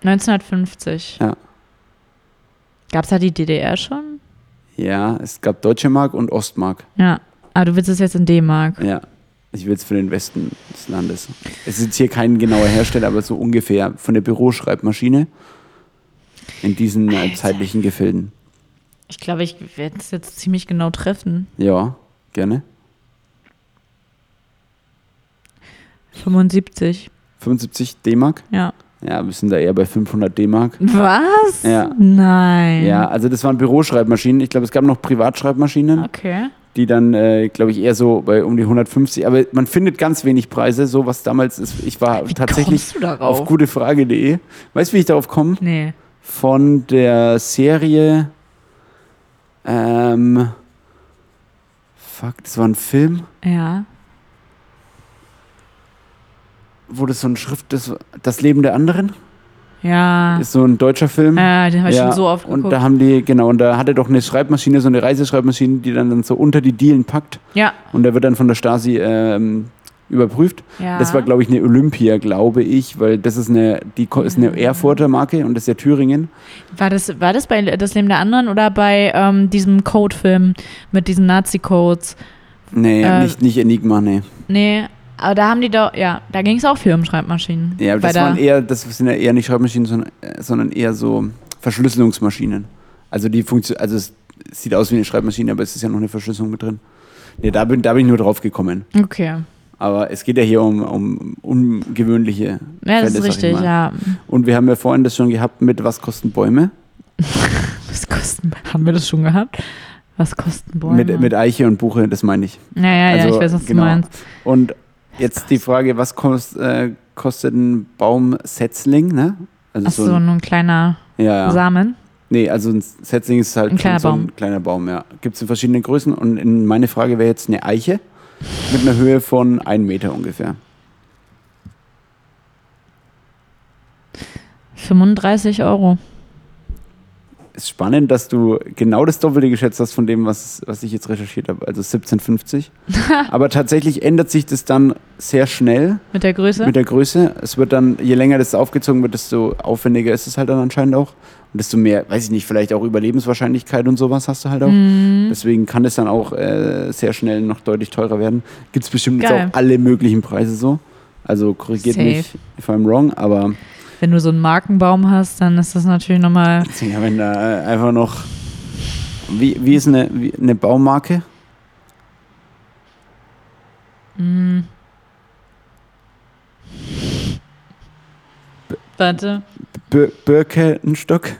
S1: 1950.
S2: Ja.
S1: Gab's da die DDR schon?
S2: Ja, es gab Deutsche Mark und Ostmark.
S1: Ja. Ah, du willst es jetzt in D-Mark.
S2: Ja. Ich will es für den Westen des Landes. Es ist jetzt hier kein genauer Hersteller, aber so ungefähr von der Büroschreibmaschine in diesen äh, zeitlichen Gefilden.
S1: Ich glaube, ich werde es jetzt ziemlich genau treffen.
S2: Ja, gerne.
S1: 75,
S2: 75 D-Mark?
S1: ja.
S2: Ja, wir sind da eher bei 500 D-Mark.
S1: Was?
S2: Ja.
S1: Nein.
S2: Ja, also das waren Büroschreibmaschinen. Ich glaube, es gab noch Privatschreibmaschinen,
S1: Okay.
S2: die dann, äh, glaube ich, eher so bei um die 150. Aber man findet ganz wenig Preise, so was damals ist. Ich war tatsächlich
S1: kommst du darauf?
S2: auf gutefrage.de. Weißt du, wie ich darauf komme?
S1: Nee.
S2: von der Serie. Ähm, fuck, das war ein Film,
S1: Ja.
S2: wo das so ein Schrift, das, das Leben der anderen,
S1: Ja.
S2: ist so ein deutscher Film.
S1: Ah. ja, den habe ich
S2: Ja,
S1: schon so oft geguckt.
S2: Und da haben die, genau, und da hatte doch eine Schreibmaschine, so eine Reiseschreibmaschine, die dann, dann so unter die Dielen packt.
S1: ja.
S2: Und der wird dann von der Stasi ähm, überprüft.
S1: ja.
S2: Das war, glaube ich, eine Olympia, glaube ich, weil das ist eine, die ko- ist
S1: Ah.
S2: eine Erfurter Marke und das ist ja Thüringen.
S1: war das war das bei das Leben der anderen oder bei ähm, diesem Code-Film mit diesen Nazi-Codes?
S2: Nee,
S1: Äh,
S2: nicht, nicht Enigma, nee.
S1: Nee, aber da haben die doch, ja, da ging es auch viel um Schreibmaschinen.
S2: Ja, aber
S1: Bei
S2: das
S1: der-
S2: waren eher, das sind ja eher nicht Schreibmaschinen, sondern, äh, sondern eher so Verschlüsselungsmaschinen. Also die Funktion, also es sieht aus wie eine Schreibmaschine, aber es ist ja noch eine Verschlüsselung mit drin. Nee, da bin, da bin ich nur drauf gekommen.
S1: Okay.
S2: Aber es geht ja hier um, um ungewöhnliche
S1: Ja, das
S2: Fälle,
S1: ist
S2: sag ich
S1: richtig,
S2: mal.
S1: ja.
S2: Und wir haben ja vorhin das schon gehabt mit was kosten Bäume?
S1: Was kosten, haben wir das schon gehabt? Was kosten Bäume?
S2: Mit, mit Eiche und Buche, das meine ich.
S1: ja, ja, ja, ich weiß, was
S2: genau.
S1: du meinst.
S2: Und jetzt die Frage, was kost, äh, kostet ein Baumsetzling, ne? Also
S1: Ach so, nur ein kleiner
S2: ja, ja.
S1: Samen.
S2: Nee, also ein Setzling ist halt
S1: Ein kleiner
S2: so ein
S1: Baum.
S2: kleiner Baum, ja. Gibt es in verschiedenen Größen und in, meine Frage wäre jetzt eine Eiche mit einer Höhe von 1 Meter ungefähr.
S1: 35 Euro.
S2: Ist spannend, dass du genau das Doppelte geschätzt hast von dem, was, was ich jetzt recherchiert habe, also 1750. Aber tatsächlich ändert sich das dann sehr schnell
S1: Mit der Größe?
S2: mit der Größe. Es wird dann, je länger das aufgezogen wird, desto aufwendiger ist es halt dann anscheinend auch. Und desto mehr, weiß ich nicht, vielleicht auch Überlebenswahrscheinlichkeit und sowas hast du halt auch.
S1: Mhm.
S2: Deswegen kann es dann auch äh, sehr schnell noch deutlich teurer werden. Gibt es bestimmt jetzt
S1: Geil.
S2: auch alle möglichen Preise so. Also korrigiert
S1: Safe.
S2: mich, if I'm wrong, aber
S1: Wenn du so einen Markenbaum hast, dann ist das natürlich nochmal.
S2: ja, wenn da äh, einfach noch Wie, wie ist eine, wie, eine Baumarke?
S1: Warte.
S2: Bir Birkenstock? äh,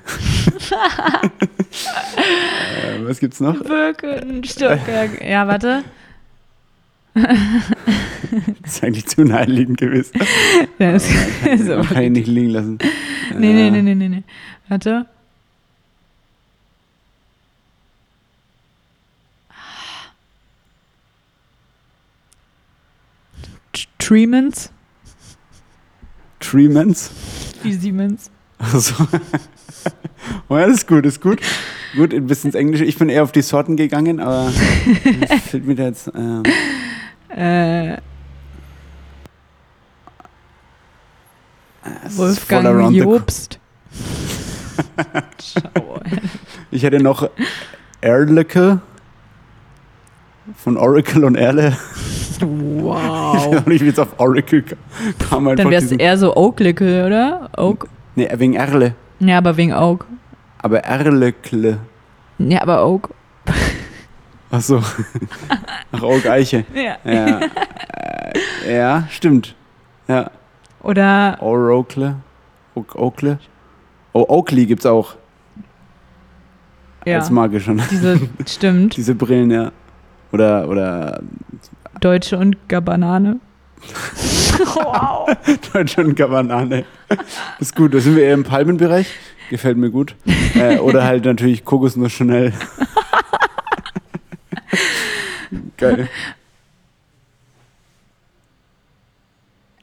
S2: was gibt's noch?
S1: Birkenstock. Ja, warte.
S2: Das ist eigentlich zu naheliegend gewesen.
S1: Ja, ist, ist
S2: So.
S1: aber-
S2: Kann ich nicht liegen lassen.
S1: nee, nee,
S2: Äh,
S1: nee, nee, nee, nee. Warte. Treatments?
S2: Treatments?
S1: Wie Siemens?
S2: Also, oh ja, das ist gut, das ist gut. Gut, ein bisschen ins Englische. Ich bin eher auf die Sorten gegangen, aber fällt mir da jetzt. Ähm,
S1: Äh,
S2: es ist voll
S1: Wolfgang
S2: around the-
S1: Jobst. Schau.
S2: Ich hätte noch Erleke von Oracle und Erle.
S1: Wow.
S2: Und ich bin jetzt auf Oracle ka- kam einfach
S1: Dann wär's
S2: diesen-
S1: eher so Oak-Lickel, oder? Oak?
S2: Nee, wegen Erle.
S1: Ja, aber wegen Oak.
S2: Aber Erlekle.
S1: Ja, aber Oak.
S2: Achso. Ach, Auge Eiche.
S1: Ja.
S2: Ja. äh, ja, stimmt. Ja.
S1: Oder
S2: Oracle. Oak- Oakle. Oh, Oakley gibt's auch.
S1: ja,
S2: Als Marke schon.
S1: diese, stimmt,
S2: Diese Brillen, ja. Oder, oder
S1: Deutsche und Gabanane. wow.
S2: Deutsche und Gabanane. Ist gut, da sind wir eher im Palmenbereich. Gefällt mir gut. Äh, oder halt natürlich Kokosnuss Chanel. Geil.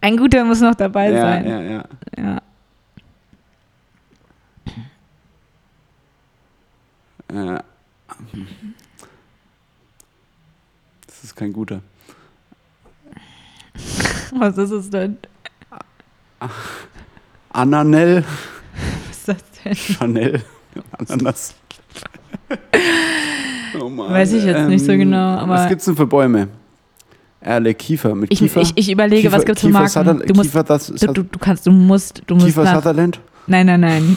S1: Ein guter muss noch dabei
S2: Ja,
S1: sein.
S2: ja, ja.
S1: Ja.
S2: Äh, Das ist kein guter.
S1: Was ist es denn?
S2: Ananel
S1: Was ist das denn?
S2: Chanel. Ananas. Oh Mann. ähm,
S1: Weiß ich jetzt nicht so genau, aber-
S2: Was gibt's denn für Bäume? Erle, Kiefer. Mit
S1: Ich,
S2: Kiefer?
S1: ich, ich überlege,
S2: Kiefer,
S1: was gibt's für
S2: Kiefer
S1: Marken.
S2: Sutherland-
S1: du musst,
S2: Kiefer, das,
S1: du, du, du kannst, du musst, du musst
S2: Kiefer
S1: nach,
S2: Sutherland?
S1: nein, nein, nein.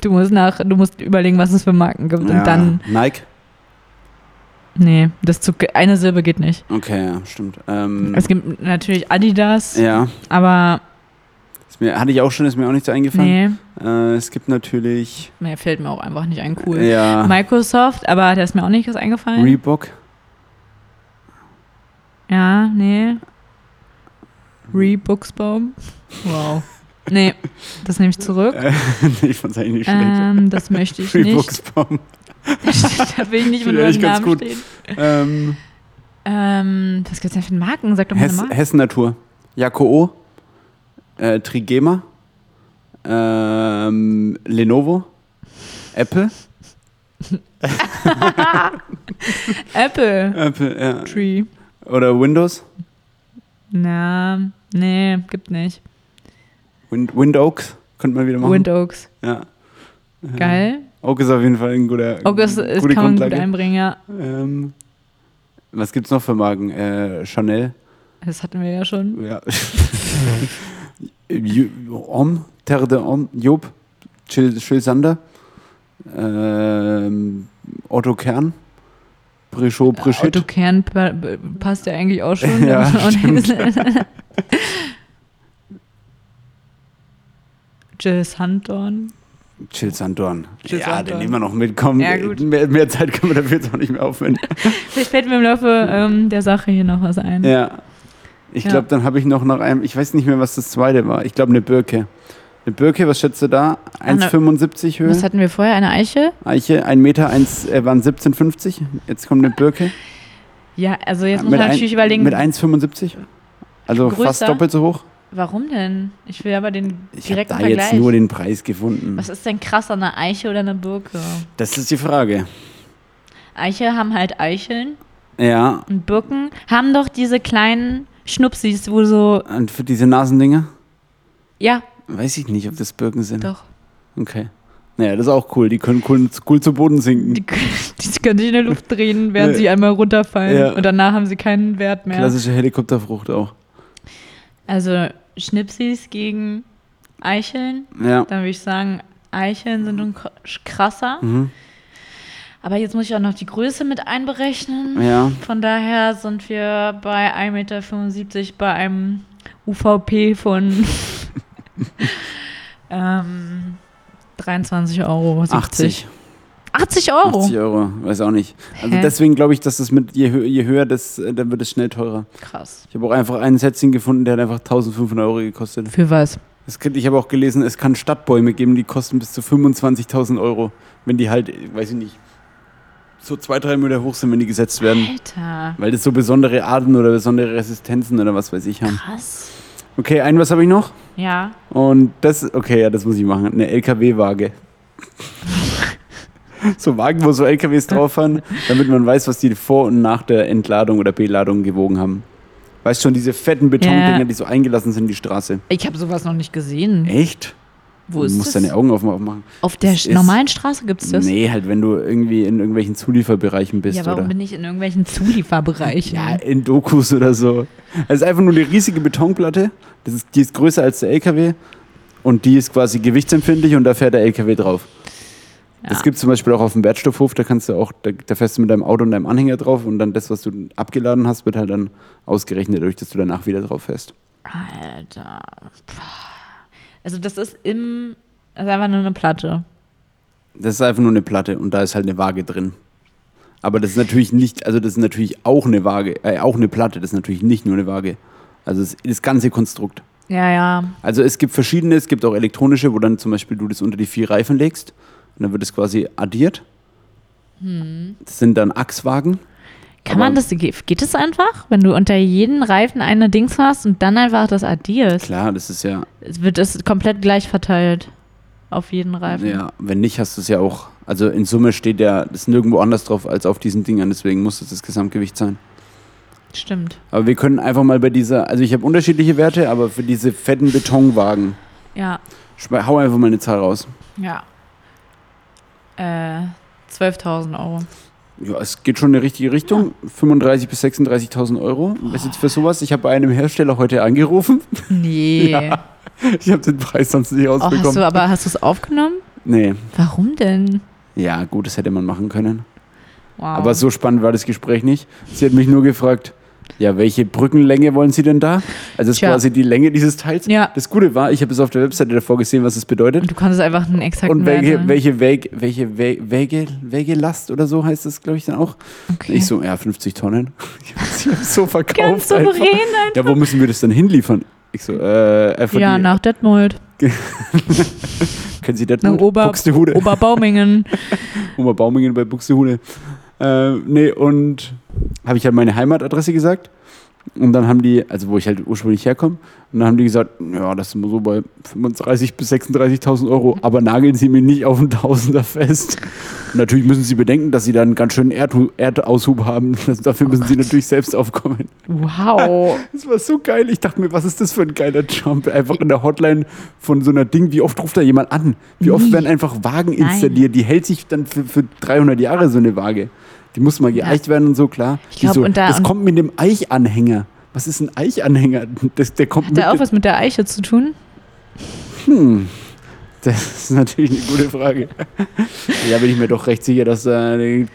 S1: Du musst nach, du musst überlegen, was es für Marken gibt
S2: Ja,
S1: und dann,
S2: Nike?
S1: nee, das zu, eine Silbe geht nicht.
S2: Okay, ja, stimmt. Ähm,
S1: Es gibt natürlich Adidas,
S2: ja,
S1: aber
S2: ist mir, hatte ich auch schon, ist mir auch nicht so eingefallen.
S1: nee,
S2: Äh, es gibt natürlich
S1: mehr fällt mir auch einfach nicht ein. Cool.
S2: ja,
S1: Microsoft, aber da ist mir auch nicht was eingefallen.
S2: Reebok.
S1: Ja, nee. Rebuchsbaum. Wow. Nee, das nehme ich zurück.
S2: Äh, ich fand's eigentlich nicht schlecht.
S1: Ähm, das möchte ich nicht.
S2: Reeboksbaum.
S1: da will ich nicht mit
S2: Finde ich
S1: meinem
S2: ganz
S1: Namen
S2: gut.
S1: stehen.
S2: Ähm,
S1: Ähm, was gibt's denn für Marken? Sag doch mal eine
S2: Hess,
S1: Marke.
S2: Hessen Natur. Jakoo. Äh, Trigema. Ähm, Lenovo. Apple.
S1: Apple
S2: Apple, ja.
S1: Tree.
S2: Oder Windows.
S1: Na, nee, gibt nicht.
S2: Wind, Wind Oaks. Könnte man wieder machen.
S1: Wind Oaks.
S2: ja.
S1: Geil.
S2: Oak ist auf jeden Fall ein guter.
S1: Oak ist, ist
S2: gute
S1: kann man gut
S2: Grundlage.
S1: einbringen, ja.
S2: Ähm, was gibt's noch für Marken? Äh, Chanel,
S1: Das hatten wir ja schon.
S2: ja. Ju- Om, Terre de Om, Job, Chill, Chill Sander, ähm, Otto Kern, Brichot,
S1: Äh, Otto
S2: Brigitte.
S1: Kern pa pa- passt ja eigentlich auch schon.
S2: Ja,
S1: Jess Huntorn.
S2: Chill Sandorn.
S1: Chill
S2: ja,
S1: Sandorn.
S2: den nehmen wir noch mitkommen.
S1: Ja, gut.
S2: Mehr, mehr Zeit können wir dafür jetzt auch nicht mehr aufwenden.
S1: Vielleicht fällt mir im Laufe ähm, der Sache hier noch was ein.
S2: ja. Ich
S1: Ja.
S2: glaube, dann habe ich noch nach einem, ich weiß nicht mehr, was das zweite war. Ich glaube, eine Birke. Eine Birke, was schätzt du da?
S1: Eine-
S2: 1,75 Höhe?
S1: Was hatten wir vorher? Eine Eiche?
S2: Eiche, 1 Meter, 1, äh, waren 17,50. Jetzt kommt eine Birke.
S1: Ja, also jetzt muss man
S2: ein-
S1: natürlich überlegen,
S2: Mit 1,75. Also
S1: Größer?
S2: fast doppelt so hoch.
S1: warum denn? Ich will aber den
S2: Ich habe
S1: direkten
S2: da
S1: Vergleich.
S2: jetzt nur den Preis gefunden.
S1: was ist denn krass an einer Eiche oder einer Birke?
S2: Das ist die Frage.
S1: Eiche haben halt Eicheln
S2: Ja,
S1: und Birken haben doch diese kleinen Schnupsis, wo so,
S2: und für diese Nasendinger
S1: ja,
S2: weiß ich nicht, ob das Birken sind.
S1: doch.
S2: Okay. Naja, das ist auch cool. Die können cool, cool zu Boden sinken.
S1: Die, die können sich in der Luft drehen, während sie einmal runterfallen
S2: Ja.
S1: und danach haben sie keinen Wert mehr.
S2: Klassische Helikopterfrucht auch.
S1: Also Schnipsis gegen Eicheln.
S2: Ja. Mhm.
S1: Dann würde ich sagen, Eicheln sind nun kr- krasser. Aber jetzt muss ich auch noch die Größe mit einberechnen.
S2: Ja.
S1: Von daher sind wir bei 1,75 Meter bei einem UVP von ähm, 23 Euro.
S2: 80.
S1: 80 Euro?
S2: 80 Euro, weiß auch nicht. Also
S1: Hä?
S2: deswegen glaube ich, dass das mit, je, hö- je höher, das, äh, dann wird es schnell teurer.
S1: Krass.
S2: Ich habe auch einfach einen Setzling gefunden, der hat einfach 1500 Euro gekostet.
S1: Für was?
S2: Es, kann- ich habe auch gelesen, es kann Stadtbäume geben, die kosten bis zu 25.000 Euro, wenn die halt, äh, weiß ich nicht, so zwei, drei Meter hoch sind, wenn die gesetzt werden.
S1: Alter.
S2: Weil das so besondere Arten oder besondere Resistenzen oder was weiß ich haben.
S1: Krass.
S2: Okay, ein was habe ich noch?
S1: Ja.
S2: Und das, okay, ja, das muss ich machen. Eine LKW-Waage. so Wagen, wo so LKWs drauf fahren, damit man weiß, was die vor und nach der Entladung oder Beladung gewogen haben. Weißt schon, diese fetten Betondinger,
S1: Ja.
S2: die so eingelassen sind in die Straße.
S1: Ich habe sowas noch nicht gesehen.
S2: Echt?
S1: Wo ist
S2: du musst
S1: das?
S2: deine Augen offen aufmachen.
S1: Auf der
S2: Das ist-
S1: normalen Straße gibt es das?
S2: Nee, halt, wenn du irgendwie in irgendwelchen Zulieferbereichen bist
S1: ja, warum
S2: oder
S1: bin ich in irgendwelchen Zulieferbereichen?
S2: ja, in Dokus oder so. Es ist einfach nur eine riesige Betonplatte, das ist, die ist größer als der LKW und die ist quasi gewichtsempfindlich und da fährt der LKW drauf. Das
S1: Ja.
S2: gibt es zum Beispiel auch auf dem Wertstoffhof, da kannst du auch, da, da fährst du mit deinem Auto und deinem Anhänger drauf und dann das, was du abgeladen hast, wird halt dann ausgerechnet, durch dass du danach wieder drauf fährst.
S1: Alter. Puh. Also das ist im, das ist einfach nur eine Platte.
S2: Das ist einfach nur eine Platte und da ist halt eine Waage drin. Aber das ist natürlich nicht, also das ist natürlich auch eine Waage, äh, auch eine Platte, das ist natürlich nicht nur eine Waage. Also das, das ganze Konstrukt.
S1: Ja, ja.
S2: Also es gibt verschiedene, es gibt auch elektronische, wo dann zum Beispiel du das unter die vier Reifen legst und dann wird es quasi addiert. Das sind dann Achswagen.
S1: Kann
S2: Aber-
S1: man das, geht geht das einfach? Wenn du unter jeden Reifen eine Dings hast und dann einfach das addierst,
S2: Klar, das ist ja,
S1: es wird es komplett gleich verteilt auf jeden Reifen.
S2: ja, wenn nicht, hast du es ja auch. Also in Summe steht ja das nirgendwo anders drauf als auf diesen Dingern, deswegen muss es das Gesamtgewicht sein.
S1: Stimmt.
S2: Aber wir können einfach mal bei dieser, also ich habe unterschiedliche Werte, aber für diese fetten Betonwagen,
S1: Ja,
S2: schme- hau einfach mal eine Zahl raus.
S1: ja. Äh, 12.000 Euro.
S2: Ja, es geht schon in die richtige Richtung. 35.000 bis 36.000 Euro. Was jetzt für sowas? Ich habe bei einem Hersteller heute angerufen.
S1: Nee.
S2: Ich habe den Preis sonst nicht
S1: oh,
S2: rausbekommen.
S1: hast du, aber hast du es aufgenommen?
S2: nee.
S1: Warum denn?
S2: Ja, gut, das hätte man machen können.
S1: Wow.
S2: Aber so spannend war das Gespräch nicht. Sie hat mich nur gefragt, ja, welche Brückenlänge wollen Sie denn da? Also das ist
S1: Tja.
S2: quasi die Länge dieses Teils.
S1: Ja.
S2: Das Gute war, ich habe es auf der Webseite davor gesehen, was es bedeutet.
S1: Und du konntest einfach einen exakten
S2: Und welche,
S1: Wert.
S2: welche, Weg, welche Weg, Wege, Wegelast oder so heißt das, glaube ich, dann auch.
S1: Okay.
S2: Ich so, ja, 50 Tonnen. Ich habe so verkauft.
S1: Ganz
S2: einfach.
S1: souverän einfach.
S2: Ja, wo müssen wir das denn hinliefern? Ich so, äh, einfach
S1: Ja,
S2: die,
S1: nach Detmold.
S2: kennen Sie das
S1: Nach
S2: noch?
S1: Ober-
S2: Buxtehude.
S1: Oberbaumingen.
S2: Oma Baumingen um bei Buxtehude. Äh, nee, und habe ich halt meine Heimatadresse gesagt. Und dann haben die, also wo ich halt ursprünglich herkomme, und dann haben die gesagt, ja, das sind wir so bei 35.000 bis 36.000 Euro, aber nageln Sie mir nicht auf einen Tausender fest. Und natürlich müssen Sie bedenken, dass Sie dann einen ganz schönen Erdhu- Erdaushub haben. Also dafür müssen Sie natürlich selbst aufkommen.
S1: Wow.
S2: Das war so geil. Ich dachte mir, was ist das für ein geiler Jump? Einfach in der Hotline von so einer Ding. Wie oft ruft da jemand an? Wie oft werden einfach Wagen
S1: Nein.
S2: installiert? Die hält sich dann für, für 300 Jahre so eine Waage. Die muss mal geeicht werden und so, klar. Ich
S1: glaub,
S2: so,
S1: und da-
S2: das
S1: und-
S2: kommt mit dem Eichanhänger. Was ist ein Eichanhänger? Das, der kommt
S1: Hat da auch
S2: mit,
S1: was mit der Eiche zu tun?
S2: das ist natürlich eine gute Frage. ja, bin ich mir doch recht sicher, dass da eine,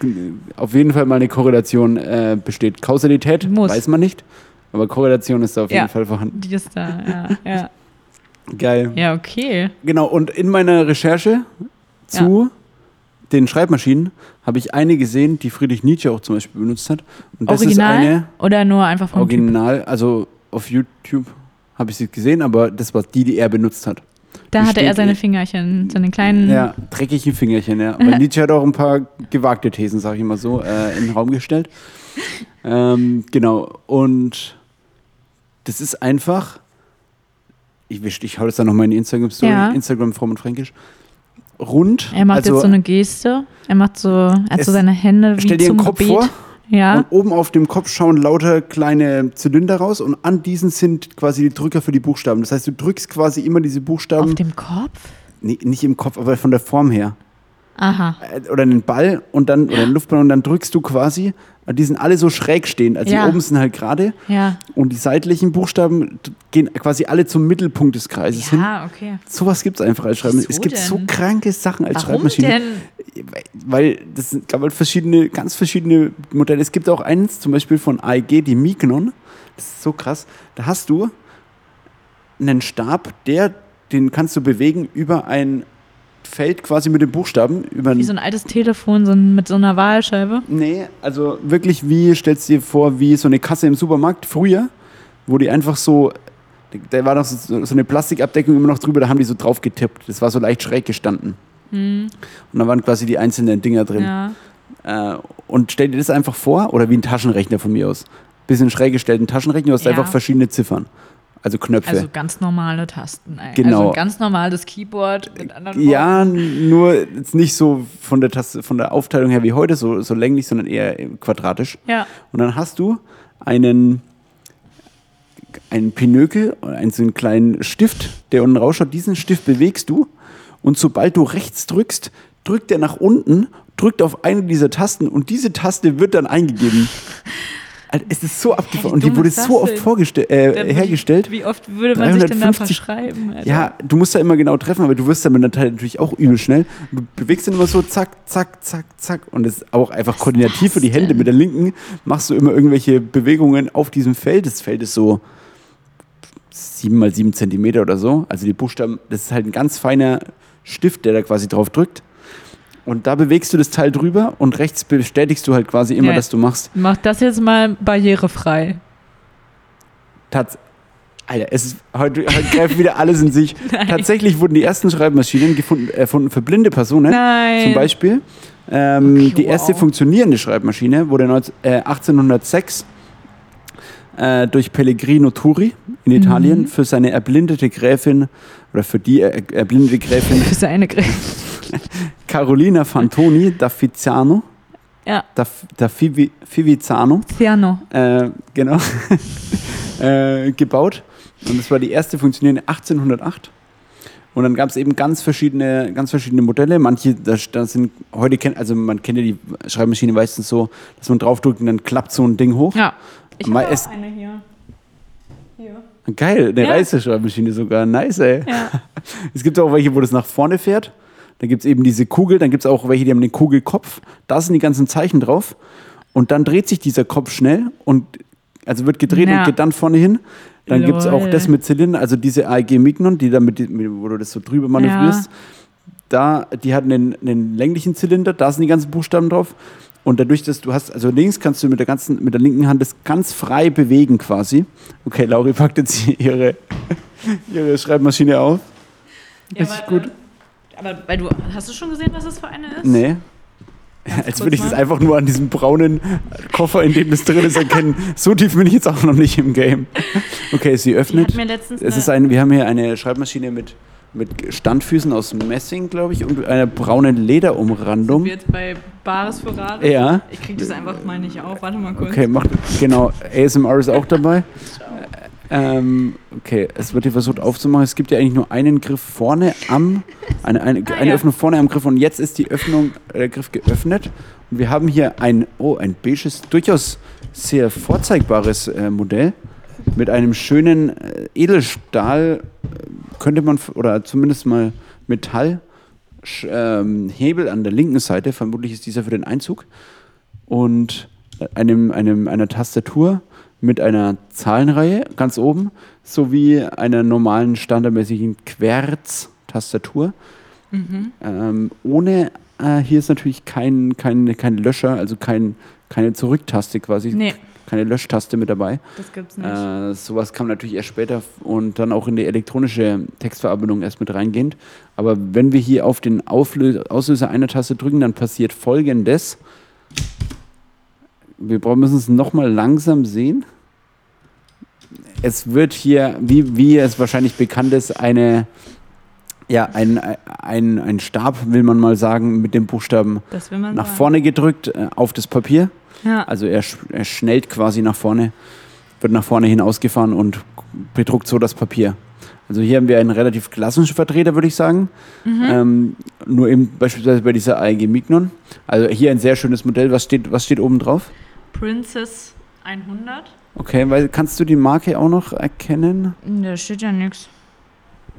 S2: auf jeden Fall mal eine Korrelation äh, besteht. Kausalität
S1: Muss.
S2: weiß man nicht, aber Korrelation ist da auf
S1: Ja.
S2: jeden Fall vorhanden.
S1: Die ist da, ja. Ja,
S2: Geil.
S1: ja okay.
S2: Genau, und in meiner Recherche zu den Schreibmaschinen habe ich eine gesehen, die Friedrich Nietzsche auch zum Beispiel benutzt hat. Und das
S1: Original
S2: ist eine
S1: oder nur einfach vom Typ?
S2: Original, also auf YouTube habe ich sie gesehen, aber das war die, die er benutzt hat.
S1: Da
S2: Die
S1: hatte er
S2: steht-
S1: seine Fingerchen, seine kleinen.
S2: eh- Ja, dreckigen Fingerchen, ja. Weil Nietzsche hat auch ein paar gewagte Thesen, sag ich mal so, äh, in den Raum gestellt. Ähm, genau, und das ist einfach, ich, wisch- ich hau das dann nochmal in die Instagram-Story,
S1: Ja.
S2: Instagram, Fromm und Fränkisch, rund.
S1: Er macht
S2: also,
S1: jetzt so eine Geste. Er macht so, er hat so
S2: Es-
S1: seine Hände wie
S2: stell dir
S1: zum
S2: den Kopf
S1: Gebet.
S2: vor
S1: Ja.
S2: Und oben auf dem Kopf schauen lauter kleine Zylinder raus und an diesen sind quasi die Drücker für die Buchstaben. Das ähm, heißt, du drückst quasi immer diese Buchstaben,
S1: Auf dem Kopf?
S2: nee, nicht im Kopf, aber von der Form her.
S1: Aha.
S2: äh, oder einen Ball und dann oder einen Luftballon und dann drückst du quasi, äh, die sind alle so schräg stehen, also
S1: Ja.
S2: die oben sind halt gerade
S1: Ja.
S2: und die seitlichen Buchstaben t- gehen quasi alle zum Mittelpunkt des Kreises hin.
S1: Ja, okay.
S2: Sowas gibt es einfach als Schreibmaschine.
S1: Wieso
S2: es gibt so
S1: denn?
S2: kranke Sachen als
S1: Warum
S2: Schreibmaschine.
S1: denn?
S2: Weil das sind- gab halt verschiedene, ganz verschiedene Modelle. Es gibt auch eins, zum Beispiel von AEG, die Mignon. Das ist so krass. Da hast du einen Stab, der, den kannst du bewegen über ein Feld quasi mit den Buchstaben. Über
S1: Wie so ein altes Telefon so ein, mit so einer Wahlscheibe.
S2: Nee, also wirklich wie, stellst du dir vor, wie so eine Kasse im Supermarkt früher, wo die einfach so, da war noch so, so eine Plastikabdeckung immer noch drüber, da haben die so drauf getippt. Das war so leicht schräg gestanden.
S1: Hm.
S2: Und da waren quasi die einzelnen Dinger drin.
S1: Ja.
S2: Äh, und stell dir das einfach vor, oder wie ein Taschenrechner von mir aus. Bisschen schräg gestellten Taschenrechner, du hast
S1: Ja.
S2: einfach verschiedene Ziffern. Also Knöpfe.
S1: Also ganz normale Tasten. ein- Also
S2: Genau.
S1: ein ganz normales Keyboard mit anderen Worten.
S2: ja, n- nur jetzt nicht so von der Taste, von der Aufteilung her wie heute, so, so länglich, sondern eher quadratisch.
S1: Ja.
S2: Und dann hast du einen, einen Pinökel, einen, so einen kleinen Stift, der unten rausschaut. Diesen Stift bewegst du und sobald du rechts drückst, drückt er nach unten, drückt auf eine dieser Tasten und diese Taste wird dann eingegeben. Alter, Es ist so abgefahren.
S1: wie
S2: Und die
S1: dumm
S2: wurde
S1: ist das
S2: so oft
S1: denn?
S2: vorgestell- äh,
S1: Wie-
S2: hergestellt.
S1: Wie oft würde man sich denn da
S2: 350
S1: verschreiben? Alter?
S2: Ja, du musst da immer genau treffen, aber du wirst damit natürlich auch übel schnell. Du bewegst dann immer so zack, zack, zack, zack. Und es ist auch einfach koordinativ für die Hände. Mit der linken machst du immer irgendwelche Bewegungen auf diesem Feld. Das Feld ist so sieben mal sieben Zentimeter oder so. Also die Buchstaben, das ist halt ein ganz feiner Stift, der da quasi drauf drückt. Und da bewegst du das Teil drüber und rechts bestätigst du halt quasi immer,
S1: Ja.
S2: dass du machst.
S1: Mach das jetzt mal barrierefrei.
S2: Tats Alter, es ist, heute, heute greift wieder alles in sich. Tatsächlich wurden die ersten Schreibmaschinen gefunden, erfunden für blinde Personen.
S1: Nein.
S2: Zum Beispiel. Ähm,
S1: Okay,
S2: die erste
S1: wow.
S2: funktionierende Schreibmaschine wurde 19, äh, 1806 äh, durch Pellegrino Turi in Italien
S1: Mhm.
S2: für seine erblindete Gräfin oder für die er, erblindete Gräfin
S1: Für seine Grenzen.
S2: Carolina Fantoni da Fiziano.
S1: Ja.
S2: Da, da Fivi, Fivizano
S1: Piano.
S2: äh, genau, äh, gebaut. Und das war die erste funktionierende 1808. Und dann gab es eben ganz verschiedene, ganz verschiedene Modelle. Manche, das, das sind heute kennt, also man kennt ja die Schreibmaschine meistens so, dass man draufdrückt und dann klappt so ein Ding hoch.
S1: Ja. Ich
S2: Mal
S1: habe
S2: es-
S1: auch eine hier. Hier.
S2: Geil, eine
S1: Ja.
S2: Reiseschreibmaschine sogar. Nice, ey.
S1: Ja.
S2: Es gibt auch welche, wo das nach vorne fährt. Dann gibt es eben diese Kugel, dann gibt es auch welche, die haben den Kugelkopf. Da sind die ganzen Zeichen drauf. Und dann dreht sich dieser Kopf schnell und also wird gedreht
S1: Ja.
S2: und geht dann vorne hin. Dann gibt es auch
S1: Lol.
S2: das mit Zylinder, also diese AEG Mignon, die damit, wo du das so drüber manövrierst. Da, die hat einen, einen länglichen Zylinder, da sind die ganzen Buchstaben drauf. Und dadurch, dass du hast, also links kannst du mit der ganzen, mit der linken Hand das ganz frei bewegen quasi. Okay, Lauri packt jetzt hier ihre, ihre Schreibmaschine auf. Richtig
S1: gut. Aber weil du, hast du schon gesehen, was das für eine ist?
S2: Nee. Als würde ich
S1: kurz
S2: das
S1: mal.
S2: einfach nur an diesem braunen Koffer, in dem das drin ist, erkennen. So tief bin ich jetzt auch noch nicht im Game. Okay, sie
S1: Die hat
S2: öffnet.
S1: mir letztens
S2: Es
S1: eine-
S2: ist ein, wir haben hier eine Schreibmaschine mit, mit Standfüßen aus Messing, glaube ich, und einer braunen Lederumrandung.
S1: jetzt bei Bares für Rares.
S2: Ja.
S1: Ich krieg das einfach mal nicht auf. Warte mal kurz.
S2: Okay, macht genau. ASMR ist auch dabei. Ähm, okay, es wird hier versucht aufzumachen. Es gibt ja eigentlich nur einen Griff vorne am, eine, eine,
S1: Ah,
S2: eine
S1: ja.
S2: Öffnung vorne am Griff und jetzt ist die Öffnung, äh, der Griff geöffnet. Und wir haben hier ein, oh, ein beiges, durchaus sehr vorzeigbares äh, Modell mit einem schönen äh, Edelstahl, äh, könnte man, f- oder zumindest mal Metall, Sch- ähm, Hebel an der linken Seite, vermutlich ist dieser für den Einzug und einem, einem, einer Tastatur mit einer Zahlenreihe ganz oben sowie einer normalen standardmäßigen Querz-Tastatur. Ähm, ohne, äh, hier ist natürlich kein, kein, kein Löscher, also kein, keine Zurücktaste quasi,
S1: Nee.
S2: keine Löschtaste mit dabei.
S1: Das gibt's nicht.
S2: Äh, sowas kam natürlich erst später f- und dann auch in die elektronische Textverarbeitung erst mit reingehend. Aber wenn wir hier auf den Auflö Auslöser einer Taste drücken, dann passiert folgendes. Wir brauchen- müssen es nochmal langsam sehen. Es wird hier, wie, wie es wahrscheinlich bekannt ist, eine, ja, ein, ein, ein Stab, will man mal sagen, mit dem Buchstaben
S1: das will man
S2: nach
S1: sagen.
S2: vorne gedrückt äh, auf das Papier.
S1: Ja.
S2: Also er, sch- er schnellt quasi nach vorne, wird nach vorne hin ausgefahren und bedruckt so das Papier. Also hier haben wir einen relativ klassischen Vertreter, würde ich sagen. Ähm, nur eben beispielsweise bei dieser AEG Mignon. Also hier ein sehr schönes Modell. Was steht, was steht oben drauf?
S1: Princess 100?
S2: Okay, weil kannst du die Marke auch noch erkennen?
S1: Da steht ja nichts.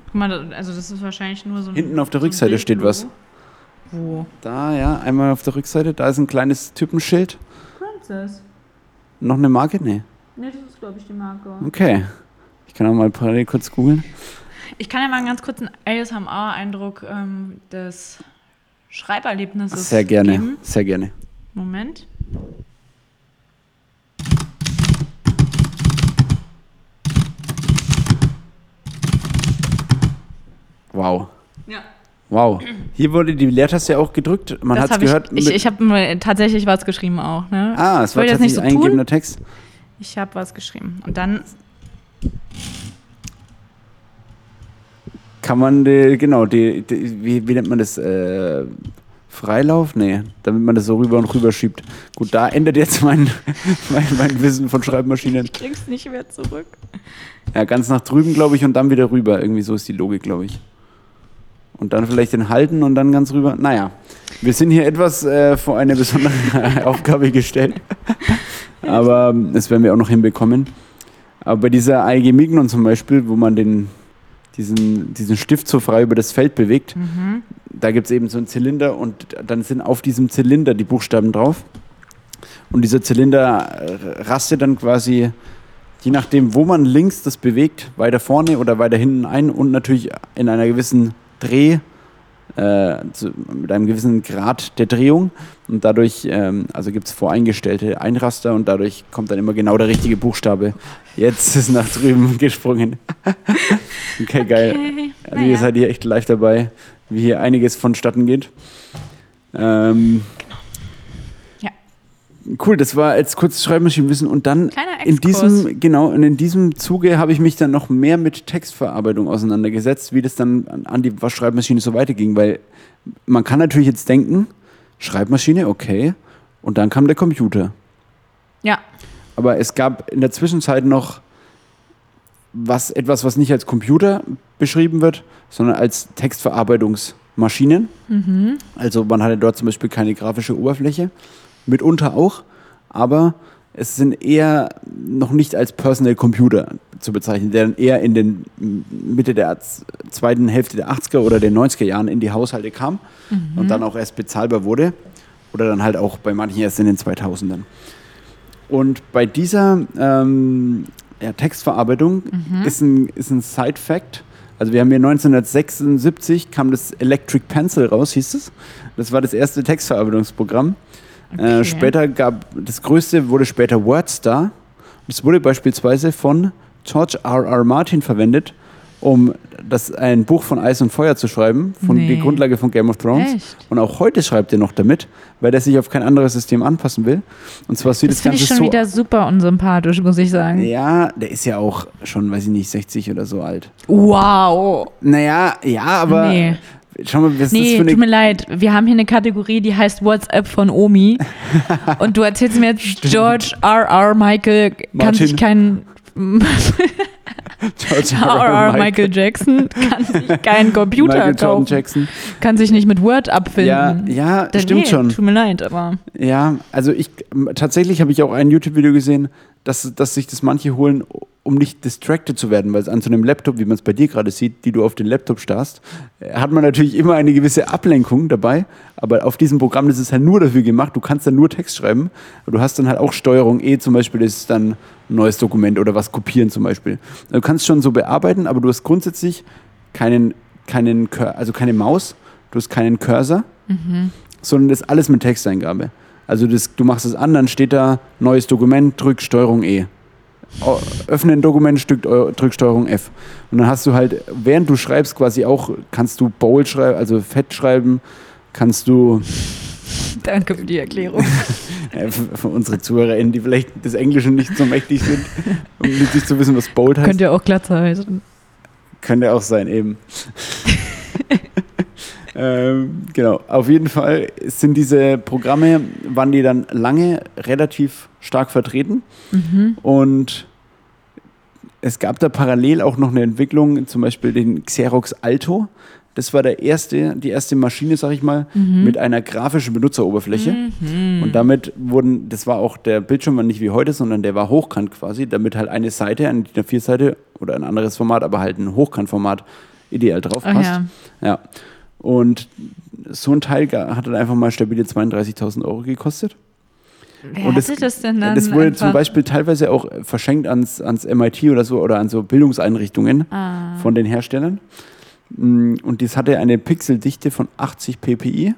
S1: Guck mal, da- also das ist wahrscheinlich nur so ein.
S2: Hinten auf der
S1: so ein
S2: Rückseite
S1: Bild-
S2: steht was.
S1: Wo?
S2: Da, ja, einmal auf der Rückseite. Da ist ein kleines Typenschild.
S1: Princess.
S2: Noch eine Marke? Nee.
S1: Nee, das ist, glaube ich, die Marke.
S2: Okay. Ich kann auch mal parallel kurz googeln.
S1: Ich kann ja mal einen ganz kurzen ASMR-Eindruck ähm, des Schreiberlebnisses
S2: Sehr gerne,
S1: geben.
S2: sehr gerne.
S1: Moment.
S2: Wow.
S1: Ja.
S2: Wow. Hier wurde die Leertaste ja auch gedrückt. Man
S1: Das
S2: hat es
S1: habe ich,
S2: gehört.
S1: ich.
S2: mit-
S1: Ich habe tatsächlich was geschrieben auch. Ne?
S2: ah, es
S1: Ich
S2: war
S1: wollte jetzt
S2: tatsächlich
S1: nicht so tun.
S2: eingegebener Text.
S1: Ich habe was geschrieben. Und dann
S2: Kann man, die, genau, die, die, wie, wie nennt man das? Äh, Freilauf? Nee, damit man das so rüber und rüber schiebt. Gut, da endet jetzt mein, mein, mein Wissen von Schreibmaschinen.
S1: kriegst nicht mehr zurück.
S2: Ja, ganz nach drüben, glaube ich, und dann wieder rüber. Irgendwie so ist die Logik, glaube ich. Und dann vielleicht den halten und dann ganz rüber. Naja, wir sind hier etwas äh, vor eine besondere Aufgabe gestellt. Aber ähm, das werden wir auch noch hinbekommen. Aber bei dieser AEG Mignon zum Beispiel, wo man den, diesen, diesen Stift so frei über das Feld bewegt, da gibt es eben so einen Zylinder und dann sind auf diesem Zylinder die Buchstaben drauf. Und dieser Zylinder äh, rastet dann quasi je nachdem, wo man links das bewegt, weiter vorne oder weiter hinten ein und natürlich in einer gewissen Dreh, äh, zu, mit einem gewissen Grad der Drehung. Und dadurch, ähm, also gibt es voreingestellte Einraster und dadurch kommt dann immer genau der richtige Buchstabe. Jetzt ist nach drüben gesprungen. okay, geil.
S1: Okay.
S2: Also ihr seid hier echt live dabei, wie hier einiges vonstatten geht. Ähm,
S1: Genau. Ja.
S2: Cool, das war als kurzes Schreibmaschinenwissen und dann
S1: Kleiner
S2: in
S1: Exkurs.
S2: diesem genau und in diesem Zuge habe ich mich dann noch mehr mit Textverarbeitung auseinandergesetzt, wie das dann an, an die Schreibmaschine so weiterging, weil man kann natürlich jetzt denken, Schreibmaschine, okay, und dann kam der Computer.
S1: ja,
S2: Aber es gab in der Zwischenzeit noch was, etwas, was nicht als Computer beschrieben wird, sondern als Textverarbeitungsmaschinen. Also man hatte dort zum Beispiel keine grafische Oberfläche, mitunter auch, aber es sind eher noch nicht als Personal Computer zu bezeichnen, der dann eher in den Mitte der z- zweiten Hälfte der 80er oder der 90er Jahren in die Haushalte kam und dann auch erst bezahlbar wurde oder dann halt auch bei manchen erst in den 2000ern. Und bei dieser ähm, ja, Textverarbeitung
S1: Mhm.
S2: ist ein, ist ein Side-Fact. Also wir haben hier 1976 kam das Electric Pencil raus, hieß es. Das war das erste Textverarbeitungsprogramm. Äh,
S1: Okay.
S2: später gab das größte wurde später WordStar. Das wurde beispielsweise von George R. R. Martin verwendet, um das ein Buch von Eis und Feuer zu schreiben, von
S1: Nee.
S2: die Grundlage von Game of Thrones.
S1: Echt?
S2: Und auch heute schreibt er noch damit, weil er sich auf kein anderes System anpassen will. Und zwar sieht
S1: das
S2: das,
S1: finde
S2: Ganze
S1: ich schon
S2: so
S1: wieder super unsympathisch, muss ich sagen.
S2: ja, der ist ja auch schon, weiß ich nicht, 60 oder so alt.
S1: Wow.
S2: Naja, ja, aber.
S1: Nee.
S2: Schau mal, was
S1: Nee,
S2: das für
S1: tut mir
S2: eine.
S1: leid. Wir haben hier eine Kategorie, die heißt WhatsApp von Omi. Und du erzählst mir jetzt, George R. R. Michael kann
S2: Martin.
S1: sich kein
S2: George
S1: R. R. Michael Jackson kann sich keinen Oh, Computer
S2: Michael Jordan
S1: kaufen,
S2: Jackson.
S1: kann sich nicht mit Word abfinden.
S2: Ja, ja,
S1: Dann
S2: stimmt
S1: nee,
S2: schon.
S1: Tut mir leid, aber
S2: Ja, also ich m- tatsächlich habe ich auch ein YouTube-Video gesehen, dass, dass sich das manche holen, um nicht distracted zu werden, weil es an so einem Laptop, wie man es bei dir gerade sieht, die du auf den Laptop starrst, äh, hat man natürlich immer eine gewisse Ablenkung dabei. Aber auf diesem Programm das ist halt nur dafür gemacht, du kannst dann nur Text schreiben. aber Du hast dann halt auch Steuerung E zum Beispiel, das ist dann ein neues Dokument oder was kopieren zum Beispiel. Also Du kannst schon so bearbeiten, aber du hast grundsätzlich keinen, keinen, Cur- also keine Maus, du hast keinen Cursor sondern das ist alles mit Texteingabe. Also das, du machst es an, dann steht da neues Dokument, drück Steuerung E. O- Öffne ein Dokument, stück- äh, drück Steuerung F. Und dann hast du halt, während du schreibst, quasi auch, kannst du Bold schreiben, also fett schreiben, kannst du
S1: danke für die Erklärung.
S2: äh, für für unsere ZuhörerInnen, die vielleicht des Englischen nicht so mächtig sind, um nicht zu wissen, was Bold heißt.
S1: Könnt ihr auch Glatze heißen.
S2: Könnte auch sein, eben. ähm, genau, auf jeden Fall sind diese Programme, waren die dann lange relativ stark vertreten und es gab da parallel auch noch eine Entwicklung, zum Beispiel den Xerox Alto. Das war der erste, die erste Maschine, sag ich mal,
S1: Mhm.
S2: mit einer grafischen Benutzeroberfläche. Und damit wurden, das war auch, der Bildschirm war nicht wie heute, sondern der war hochkant quasi, damit halt eine Seite, eine DIN A4-Seite oder ein anderes Format, aber halt ein Hochkantformat ideal drauf
S1: Ach
S2: passt.
S1: ja.
S2: ja. Und so ein Teil ga- hat dann einfach mal stabile 32.000 Euro gekostet.
S1: Wer
S2: Und
S1: hatte das, denn dann?
S2: Das wurde zum
S1: einfach?
S2: Beispiel teilweise auch äh, verschenkt ans, ans MIT oder so oder an so Bildungseinrichtungen
S1: Ah.
S2: von den Herstellern. Mm, Und das hatte eine Pixeldichte von 80 ppi,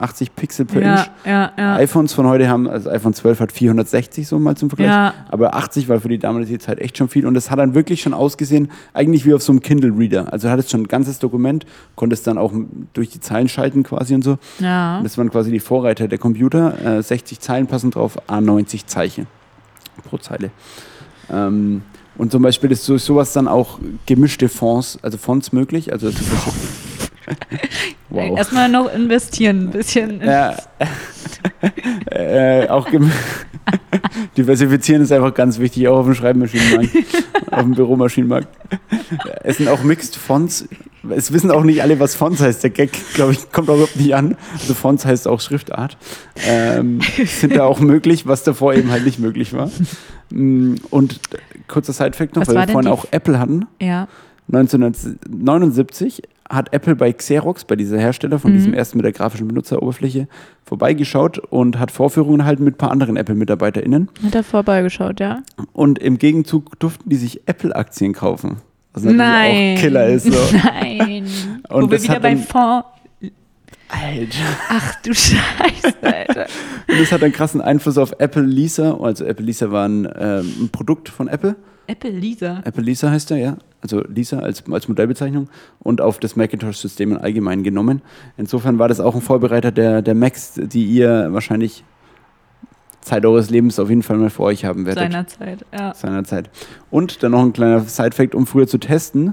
S2: 80 Pixel per
S1: ja,
S2: Inch.
S1: ja, ja.
S2: iPhones von heute haben, also iPhone 12 hat 460 so mal zum Vergleich,
S1: Ja.
S2: aber 80 war für die damalige Zeit echt schon viel und das hat dann wirklich schon ausgesehen, eigentlich wie auf so einem Kindle Reader. Also hattest schon ein ganzes Dokument, konntest dann auch durch die Zeilen schalten quasi und so.
S1: ja.
S2: Das waren quasi die Vorreiter der Computer. Äh, 60 Zeilen passen drauf, A90 Zeichen pro Zeile. Ähm, und zum Beispiel ist so, sowas dann auch gemischte Fonts, also Fonts möglich. Also zum Beispiel- wow.
S1: Erstmal noch investieren, ein bisschen.
S2: Ja. äh, auch gem- diversifizieren ist einfach ganz wichtig, auch auf dem Schreibmaschinenmarkt, auf dem Büromaschinenmarkt. Es sind auch Mixed Fonts. Es wissen auch nicht alle, was Fonts heißt. Der Gag, glaube ich, kommt auch überhaupt nicht an. Also Fonts heißt auch Schriftart. Ähm, sind da auch möglich, was davor eben halt nicht möglich war. Mm, Und kurzer Sidefact noch,
S1: Was
S2: weil
S1: war
S2: wir
S1: denn
S2: vorhin
S1: die-
S2: auch Apple hatten.
S1: ja.
S2: 1979 hat Apple bei Xerox, bei dieser Hersteller von diesem ersten mit der grafischen Benutzeroberfläche, vorbeigeschaut und hat Vorführungen halt mit ein paar anderen Apple-MitarbeiterInnen.
S1: Hat er vorbeigeschaut, ja.
S2: Und im Gegenzug durften die sich Apple-Aktien kaufen. Was natürlich
S1: Nein.
S2: auch Killer ist. So.
S1: Nein.
S2: Und
S1: Wo wir
S2: das
S1: wieder
S2: hat
S1: beim
S2: dann-
S1: Fond.
S2: Alter.
S1: Ach du Scheiße, Alter.
S2: Und das hat einen krassen Einfluss auf Apple Lisa. Also Apple Lisa war ein, ähm, ein Produkt von Apple.
S1: Apple Lisa.
S2: Apple Lisa heißt er, ja. Also Lisa als, als Modellbezeichnung und auf das Macintosh-System im Allgemeinen genommen. Insofern war das auch ein Vorbereiter der, der Macs, die ihr wahrscheinlich Zeit eures Lebens auf jeden Fall mal vor euch haben werdet.
S1: Seinerzeit, ja.
S2: Seinerzeit. Und dann noch ein kleiner Side-Fact, um früher zu testen,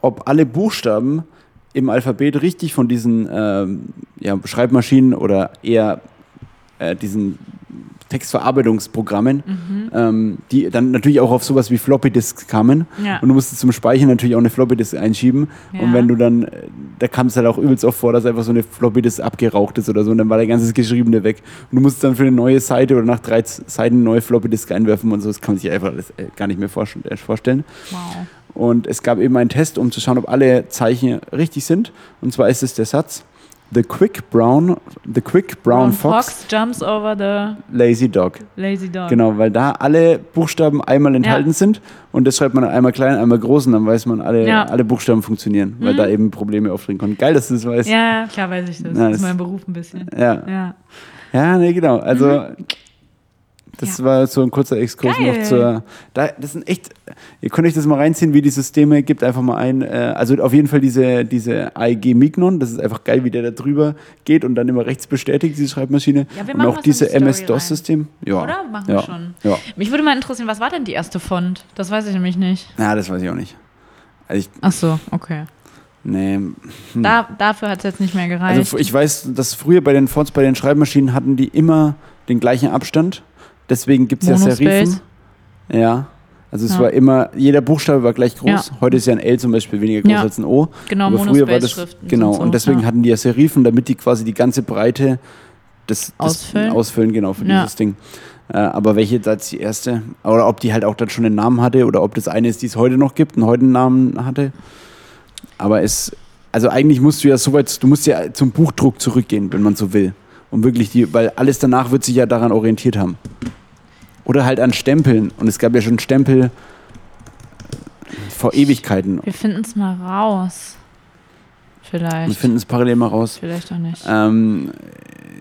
S2: ob alle Buchstaben im Alphabet richtig von diesen ähm, ja, Schreibmaschinen oder eher äh, diesen Textverarbeitungsprogrammen,
S1: Mhm.
S2: ähm, die dann natürlich auch auf sowas wie Floppy Disks kamen.
S1: Ja.
S2: Und du musstest zum Speichern natürlich auch eine Floppy Disk einschieben.
S1: Ja.
S2: Und wenn du dann, äh, da kam es halt auch übelst oft vor, dass einfach so eine Floppy Disk abgeraucht ist oder so und dann war der ganze Geschriebene weg. Und du musstest dann für eine neue Seite oder nach drei Z- Seiten eine neue Floppy Disk einwerfen und so. Das kann man sich einfach alles äh, gar nicht mehr vorst- äh, vorstellen.
S1: Wow.
S2: Und es gab eben einen Test, um zu schauen, ob alle Zeichen richtig sind. Und zwar ist es der Satz: The quick brown, the quick brown, fox,
S1: jumps over the
S2: lazy dog.
S1: lazy dog.
S2: Genau, weil da alle Buchstaben einmal enthalten sind und das schreibt man dann einmal klein, einmal groß und dann weiß man, alle,
S1: Ja.
S2: alle Buchstaben funktionieren, weil da eben Probleme auftreten konnten. Geil, dass du das weißt.
S1: Ja, klar weiß ich das.
S2: Na,
S1: das ist
S2: das-
S1: mein Beruf ein bisschen.
S2: Ja,
S1: Ja.
S2: ja nee, genau. Also, das war so ein kurzer Exkurs
S1: Mhm. Geil.
S2: noch zur. Da, das sind echt. Ihr könnt euch das mal reinziehen, wie die Systeme. Gebt einfach mal ein. Äh, also, auf jeden Fall diese, diese AEG Mignon. Das ist einfach geil, wie der da drüber geht und dann immer rechts bestätigt, diese Schreibmaschine.
S1: Ja, wir
S2: und
S1: machen
S2: auch
S1: was in
S2: diese
S1: die Story
S2: MS-DOS-System. Ja.
S1: Oder? Machen
S2: ja.
S1: wir schon.
S2: Ja.
S1: Mich würde mal interessieren, was war denn die erste Font? Das weiß ich nämlich nicht.
S2: ja, das weiß ich auch nicht. Also, ich.
S1: Ach so, okay.
S2: Nee,
S1: Da, dafür hat es jetzt nicht mehr gereicht.
S2: Hm. Also ich weiß, dass früher bei den Fonts, bei den Schreibmaschinen hatten die immer den gleichen Abstand. Deswegen gibt es ja
S1: Monospace.
S2: Serifen. Ja. Also es
S1: Ja.
S2: war immer, jeder Buchstabe war gleich groß. Heute ist ja ein L zum Beispiel weniger groß
S1: Ja.
S2: als ein O.
S1: Genau,
S2: Aber früher war das
S1: Monospace-Schriften
S2: genau.
S1: sind so,
S2: und deswegen
S1: ja.
S2: hatten die ja Serifen, damit die quasi die ganze Breite des, des
S1: Ausfüllen.
S2: ausfüllen genau für
S1: Ja.
S2: dieses Ding. Äh, aber welche da jetzt die erste? Oder ob die halt auch dann schon einen Namen hatte oder ob das eine ist, die es heute noch gibt und heute einen Namen hatte. Aber es, also eigentlich musst du ja soweit, du musst ja zum Buchdruck zurückgehen, wenn man so will. Und wirklich die, weil alles danach wird sich ja daran orientiert haben. Oder halt an Stempeln. Und es gab ja schon Stempel vor Ewigkeiten.
S1: wir finden es mal raus.
S2: Wir
S1: Vielleicht.
S2: finden es parallel mal raus.
S1: Vielleicht auch nicht.
S2: Ähm,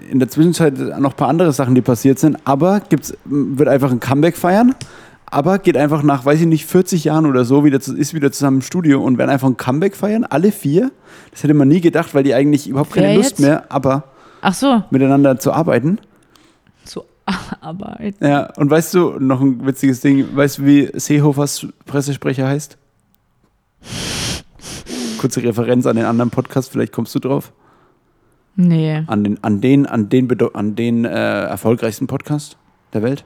S2: in der Zwischenzeit noch ein paar andere Sachen, die passiert sind, aber gibt's, wird einfach ein Comeback feiern. Aber geht einfach nach, weiß ich nicht, 40 Jahren oder so, wieder zu, ist wieder zusammen im Studio und werden einfach ein Comeback feiern, alle vier. Das hätte man nie gedacht, weil die eigentlich überhaupt keine
S1: Wer
S2: Lust
S1: jetzt?
S2: mehr, aber
S1: Ach so,
S2: miteinander zu arbeiten.
S1: zu Arbeit.
S2: Ja, und weißt du, noch ein witziges Ding, weißt du, wie Seehofers Pressesprecher heißt? Kurze Referenz an den anderen Podcast, vielleicht kommst du drauf.
S1: Nee.
S2: An den, an den, an den, bedeu- an den äh, erfolgreichsten Podcast der Welt?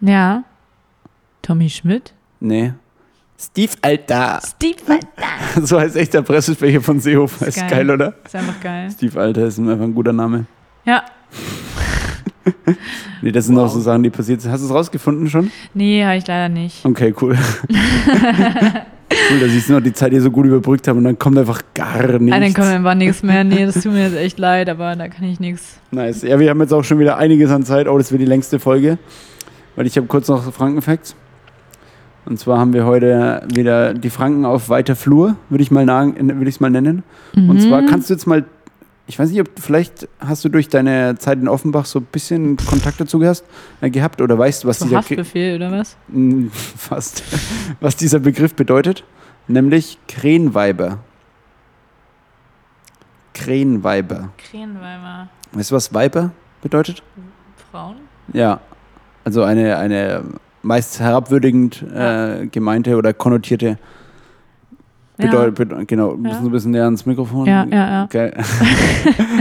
S1: Ja. Tommy Schmidt?
S2: Nee. Steve Alter.
S1: Steve Alter.
S2: So heißt echt der Pressesprecher von Seehofer. Ist geil, oder?
S1: Ist einfach geil.
S2: Steve Alter ist einfach ein guter Name.
S1: Ja.
S2: Nee, das sind auch so Sachen, die passiert sind. Hast du es rausgefunden schon?
S1: Nee, habe ich leider nicht.
S2: Okay, cool. cool, dass ich noch die Zeit hier so gut überbrückt habe und dann kommt einfach gar nichts.
S1: Ah, dann kommt einfach nichts mehr. Nee, das tut mir jetzt echt leid, aber da kann ich nichts.
S2: Nice. Ja, wir haben jetzt auch schon wieder einiges an Zeit. Oh, das wird die längste Folge. Weil ich habe kurz noch Frankenfacts. Und zwar haben wir heute wieder die Franken auf weiter Flur, würde ich mal na- würde ich es mal nennen. Und zwar kannst du jetzt mal, ich weiß nicht, ob vielleicht hast du durch deine Zeit in Offenbach so ein bisschen Kontakt dazu gehabt, äh, gehabt oder weißt, was
S1: So
S2: dieser Ki-
S1: Haftbefehl oder was?
S2: Mm, fast, was dieser Begriff bedeutet, nämlich Krähenweiber. Krähenweiber.
S1: Krähenweimer
S2: Weißt du, was Weiber bedeutet?
S1: Frauen?
S2: Ja, also eine, eine meist herabwürdigend äh, gemeinte oder konnotierte
S1: Ja.
S2: bedeutet, genau, du musst ein bisschen näher ans Mikrofon.
S1: Ja, ja, ja.
S2: Geil.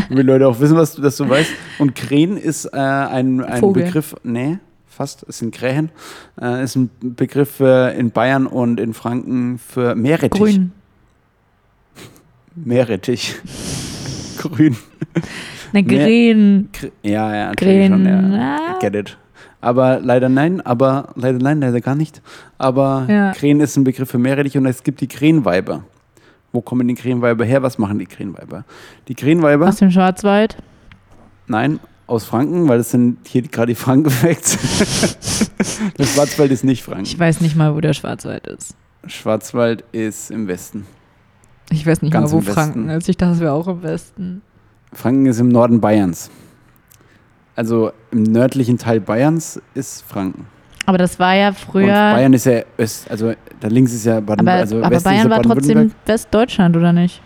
S2: Will Leute auch wissen, was du, dass du weißt. Und Krähen ist äh, ein, ein
S1: Vogel.
S2: Begriff, nee, fast, ist ein Krähen, äh, ist ein Begriff äh, in Bayern und in Franken für Meerrettich.
S1: Grün.
S2: Meerrettich. Grün.
S1: Ne, Grün.
S2: Kr- Ja, ja, natürlich schon,
S1: Grün,
S2: ja.
S1: ah.
S2: Get it. Aber leider nein, aber leider nein, leider gar nicht. Aber
S1: Ja.
S2: Krähen ist ein Begriff für Meerrettich und es gibt die Krähenweiber. Wo kommen die Krähenweiber her? Was machen die Krähenweiber? Die Krähenweiber,
S1: Aus dem Schwarzwald.
S2: nein, aus Franken, weil das sind hier gerade die Franken-Facts. das Schwarzwald ist nicht
S1: Ich
S2: Franken.
S1: weiß nicht mal, wo der Schwarzwald ist.
S2: Schwarzwald ist im Westen.
S1: Ich weiß nicht
S2: Ganz
S1: mal, wo
S2: im
S1: Franken
S2: Westen.
S1: ist. Ich dachte, es wäre auch im Westen.
S2: Franken ist im Norden Bayerns. Also im nördlichen Teil Bayerns ist Franken.
S1: Aber das war ja früher.
S2: Und Bayern ist ja Öst, also da links ist ja Baden,
S1: aber
S2: also
S1: aber
S2: Westen
S1: Bayern
S2: ist ja
S1: war trotzdem
S2: Baden-Württemberg.
S1: Westdeutschland, oder nicht?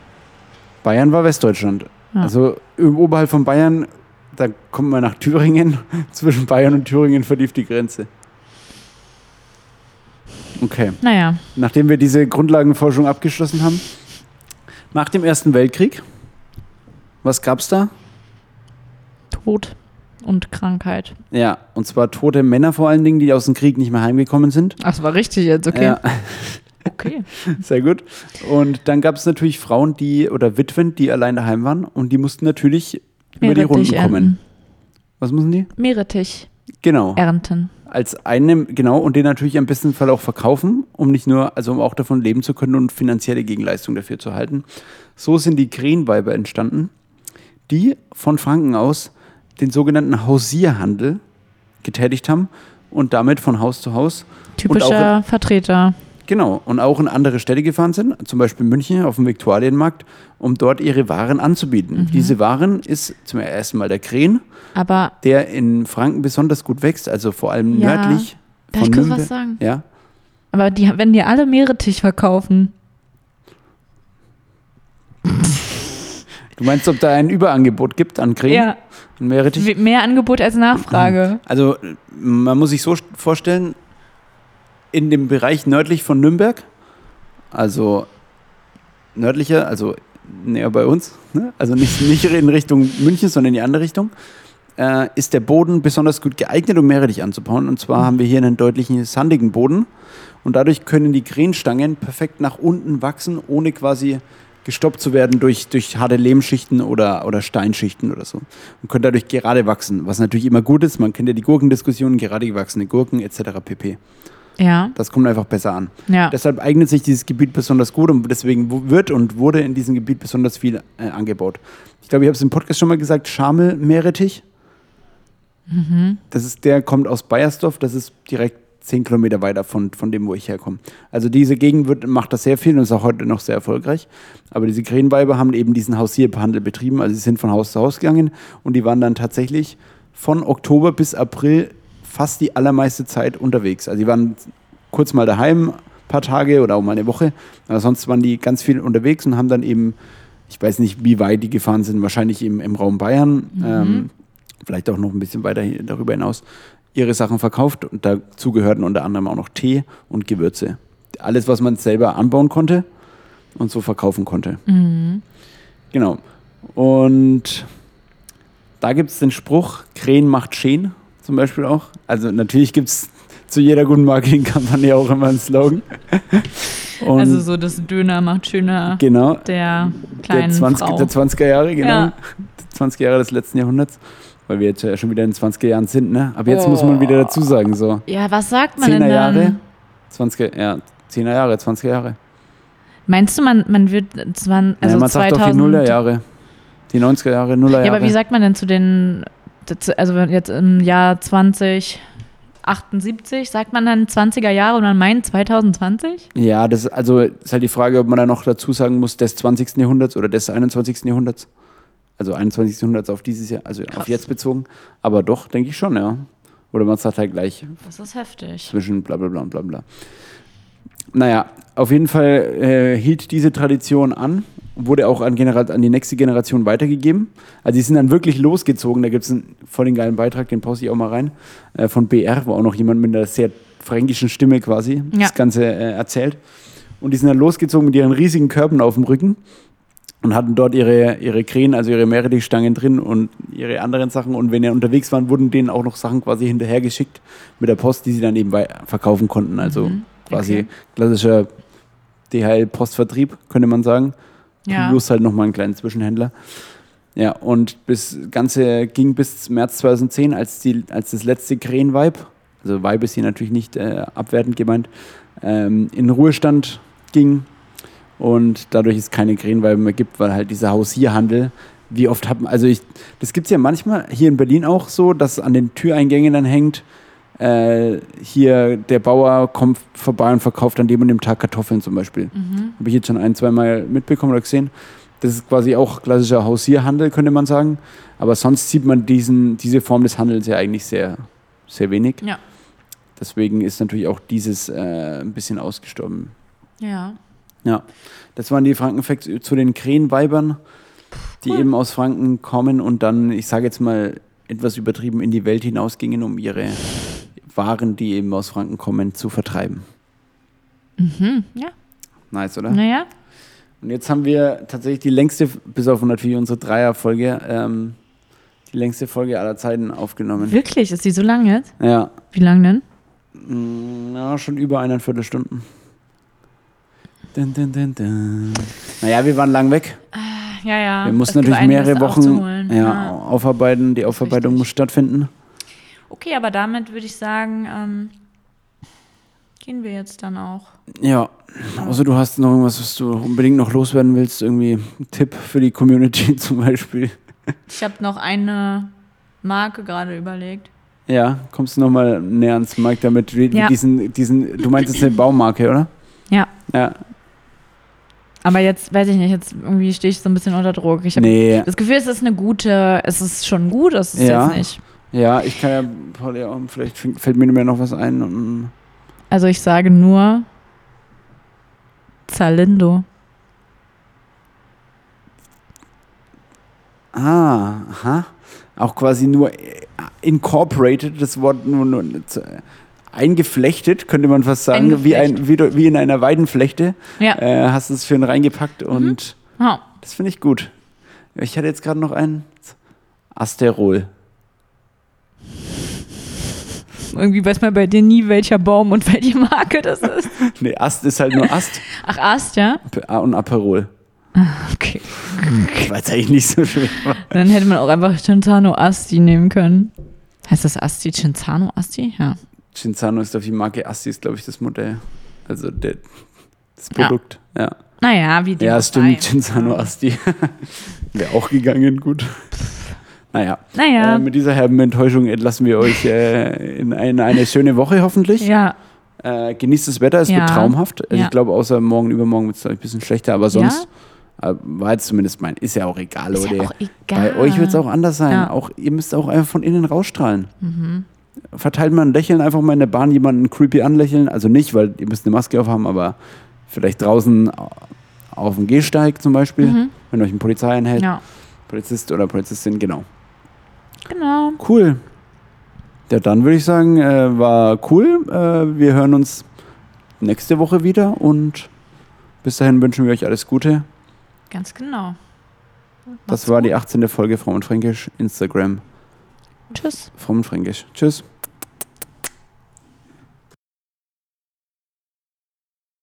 S2: Bayern war Westdeutschland.
S1: Ja.
S2: Also im- oberhalb von Bayern, da kommt man nach Thüringen. Zwischen Bayern und Thüringen verlief die Grenze. Okay,
S1: Naja.
S2: nachdem wir diese Grundlagenforschung abgeschlossen haben, nach dem Ersten Weltkrieg, was gab's da?
S1: Tod und Krankheit.
S2: Ja, und zwar tote Männer vor allen Dingen, die aus dem Krieg nicht mehr heimgekommen sind. Äh,
S1: Ach, das war richtig jetzt, okay.
S2: Ja.
S1: Okay.
S2: Sehr gut. Und dann gab es natürlich Frauen, die oder Witwen, die allein daheim waren und die mussten natürlich über die Runden
S1: ernten.
S2: kommen. Was müssen die?
S1: Meerrettich
S2: Genau.
S1: ernten.
S2: Als eine, genau, und den natürlich am besten Fall auch verkaufen, um nicht nur, also um auch davon leben zu können und finanzielle Gegenleistung dafür zu halten. So sind die Krähenweiber entstanden, die von Franken aus den sogenannten Hausierhandel getätigt haben und damit von Haus zu Haus und auch in-
S1: Typischer Vertreter.
S2: Genau, und auch in andere Städte gefahren sind, zum Beispiel München auf dem Viktualienmarkt, um dort ihre Waren anzubieten.
S1: Mhm.
S2: Diese Waren ist zum ersten Mal der Krähen,
S1: Aber
S2: der in Franken besonders gut wächst, also vor allem
S1: Ja.
S2: nördlich.
S1: Darf ich kurz was
S2: Nürnberg.
S1: sagen?
S2: Ja,
S1: Aber die, wenn die alle Meerrettich verkaufen,
S2: du meinst, ob da ein Überangebot gibt an Krähen?
S1: ja,
S2: An Meerrettich?
S1: we- mehr Angebot als Nachfrage.
S2: Also man muss sich so st- vorstellen, in dem Bereich nördlich von Nürnberg, also nördlicher, also näher bei uns, ne? also nicht, nicht in Richtung München, sondern in die andere Richtung, äh, ist der Boden besonders gut geeignet, um Meerrettich anzubauen. Und zwar haben wir hier einen deutlichen sandigen Boden und dadurch können die Krähenstangen perfekt nach unten wachsen, ohne quasi gestoppt zu werden durch, durch harte Lehmschichten oder, oder Steinschichten oder so. Und können dadurch gerade wachsen, was natürlich immer gut ist. Man kennt ja die Gurkendiskussion, gerade gewachsene Gurken etc. pp.
S1: Ja,
S2: Das kommt einfach besser an.
S1: ja.
S2: Deshalb eignet sich dieses Gebiet besonders gut und deswegen wu- wird und wurde in diesem Gebiet besonders viel äh, angebaut. Ich glaube, ich habe es im Podcast schon mal gesagt, Schamel Meerrettich.
S1: Mhm.
S2: Das ist, der kommt aus Bayersdorf, das ist direkt 10 Kilometer weiter von, von dem, wo ich herkomme. Also diese Gegend wird, macht das sehr viel und ist auch heute noch sehr erfolgreich. Aber diese Krähenweiber haben eben diesen Hausierhandel betrieben, also sie sind von Haus zu Haus gegangen und die waren dann tatsächlich von Oktober bis April fast die allermeiste Zeit unterwegs. Also die waren kurz mal daheim, ein paar Tage oder auch mal eine Woche. Aber sonst waren die ganz viel unterwegs und haben dann eben, ich weiß nicht, wie weit die gefahren sind, wahrscheinlich eben im Raum Bayern,
S1: Mhm.
S2: ähm, vielleicht auch noch ein bisschen weiter hier- darüber hinaus, ihre Sachen verkauft. Und dazu gehörten unter anderem auch noch Tee und Gewürze. Alles, was man selber anbauen konnte und so verkaufen konnte.
S1: Mhm.
S2: Genau. Und da gibt es den Spruch, Krähen macht Schäen zum Beispiel auch. Also natürlich gibt es zu jeder guten Marketingkampagne auch immer ein Slogan. Und
S1: also so das Döner macht schöner
S2: genau,
S1: der
S2: der,
S1: kleinen
S2: 20,
S1: Frau.
S2: der 20er Jahre, genau.
S1: Ja.
S2: Die 20er Jahre des letzten Jahrhunderts, weil wir jetzt ja schon wieder in den 20er Jahren sind, ne? Aber jetzt muss man wieder dazu sagen, so
S1: ja, was sagt Oh. man
S2: 10er
S1: denn dann?
S2: Jahre, 20er, ja, 10er Jahre, 20er Jahre.
S1: Meinst du, man, man wird, es waren- also
S2: ja,
S1: 2000,
S2: man sagt doch die Nullerjahre, die 90er Jahre, Nullerjahre.
S1: Ja, aber wie sagt man denn zu den, dazu- also wenn jetzt im Jahr 2078, sagt man dann 20er Jahre und man meint 2020?
S2: Ja, das ist- also ist halt die Frage, ob man da noch dazu sagen muss, des 20. Jahrhunderts oder des 21. Jahrhunderts. Also 21. Jahrhunderts auf dieses Jahr, also auf
S1: Krass.
S2: jetzt bezogen. Aber doch, denke ich schon, ja. Oder man sagt halt gleich
S1: Das ist heftig.
S2: zwischen bla bla bla und bla bla. Naja, auf jeden Fall äh, hielt diese Tradition an, wurde auch an, Genera an die nächste Generation weitergegeben. Also die sind dann wirklich losgezogen. Da gibt es einen voll den geilen Beitrag, den poste ich auch mal rein, äh, von BR, wo auch noch jemand mit einer sehr fränkischen Stimme quasi
S1: Ja.
S2: das Ganze äh, erzählt. Und die sind dann losgezogen mit ihren riesigen Körben auf dem Rücken und hatten dort ihre, ihre Krähen, also ihre Meerrettichstangen drin und ihre anderen Sachen. Und wenn sie unterwegs waren, wurden denen auch noch Sachen quasi hinterhergeschickt mit der Post, die sie dann eben wei- verkaufen konnten. Also quasi
S1: okay.
S2: klassischer DHL-Postvertrieb, könnte man sagen.
S1: Ja.
S2: Plus halt nochmal einen kleinen Zwischenhändler. Ja, und das Ganze ging bis März 2010, als, die, als das letzte Krähenweib, also Weib ist hier natürlich nicht äh, abwertend gemeint, ähm, in Ruhestand ging und dadurch es keine Krähenweiben mehr gibt, weil halt dieser Haus-hier-Handel, wie oft hat man, also ich, das gibt es ja manchmal hier in Berlin auch so, dass an den Türeingängen dann hängt, äh, hier der Bauer kommt vorbei und verkauft an dem und dem Tag Kartoffeln zum Beispiel. Habe ich jetzt schon ein, zweimal mitbekommen oder gesehen. Das ist quasi auch klassischer Hausierhandel, könnte man sagen. Aber sonst sieht man diesen, diese Form des Handels ja eigentlich sehr, sehr wenig.
S1: Ja.
S2: Deswegen ist natürlich auch dieses äh, ein bisschen ausgestorben.
S1: Ja.
S2: Ja, das waren die Frankenfacts zu den Krähenweibern, die eben aus Franken kommen und dann, ich sage jetzt mal etwas übertrieben, in die Welt hinausgingen, um ihre Waren, die eben aus Franken kommen, zu vertreiben.
S1: Hm, Ja.
S2: Nice, oder?
S1: Naja.
S2: Und jetzt haben wir tatsächlich die längste, bis auf natürlich unsere Dreierfolge, ähm, die längste Folge aller Zeiten aufgenommen.
S1: Wirklich, ist die so lang jetzt?
S2: Ja,
S1: Wie lang denn?
S2: na, schon über eineinviertel Stunden. Dun, dun, dun, dun. Naja, wir waren lang weg.
S1: Ja, ja.
S2: Wir mussten
S1: Es gibt
S2: natürlich mehrere
S1: einiges
S2: Wochen
S1: aufzuholen.
S2: ja,
S1: Ja.
S2: aufarbeiten. Die Aufarbeitung
S1: richtig.
S2: muss stattfinden.
S1: Okay, aber damit würde ich sagen, ähm, gehen wir jetzt dann auch.
S2: Ja, außer du hast noch irgendwas, was du unbedingt noch loswerden willst. Irgendwie ein Tipp für die Community zum Beispiel.
S1: Ich habe noch eine Marke gerade überlegt.
S2: Ja, kommst du nochmal näher ans Mike damit? Wie, wie
S1: Ja.
S2: Diesen, diesen, du meinst jetzt eine Baumarke, oder?
S1: Ja.
S2: Ja,
S1: Aber jetzt, weiß ich nicht, jetzt irgendwie stehe ich so ein bisschen unter Druck. Ich habe
S2: nee.
S1: das Gefühl, es ist eine gute, es ist schon gut, es ist
S2: Ja.
S1: jetzt nicht.
S2: Ja, ich kann ja, Paul, ja auch- vielleicht fängt- fällt mir nicht mehr noch was ein. Und,
S1: Also ich sage nur Zalindo.
S2: ah, aha. Auch quasi nur äh, incorporated, das Wort nur, nur äh, eingeflechtet, könnte man fast sagen, wie, ein, wie, du- wie in einer Weidenflechte.
S1: Ja.
S2: äh, hast es für einen reingepackt und
S1: Oh.
S2: das finde ich gut. Ich hatte jetzt gerade noch einen Asterol.
S1: Irgendwie weiß man bei dir nie, welcher Baum und welche Marke das ist.
S2: Nee, Ast ist halt nur Ast
S1: Ach, Ast, ja?
S2: P- A und Aperol.
S1: Okay.
S2: Ich weiß eigentlich nicht so schwer.
S1: Dann hätte man auch einfach Cinzano Asti nehmen können. Heißt das Asti? Cinzano Asti? Ja.
S2: Cinzano ist auf die Marke Asti, ist glaube ich das Modell. Also der, das
S1: Ja.
S2: Produkt. Ja,
S1: Naja, wie die.
S2: ja. stimmt, Cinzano Asti. Wäre auch gegangen, gut. Naja,
S1: Naja.
S2: äh, mit dieser herben Enttäuschung entlassen wir euch äh, in eine, eine schöne Woche hoffentlich.
S1: Ja.
S2: Äh, genießt das Wetter, es
S1: Ja.
S2: wird traumhaft. Also Ich
S1: Ja.
S2: glaube, außer morgen, übermorgen wird es ein bisschen schlechter, aber sonst äh, war jetzt zumindest mein. Ist ja auch egal,
S1: Ist
S2: oder?
S1: ja auch egal.
S2: Bei euch wird es auch anders sein.
S1: Ja. Mhm.
S2: Auch, ihr müsst auch einfach von innen rausstrahlen. Verteilt mal ein Lächeln einfach mal in der Bahn, jemanden creepy anlächeln. Also nicht, weil ihr müsst eine Maske aufhaben, aber vielleicht draußen auf dem Gehsteig zum Beispiel, wenn euch ein Polizei einhält,
S1: Mhm. Ja.
S2: Polizist oder Polizistin, genau.
S1: Genau.
S2: Cool. Ja, dann würde ich sagen, äh, war cool. Äh, wir hören uns nächste Woche wieder und bis dahin wünschen wir euch alles Gute.
S1: Ganz genau.
S2: Das war die 18. Folge Frau und Fränkisch, Instagram
S1: Tschüss.
S2: Frau und Fränkisch. Tschüss.